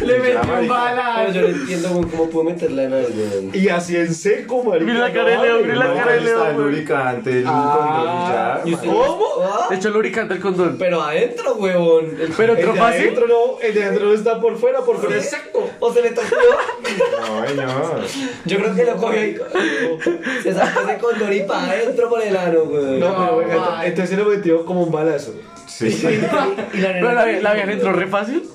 Speaker 1: Le metió un
Speaker 6: marica.
Speaker 1: bala.
Speaker 2: Pero Ah, yo no entiendo, güey, cómo puedo meterla en el weón.
Speaker 4: Y así en seco, marica.
Speaker 3: Mira la cara de Leo, mira la cara
Speaker 6: Está
Speaker 3: de
Speaker 6: el
Speaker 3: Leo. güey. Ah,
Speaker 6: lubricante, el
Speaker 4: Ah,
Speaker 6: condón y ya.
Speaker 2: ¿Cómo?
Speaker 3: Le echó lubricante al condón.
Speaker 2: Ah, Pero adentro, huevón. El-
Speaker 3: Pero
Speaker 4: El
Speaker 3: entró
Speaker 4: de
Speaker 3: fácil.
Speaker 4: adentro no, el de adentro no está por fuera, por fuera es
Speaker 2: Exacto. O se le tocó.
Speaker 6: No, señor.
Speaker 2: Yo creo que lo cogió y se sacó ese condor y para adentro por el ano, güey.
Speaker 4: No, pero bueno,
Speaker 1: Ay.
Speaker 4: entonces se lo metió como un balazo.
Speaker 3: [laughs]
Speaker 6: Sí.
Speaker 2: y la
Speaker 3: Pero la, vie- la vieja le entró re fácil.
Speaker 6: Un-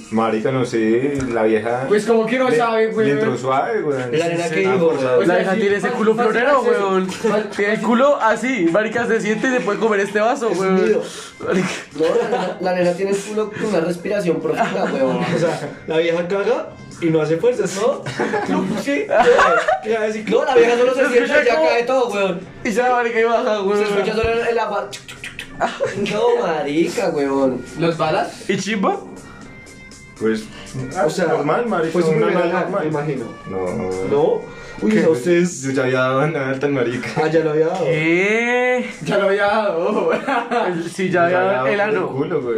Speaker 6: Pues, Marica, no sé, la vieja.
Speaker 1: Pues como que no
Speaker 6: le-
Speaker 1: sabe, güey.
Speaker 6: Le entró suave, güey.
Speaker 2: La nena que
Speaker 6: Ah,
Speaker 2: dijo,
Speaker 6: forzado.
Speaker 1: Pues
Speaker 3: La
Speaker 1: sí,
Speaker 3: vieja
Speaker 1: sí,
Speaker 3: tiene ese
Speaker 1: fácil,
Speaker 3: culo
Speaker 1: fácil
Speaker 3: florero,
Speaker 1: acceso.
Speaker 3: weón.
Speaker 1: Fácil-
Speaker 3: Tiene el culo así. Marica se siente y se puede comer este vaso, weón.
Speaker 2: nido.
Speaker 3: Marica.
Speaker 2: No, la nena, la nena tiene el culo con una respiración profunda, huevón.
Speaker 4: pues, O sea, la vieja caga y no hace fuerzas, ¿no? Sí, ¿qué va a decir?
Speaker 2: No, la vieja solo se
Speaker 3: Se
Speaker 2: sienta y
Speaker 3: escucha
Speaker 2: ya
Speaker 3: como-
Speaker 2: cae todo, weón.
Speaker 3: Y ya, marica, y baja,
Speaker 2: Se
Speaker 3: weón.
Speaker 2: escucha solo el, el agua. No, marica, huevón.
Speaker 1: ¿Los balas?
Speaker 3: ¿Y chimba?
Speaker 6: Pues,
Speaker 4: O sea,
Speaker 6: normal, marica.
Speaker 4: Fue su
Speaker 6: una
Speaker 4: primera
Speaker 6: nana
Speaker 4: caga, me
Speaker 6: normal.
Speaker 4: imagino.
Speaker 6: No.
Speaker 4: ¿No? Uy, a
Speaker 6: Yo
Speaker 4: ustedes.
Speaker 6: ya había dado nada tan marica.
Speaker 4: [laughs] Ah, ya lo había dado.
Speaker 3: ¿Qué?
Speaker 1: Ya lo había dado. güey.
Speaker 3: Si ya
Speaker 6: había dado
Speaker 3: había Eh, el
Speaker 6: por
Speaker 3: ano.
Speaker 6: culo, güey.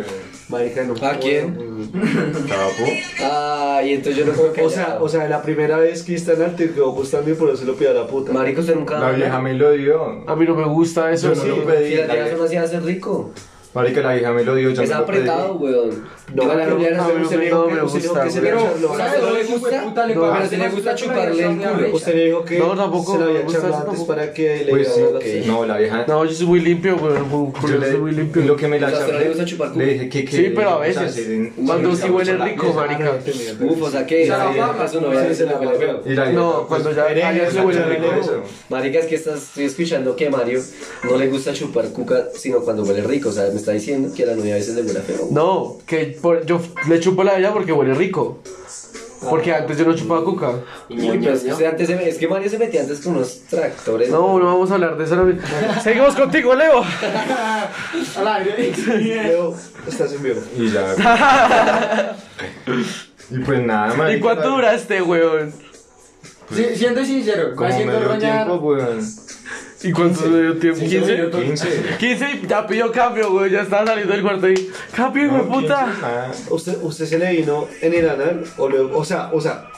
Speaker 4: Marica, no.
Speaker 2: ¿A quién?
Speaker 6: Tapo.
Speaker 2: Ay, entonces yo no puedo
Speaker 4: O sea, o sea, la primera vez que está en arte quedó gustando y pues, por eso lo pidió a la puta.
Speaker 2: marica, usted nunca.
Speaker 6: La vieja me lo dio.
Speaker 3: A mí no me gusta eso.
Speaker 6: Yo no lo
Speaker 2: Si
Speaker 6: pedí.
Speaker 2: las
Speaker 6: la
Speaker 2: viejas son
Speaker 6: vieja-
Speaker 2: así, hace rico.
Speaker 6: Marica, la vieja me lo dio. Yo
Speaker 2: Es
Speaker 6: no lo pedí.
Speaker 2: apretado, weón.
Speaker 4: No,
Speaker 2: Yo a la
Speaker 4: pero-
Speaker 2: Juliana
Speaker 3: a
Speaker 2: se-
Speaker 3: mí
Speaker 2: se le
Speaker 3: no
Speaker 2: dijo
Speaker 3: me
Speaker 2: que- se le dijo
Speaker 3: gusta,
Speaker 2: que se
Speaker 3: güey.
Speaker 2: le
Speaker 1: Pero,
Speaker 2: echaba lo-
Speaker 1: ¿sabes?
Speaker 2: ¿No le
Speaker 1: Ese
Speaker 2: gusta?
Speaker 1: hijueputa le
Speaker 2: No,
Speaker 1: pagó
Speaker 2: pero se le
Speaker 1: más
Speaker 2: gusta
Speaker 1: plata que
Speaker 2: chuparle
Speaker 1: la
Speaker 2: el
Speaker 1: vieja
Speaker 2: culo.
Speaker 1: de la
Speaker 4: Usted le dijo que
Speaker 3: Pues, No, tampoco,
Speaker 4: se la había
Speaker 3: no me gusta
Speaker 4: echado
Speaker 3: eso
Speaker 4: antes
Speaker 3: tampoco.
Speaker 4: para que le
Speaker 6: Pues sí,
Speaker 4: diera la
Speaker 6: ok.
Speaker 4: silla.
Speaker 6: no, la vieja.
Speaker 3: No, yo soy muy limpio, weón. Por
Speaker 6: Yo
Speaker 3: culo,
Speaker 6: le,
Speaker 3: soy muy limpio.
Speaker 6: lo que me la
Speaker 2: O sea, ¿usted no le
Speaker 6: chapé,
Speaker 2: gusta chupar culo?
Speaker 6: le dije que, que
Speaker 3: Sí, pero a
Speaker 6: o sea,
Speaker 3: veces.
Speaker 6: sí,
Speaker 3: Cuando sí huele
Speaker 6: la-
Speaker 3: rico, marica.
Speaker 2: Uf, o sea que.
Speaker 1: Se la
Speaker 2: sí,
Speaker 1: paga.
Speaker 2: su novia
Speaker 1: Sí,
Speaker 2: se la huele feo.
Speaker 6: Y la vieja, pues,
Speaker 3: No, cuando ya
Speaker 4: veré,
Speaker 3: allá se
Speaker 4: la
Speaker 3: huele
Speaker 4: chapa
Speaker 3: rico.
Speaker 4: de
Speaker 6: eso.
Speaker 2: Marica, es que estás, estoy escuchando que a Mario no le gusta chupar cuca, sino cuando huele rico. O sea, me está diciendo que a la novia a veces le huele feo.
Speaker 3: No, que por- yo le chupo la vela porque huele rico. Porque antes yo no chupaba cuca.
Speaker 2: Uy, pero es, que usted antes se me- es que Mario se metía antes con unos tractores.
Speaker 3: No, no vamos a hablar de eso. ahora. Seguimos contigo, Leo.
Speaker 1: Al aire.
Speaker 4: Leo, estás en vivo.
Speaker 6: Y ya. [laughs] y pues nada, marica.
Speaker 3: ¿Y cuánto
Speaker 6: la-
Speaker 3: duraste, weón?
Speaker 1: Sí, siendo sincero, va
Speaker 6: Como
Speaker 1: siendo
Speaker 6: medio
Speaker 1: roñar.
Speaker 6: tiempo, weón.
Speaker 3: ¿Y cuánto dio tiempo? ¿15?
Speaker 6: 15.
Speaker 3: 15 y ya pidió cambio, weón. Ya estaba saliendo del cuarto y. ¡Cambio, hijo de puta!
Speaker 6: Ah,
Speaker 4: ¿Usted, usted se le vino en el anal? O, luego- o sea, o sea,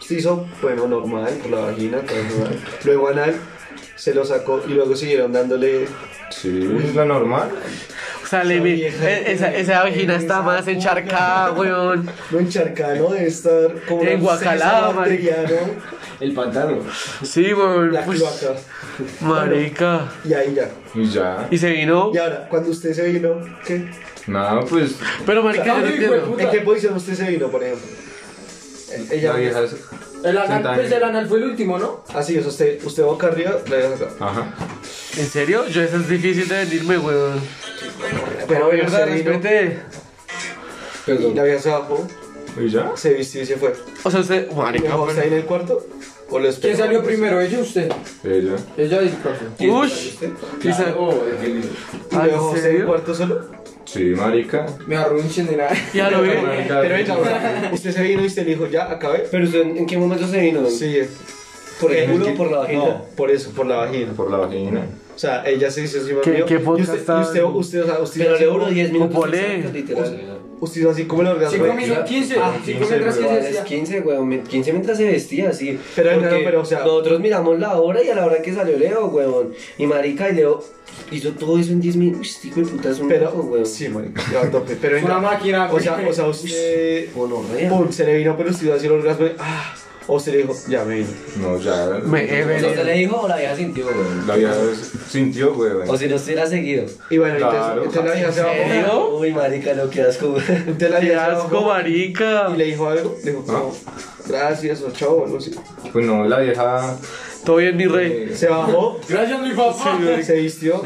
Speaker 4: se hizo, bueno, normal, por la vagina, todo normal. Luego anal, se lo sacó y luego siguieron dándole...
Speaker 6: Sí, es lo normal.
Speaker 3: O sea, le vi.
Speaker 4: vieja
Speaker 3: e- Esa, esa vagina está
Speaker 4: esa
Speaker 3: más
Speaker 4: puta.
Speaker 3: encharcada, weón.
Speaker 4: No encharcano de estar como
Speaker 3: En
Speaker 4: un
Speaker 3: guacalao,
Speaker 4: sésamo
Speaker 3: marica.
Speaker 4: bacteriano,
Speaker 8: El pantano.
Speaker 3: Sí, weón. pues,
Speaker 4: La
Speaker 3: Uy,
Speaker 4: cloaca.
Speaker 3: marica.
Speaker 4: Y ahí ya.
Speaker 6: Y ya.
Speaker 3: Y se vino.
Speaker 4: Y ahora, cuando usted se vino, ¿qué?
Speaker 6: Nada, pues.
Speaker 3: Pero, marica, yo no
Speaker 1: Ay,
Speaker 3: entiendo.
Speaker 1: hijueputa.
Speaker 4: ¿En qué posición usted se vino, por ejemplo?
Speaker 6: La vieja. es-
Speaker 1: El anal,
Speaker 6: Sentada
Speaker 1: pues
Speaker 6: en-
Speaker 1: el anal fue el último, ¿no?
Speaker 4: Así, o sea, usted, usted boca arriba, la deja acá.
Speaker 6: Ajá.
Speaker 3: ¿En serio? Yo eso es difícil de venirme, weón.
Speaker 4: Pero bueno,
Speaker 3: verdad,
Speaker 4: se vino,
Speaker 3: respete.
Speaker 4: y la vieja se bajó,
Speaker 6: Y ya.
Speaker 4: se vistió y se fue.
Speaker 3: O sea, usted.
Speaker 4: ¿Dejó
Speaker 3: Marica,
Speaker 4: a usted ahí en el cuarto? ¿O lo esperó? Pues,
Speaker 1: ¿Quién salió primero, ella o usted?
Speaker 6: Ella.
Speaker 1: Ella disparó.
Speaker 3: Ush. Y se-
Speaker 4: ¿Y
Speaker 3: Ah,
Speaker 4: lo
Speaker 3: ¿en
Speaker 4: dejó a usted en el
Speaker 3: serio?
Speaker 4: cuarto solo?
Speaker 6: Sí, marica.
Speaker 1: Me arrunchen de nada.
Speaker 3: Ya lo vi.
Speaker 6: Marica,
Speaker 4: Pero venga, ahora, usted se vino y usted le dijo, ya, acabé.
Speaker 2: Pero usted, ¿en qué momento se vino?
Speaker 4: Sí,
Speaker 2: ¿Por el
Speaker 4: Eh,
Speaker 2: culo o por la vagina?
Speaker 4: No, por eso, por la vagina.
Speaker 6: Por la vagina.
Speaker 4: O sea, ella se hizo encima
Speaker 3: ¿Qué-
Speaker 4: mío.
Speaker 3: qué
Speaker 4: y
Speaker 3: podcast
Speaker 4: usted, y
Speaker 3: tan-
Speaker 4: usted, usted, o sea, usted
Speaker 2: Pero
Speaker 4: hizo
Speaker 2: le
Speaker 4: así
Speaker 2: duró
Speaker 4: como-
Speaker 2: 10 minutos.
Speaker 3: Copolé.
Speaker 2: exactos, literal.
Speaker 4: Usted hizo así como el orgasmo.
Speaker 1: 5
Speaker 4: de-
Speaker 1: minutos 15.
Speaker 4: Ah,
Speaker 1: 5 mientras que
Speaker 2: Pero
Speaker 1: se
Speaker 2: a las
Speaker 1: decía.
Speaker 2: 15, weón, 15 mientras se vestía así.
Speaker 4: Pero,
Speaker 2: Porque
Speaker 4: no, pero, o sea-
Speaker 2: nosotros miramos la hora y a la hora que salió Leo, weón. Y Marica y Leo hizo todo eso en 10 minutos. Uy, este hijo de puta es un
Speaker 4: Pero,
Speaker 2: loco, weón.
Speaker 4: sí, marica, ya a tope. Pero
Speaker 1: Es una
Speaker 4: venga,
Speaker 1: máquina,
Speaker 4: o sea, o sea, usted,
Speaker 2: Gonorrea.
Speaker 4: pum, se le vino, pero usted hizo así el orgasmo. de, Ah, o se le dijo, ya, me vino.
Speaker 6: No, ya.
Speaker 3: Me he
Speaker 2: O sea, usted
Speaker 3: venido.
Speaker 2: le dijo o la vieja sintió, weón.
Speaker 6: La vieja sintió, weón.
Speaker 2: O si no hubiera seguido.
Speaker 4: Y bueno, entonces-
Speaker 6: Claro.
Speaker 4: entonces, la vieja se bajó.
Speaker 3: ¿Yo?
Speaker 2: Uy, Marica, no, qué asco, weón.
Speaker 4: Entonces la
Speaker 3: Qué
Speaker 4: vieja se
Speaker 3: asco,
Speaker 4: bajó
Speaker 3: marica.
Speaker 4: y le dijo algo. Le dijo, como, gracias, o chao, o algo así.
Speaker 6: Pues no, la vieja.
Speaker 3: Todo bien, mi rey.
Speaker 6: eh,
Speaker 4: Se bajó,
Speaker 1: Gracias, mi papá.
Speaker 4: se vistió.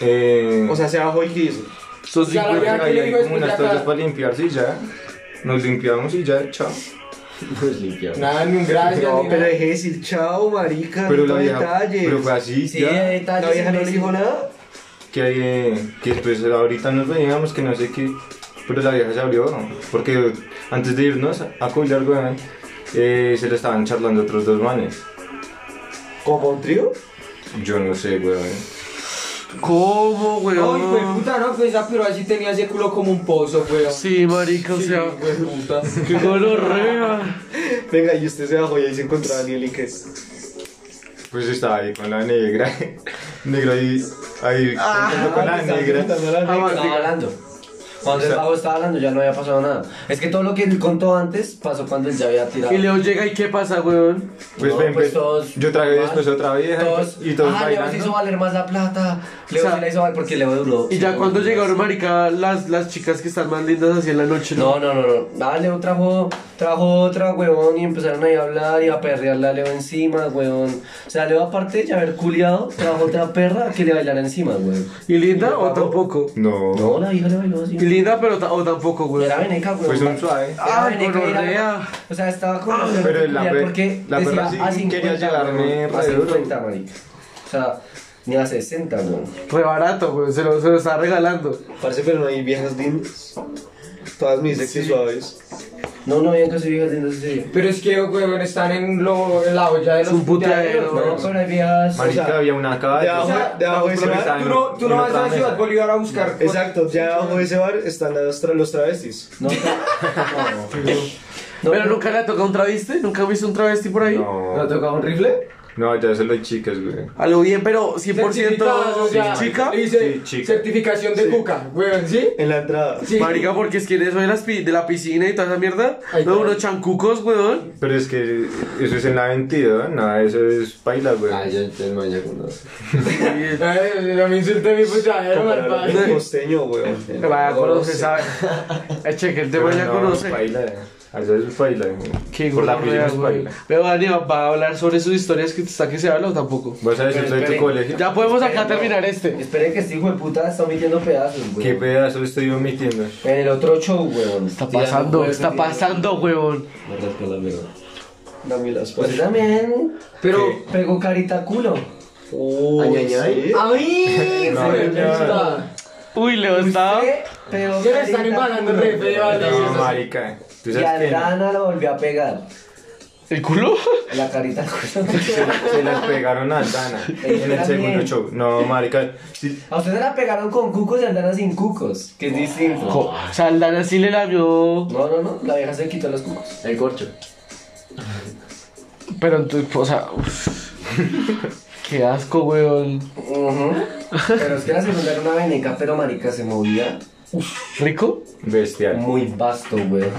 Speaker 6: eh,
Speaker 4: O sea, se bajó y ¿qué hizo?
Speaker 3: Son
Speaker 1: Ya,
Speaker 6: Creo que
Speaker 1: ya.
Speaker 3: 50.
Speaker 6: había
Speaker 1: le digo,
Speaker 6: ahí como
Speaker 1: escucha
Speaker 6: unas
Speaker 1: acá.
Speaker 6: toallas para limpiarse y ya. Nos limpiamos y ya, chao.
Speaker 8: Pues limpiado.
Speaker 1: Nada, ni un gran.
Speaker 4: No,
Speaker 1: ni
Speaker 4: pero
Speaker 1: nada.
Speaker 4: dejé de decir chao, marica.
Speaker 6: Pero
Speaker 4: no
Speaker 6: la vieja.
Speaker 4: detalles.
Speaker 6: Pero fue así,
Speaker 2: Sí,
Speaker 6: ya.
Speaker 2: de detalles
Speaker 4: La vieja no le
Speaker 2: imbécil.
Speaker 4: dijo nada.
Speaker 6: que, eh, que pues ahorita nos veíamos, que no sé qué, pero la vieja se abrió, porque antes de irnos a cuidar, weón, eh, se le estaban charlando otros dos manes.
Speaker 4: ¿Como para un trío?
Speaker 6: Yo no sé, weón.
Speaker 3: ¿Cómo,
Speaker 1: Ay, güey,
Speaker 3: weón?
Speaker 1: puta, no, pues esa piroa sí tenía ese culo como un pozo, weón.
Speaker 3: Sí, marica, o sea,
Speaker 1: güey, puta.
Speaker 3: qué gonorrea.
Speaker 4: Venga, y usted se bajó y ahí se encontraba Daniel y qué.
Speaker 6: Pues estaba ahí con la negra, [laughs] negro ahí, ahí,
Speaker 4: Ah,
Speaker 6: con la negra.
Speaker 2: Estaba hablando. Cuando el vago estaba hablando ya no había pasado nada. Es que todo lo que él contó antes pasó cuando él ya había tirado.
Speaker 3: Y Leo llega y ¿qué pasa, weón?
Speaker 6: Pues
Speaker 2: No,
Speaker 6: ven,
Speaker 2: pues
Speaker 6: pues,
Speaker 2: todos
Speaker 6: yo traje
Speaker 2: van,
Speaker 6: después otra vieja
Speaker 2: Todos,
Speaker 6: y todos
Speaker 2: ah, Leo se
Speaker 6: bailando.
Speaker 2: hizo valer más la plata. Leo
Speaker 3: O sea,
Speaker 2: se la hizo valer porque Leo duró.
Speaker 3: Y ya cuando llegaron, marica, las, las chicas que están más lindas así en la noche, ¿no?
Speaker 2: No, no, no, no. Ah, Leo trajo, trajo otra, weón, y empezaron ahí a hablar y a perrearle a Leo encima, weón. O sea, Leo, aparte de haber culiado, trajo otra perra que le bailara encima, weón.
Speaker 3: ¿Y linda o tampoco?
Speaker 6: No,
Speaker 2: No, la hija le bailó
Speaker 3: ¿Y
Speaker 2: así.
Speaker 3: linda pero ta- o tampoco, weón?
Speaker 2: Era veneca, weón.
Speaker 6: pues un suave.
Speaker 2: Era
Speaker 3: Ay,
Speaker 2: veneca, era-
Speaker 3: gonorrea.
Speaker 2: O sea, estaba con
Speaker 3: Ah.
Speaker 2: la
Speaker 6: pero la per-
Speaker 2: porque
Speaker 6: la
Speaker 2: decía
Speaker 6: perra
Speaker 2: "Ah,
Speaker 6: sí
Speaker 2: a 50,
Speaker 6: quería llegarme
Speaker 2: weón, a
Speaker 6: re duro.
Speaker 2: 50, marica. O sea, ni a 60, weón.
Speaker 3: Re barato, weón, se lo, se lo está regalando.
Speaker 4: Parece, pero no hay viejas lindas. Todas mis sexy suaves.
Speaker 2: No, no habían casi viejas lindas en serio.
Speaker 1: Pero es que, weón, están en, lo, en la olla de
Speaker 3: Es
Speaker 1: los
Speaker 3: un
Speaker 1: puteaderos,
Speaker 3: puteadero,
Speaker 1: weón.
Speaker 6: pues,
Speaker 2: No, pero hay viejas.
Speaker 6: Marica, había una calle.
Speaker 4: ya,
Speaker 1: O sea,
Speaker 4: de abajo de
Speaker 6: vamos
Speaker 4: ese bar.
Speaker 6: progresando.
Speaker 1: Tú no, tú no
Speaker 6: Una
Speaker 1: vas a
Speaker 6: otra
Speaker 1: Ciudad
Speaker 6: mesa.
Speaker 1: Bolívar a buscar.
Speaker 4: Exacto, ya abajo de ese bar están las tra- los travestis.
Speaker 2: No, no, no. No,
Speaker 3: ¿Pero nunca le ha tocado un travesti? ¿Nunca viste un travesti por ahí?
Speaker 6: No,
Speaker 4: tocaba un rifle?
Speaker 6: no, ya solo hay chicas, güey.
Speaker 3: A lo bien, pero 100%
Speaker 1: Certificado, o sea,
Speaker 3: chica.
Speaker 1: Dice,
Speaker 6: Sí, chica.
Speaker 1: certificación de cuca, weón, ¿sí?
Speaker 4: En la entrada.
Speaker 1: Sí.
Speaker 3: Marica, porque es que en eso de, las pi- de la piscina y toda esa mierda,
Speaker 1: Ahí
Speaker 3: no,
Speaker 1: está.
Speaker 3: unos chancucos, weón.
Speaker 6: Pero es que eso es en la 22, nada, eso es paila, güey.
Speaker 8: Ah, ya te mañana con dos.
Speaker 3: Y-
Speaker 1: Ay, no Eh, me insulte mi puchadero,
Speaker 4: Comparado
Speaker 1: mal [laughs]
Speaker 4: con costeño, weón.
Speaker 3: Pero ya conoce, sabe. Eche, que el tema ya conoce.
Speaker 6: Paila, allá es paila. güey.
Speaker 3: Qué
Speaker 6: Por la piscina
Speaker 3: gonorrea,
Speaker 6: es
Speaker 3: güey.
Speaker 6: paila.
Speaker 3: Pero Dani, ¿va a hablar sobre sus historias que está que se habla o tampoco?
Speaker 6: ¿Vas a decir de tu
Speaker 2: espere.
Speaker 6: colegio?
Speaker 3: Ya podemos acá terminar este.
Speaker 2: Esperen que este hijo de puta está omitiendo pedazos, weón.
Speaker 6: ¿Qué pedazo estoy omitiendo?
Speaker 2: En el otro show, weón.
Speaker 3: Está pasando, está pasando, weón.
Speaker 4: Dame las
Speaker 2: Pues
Speaker 4: patas.
Speaker 2: yo también.
Speaker 1: Pero,
Speaker 2: Pegó carita a culo.
Speaker 8: Ay, ay, ay.
Speaker 4: ¿sí?
Speaker 2: ¡Ay!
Speaker 6: No,
Speaker 2: Se-
Speaker 1: puta,
Speaker 3: Uy, Leo está.
Speaker 2: Usted pegó
Speaker 1: ya me están
Speaker 2: carita a
Speaker 1: embalando
Speaker 2: culo.
Speaker 1: re feo, vale.
Speaker 6: No, marica. ¿Tú
Speaker 2: Y a
Speaker 6: sabes que
Speaker 2: Dana la volvió a pegar.
Speaker 3: ¿El [laughs] culo?
Speaker 2: La carita a culo.
Speaker 6: Se las pegaron a Dana en el
Speaker 2: También.
Speaker 6: segundo show. No, marica. sí,
Speaker 2: A ustedes la pegaron con cucos y a Dana sin cucos. Que es distinto.
Speaker 3: Jo, O sea, el Dani sí le labió.
Speaker 2: No, no, no. La vieja se quitó los cucos.
Speaker 8: El corcho.
Speaker 3: Pero entonces, pues, o sea. uf.
Speaker 2: [laughs]
Speaker 3: Qué asco, weón.
Speaker 2: Ujú. Pero es que la segunda era una veneca, pero marica se movía.
Speaker 3: ¿Rico?
Speaker 6: Bestial.
Speaker 2: Muy vasto, weón.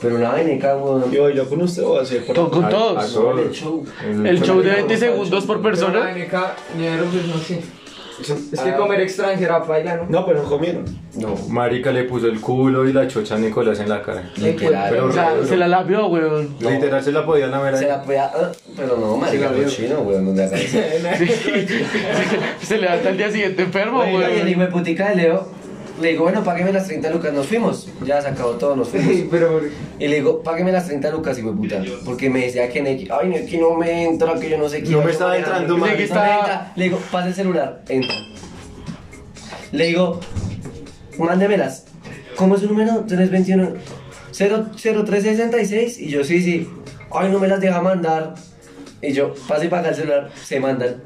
Speaker 2: Pero una veneca, weón.
Speaker 4: ¿Y bailó con usted o así?
Speaker 3: To- Con
Speaker 6: A- a
Speaker 3: todos.
Speaker 6: todos.
Speaker 2: El show.
Speaker 3: El show de 20 segundos por
Speaker 1: pero,
Speaker 3: persona.
Speaker 1: marica, ñero, pues, no sé. Es que comer extranjera paila, ¿no?
Speaker 4: No, pero no comieron.
Speaker 2: No.
Speaker 6: Marica le puso el culo y la chocha a Nicolás en la cara.
Speaker 2: Literal.
Speaker 6: Pero
Speaker 3: O sea, se la labió,
Speaker 2: [laughs]
Speaker 3: weón.
Speaker 6: Literal se la podía lamer
Speaker 2: Se
Speaker 6: ahí.
Speaker 2: la podía, ah, pero no, marica,
Speaker 1: la vio.
Speaker 2: cochino, weón, donde aparece.
Speaker 3: Sí. Se, se levanta el día siguiente enfermo,
Speaker 2: Oiga, y el hijo
Speaker 3: weón.
Speaker 2: de putica de Leo, le digo, bueno, págueme las 30 lucas, nos fuimos. Ya se acabó todo, nos
Speaker 1: [laughs]
Speaker 2: fuimos.
Speaker 1: [laughs] Sí, pero,
Speaker 2: Y le digo, págueme las 30 lucas, hijo de puta. Porque me decía que, Neki, ay, no, que no me entra, que yo no sé qué.
Speaker 6: No me
Speaker 2: yo
Speaker 6: estaba
Speaker 2: manejando,
Speaker 6: entrando,
Speaker 2: que no me
Speaker 3: marica.
Speaker 2: entra". Le digo, pasa el celular, entra. Le digo, mándemelas. ¿Cómo es su número? 321. 0 0366. Y yo, sí, sí. Ay, no me las deja mandar. Y yo, pase para acá el celular, se mandan.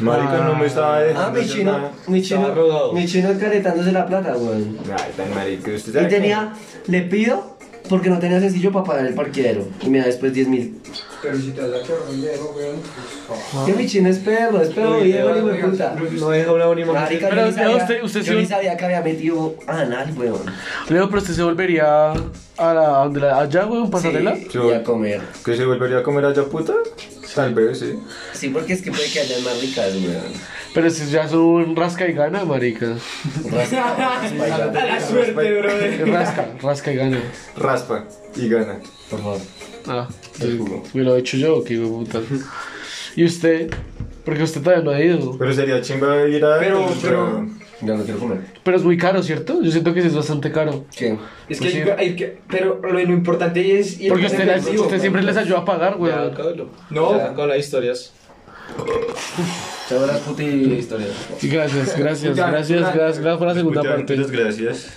Speaker 6: Marica Pues, no me estaba dejando.
Speaker 2: Ah, mi
Speaker 6: hacer
Speaker 2: chino,
Speaker 6: nada.
Speaker 2: mi chino,
Speaker 4: rogado.
Speaker 2: mi chino encaretándose la plata, weón.
Speaker 6: Ay, tan marica. ¿Usted
Speaker 2: Y
Speaker 6: sabe
Speaker 2: tenía, le pido porque no tenía sencillo para pagar el parqueadero. Y me da después 10 mil.
Speaker 1: pero si te la quiero dinero, weón.
Speaker 2: Que mi chino es perro, es perro viejo, hijo de puta.
Speaker 4: No deja una bonita
Speaker 2: Marica,
Speaker 3: Pero,
Speaker 2: yo ni
Speaker 3: usted-
Speaker 2: sabía-
Speaker 3: usted- usted
Speaker 2: yo
Speaker 3: sí-
Speaker 2: ni sabía que había metido anal, weón.
Speaker 3: Leo, pero usted se volvería a la, a donde la- allá, weón, pasarela.
Speaker 2: Sí, y a comer.
Speaker 6: ¿Que se volvería a comer allá puta? Tal vez, sí.
Speaker 2: Sí, porque es que puede que hayan más ricas, weón.
Speaker 3: Pero si ya es un rasca y gana, marica.
Speaker 1: A la suerte,
Speaker 2: [laughs]
Speaker 1: brother.
Speaker 3: Rasca, rasca y gana.
Speaker 6: Raspa y gana.
Speaker 2: Por favor.
Speaker 3: Ah, me lo he hecho yo, que hijo de puta. Y usted, Porque usted todavía no ha ido.
Speaker 6: Pero sería chimba ir a.
Speaker 1: Pero-
Speaker 6: Elvis,
Speaker 1: pero-
Speaker 6: weón.
Speaker 1: Ya no quiero comer.
Speaker 3: Pero es muy caro, ¿cierto? Yo siento que sí es bastante caro.
Speaker 1: Sí. Es
Speaker 3: Pues
Speaker 1: que, hay
Speaker 3: sí.
Speaker 1: que- hay que- pero lo, lo importante es ir
Speaker 3: Porque
Speaker 1: con
Speaker 3: usted, las-
Speaker 1: efectivo,
Speaker 3: usted
Speaker 1: man.
Speaker 3: siempre les ayuda a pagar, güey.
Speaker 4: Ya, acábalo.
Speaker 1: No.
Speaker 4: Ya, Con las historias.
Speaker 1: Chao, las putas historias.
Speaker 3: Gracias, gracias, gracias, gracias, gracias por la segunda
Speaker 6: Puta,
Speaker 3: parte.
Speaker 6: Muchas gracias.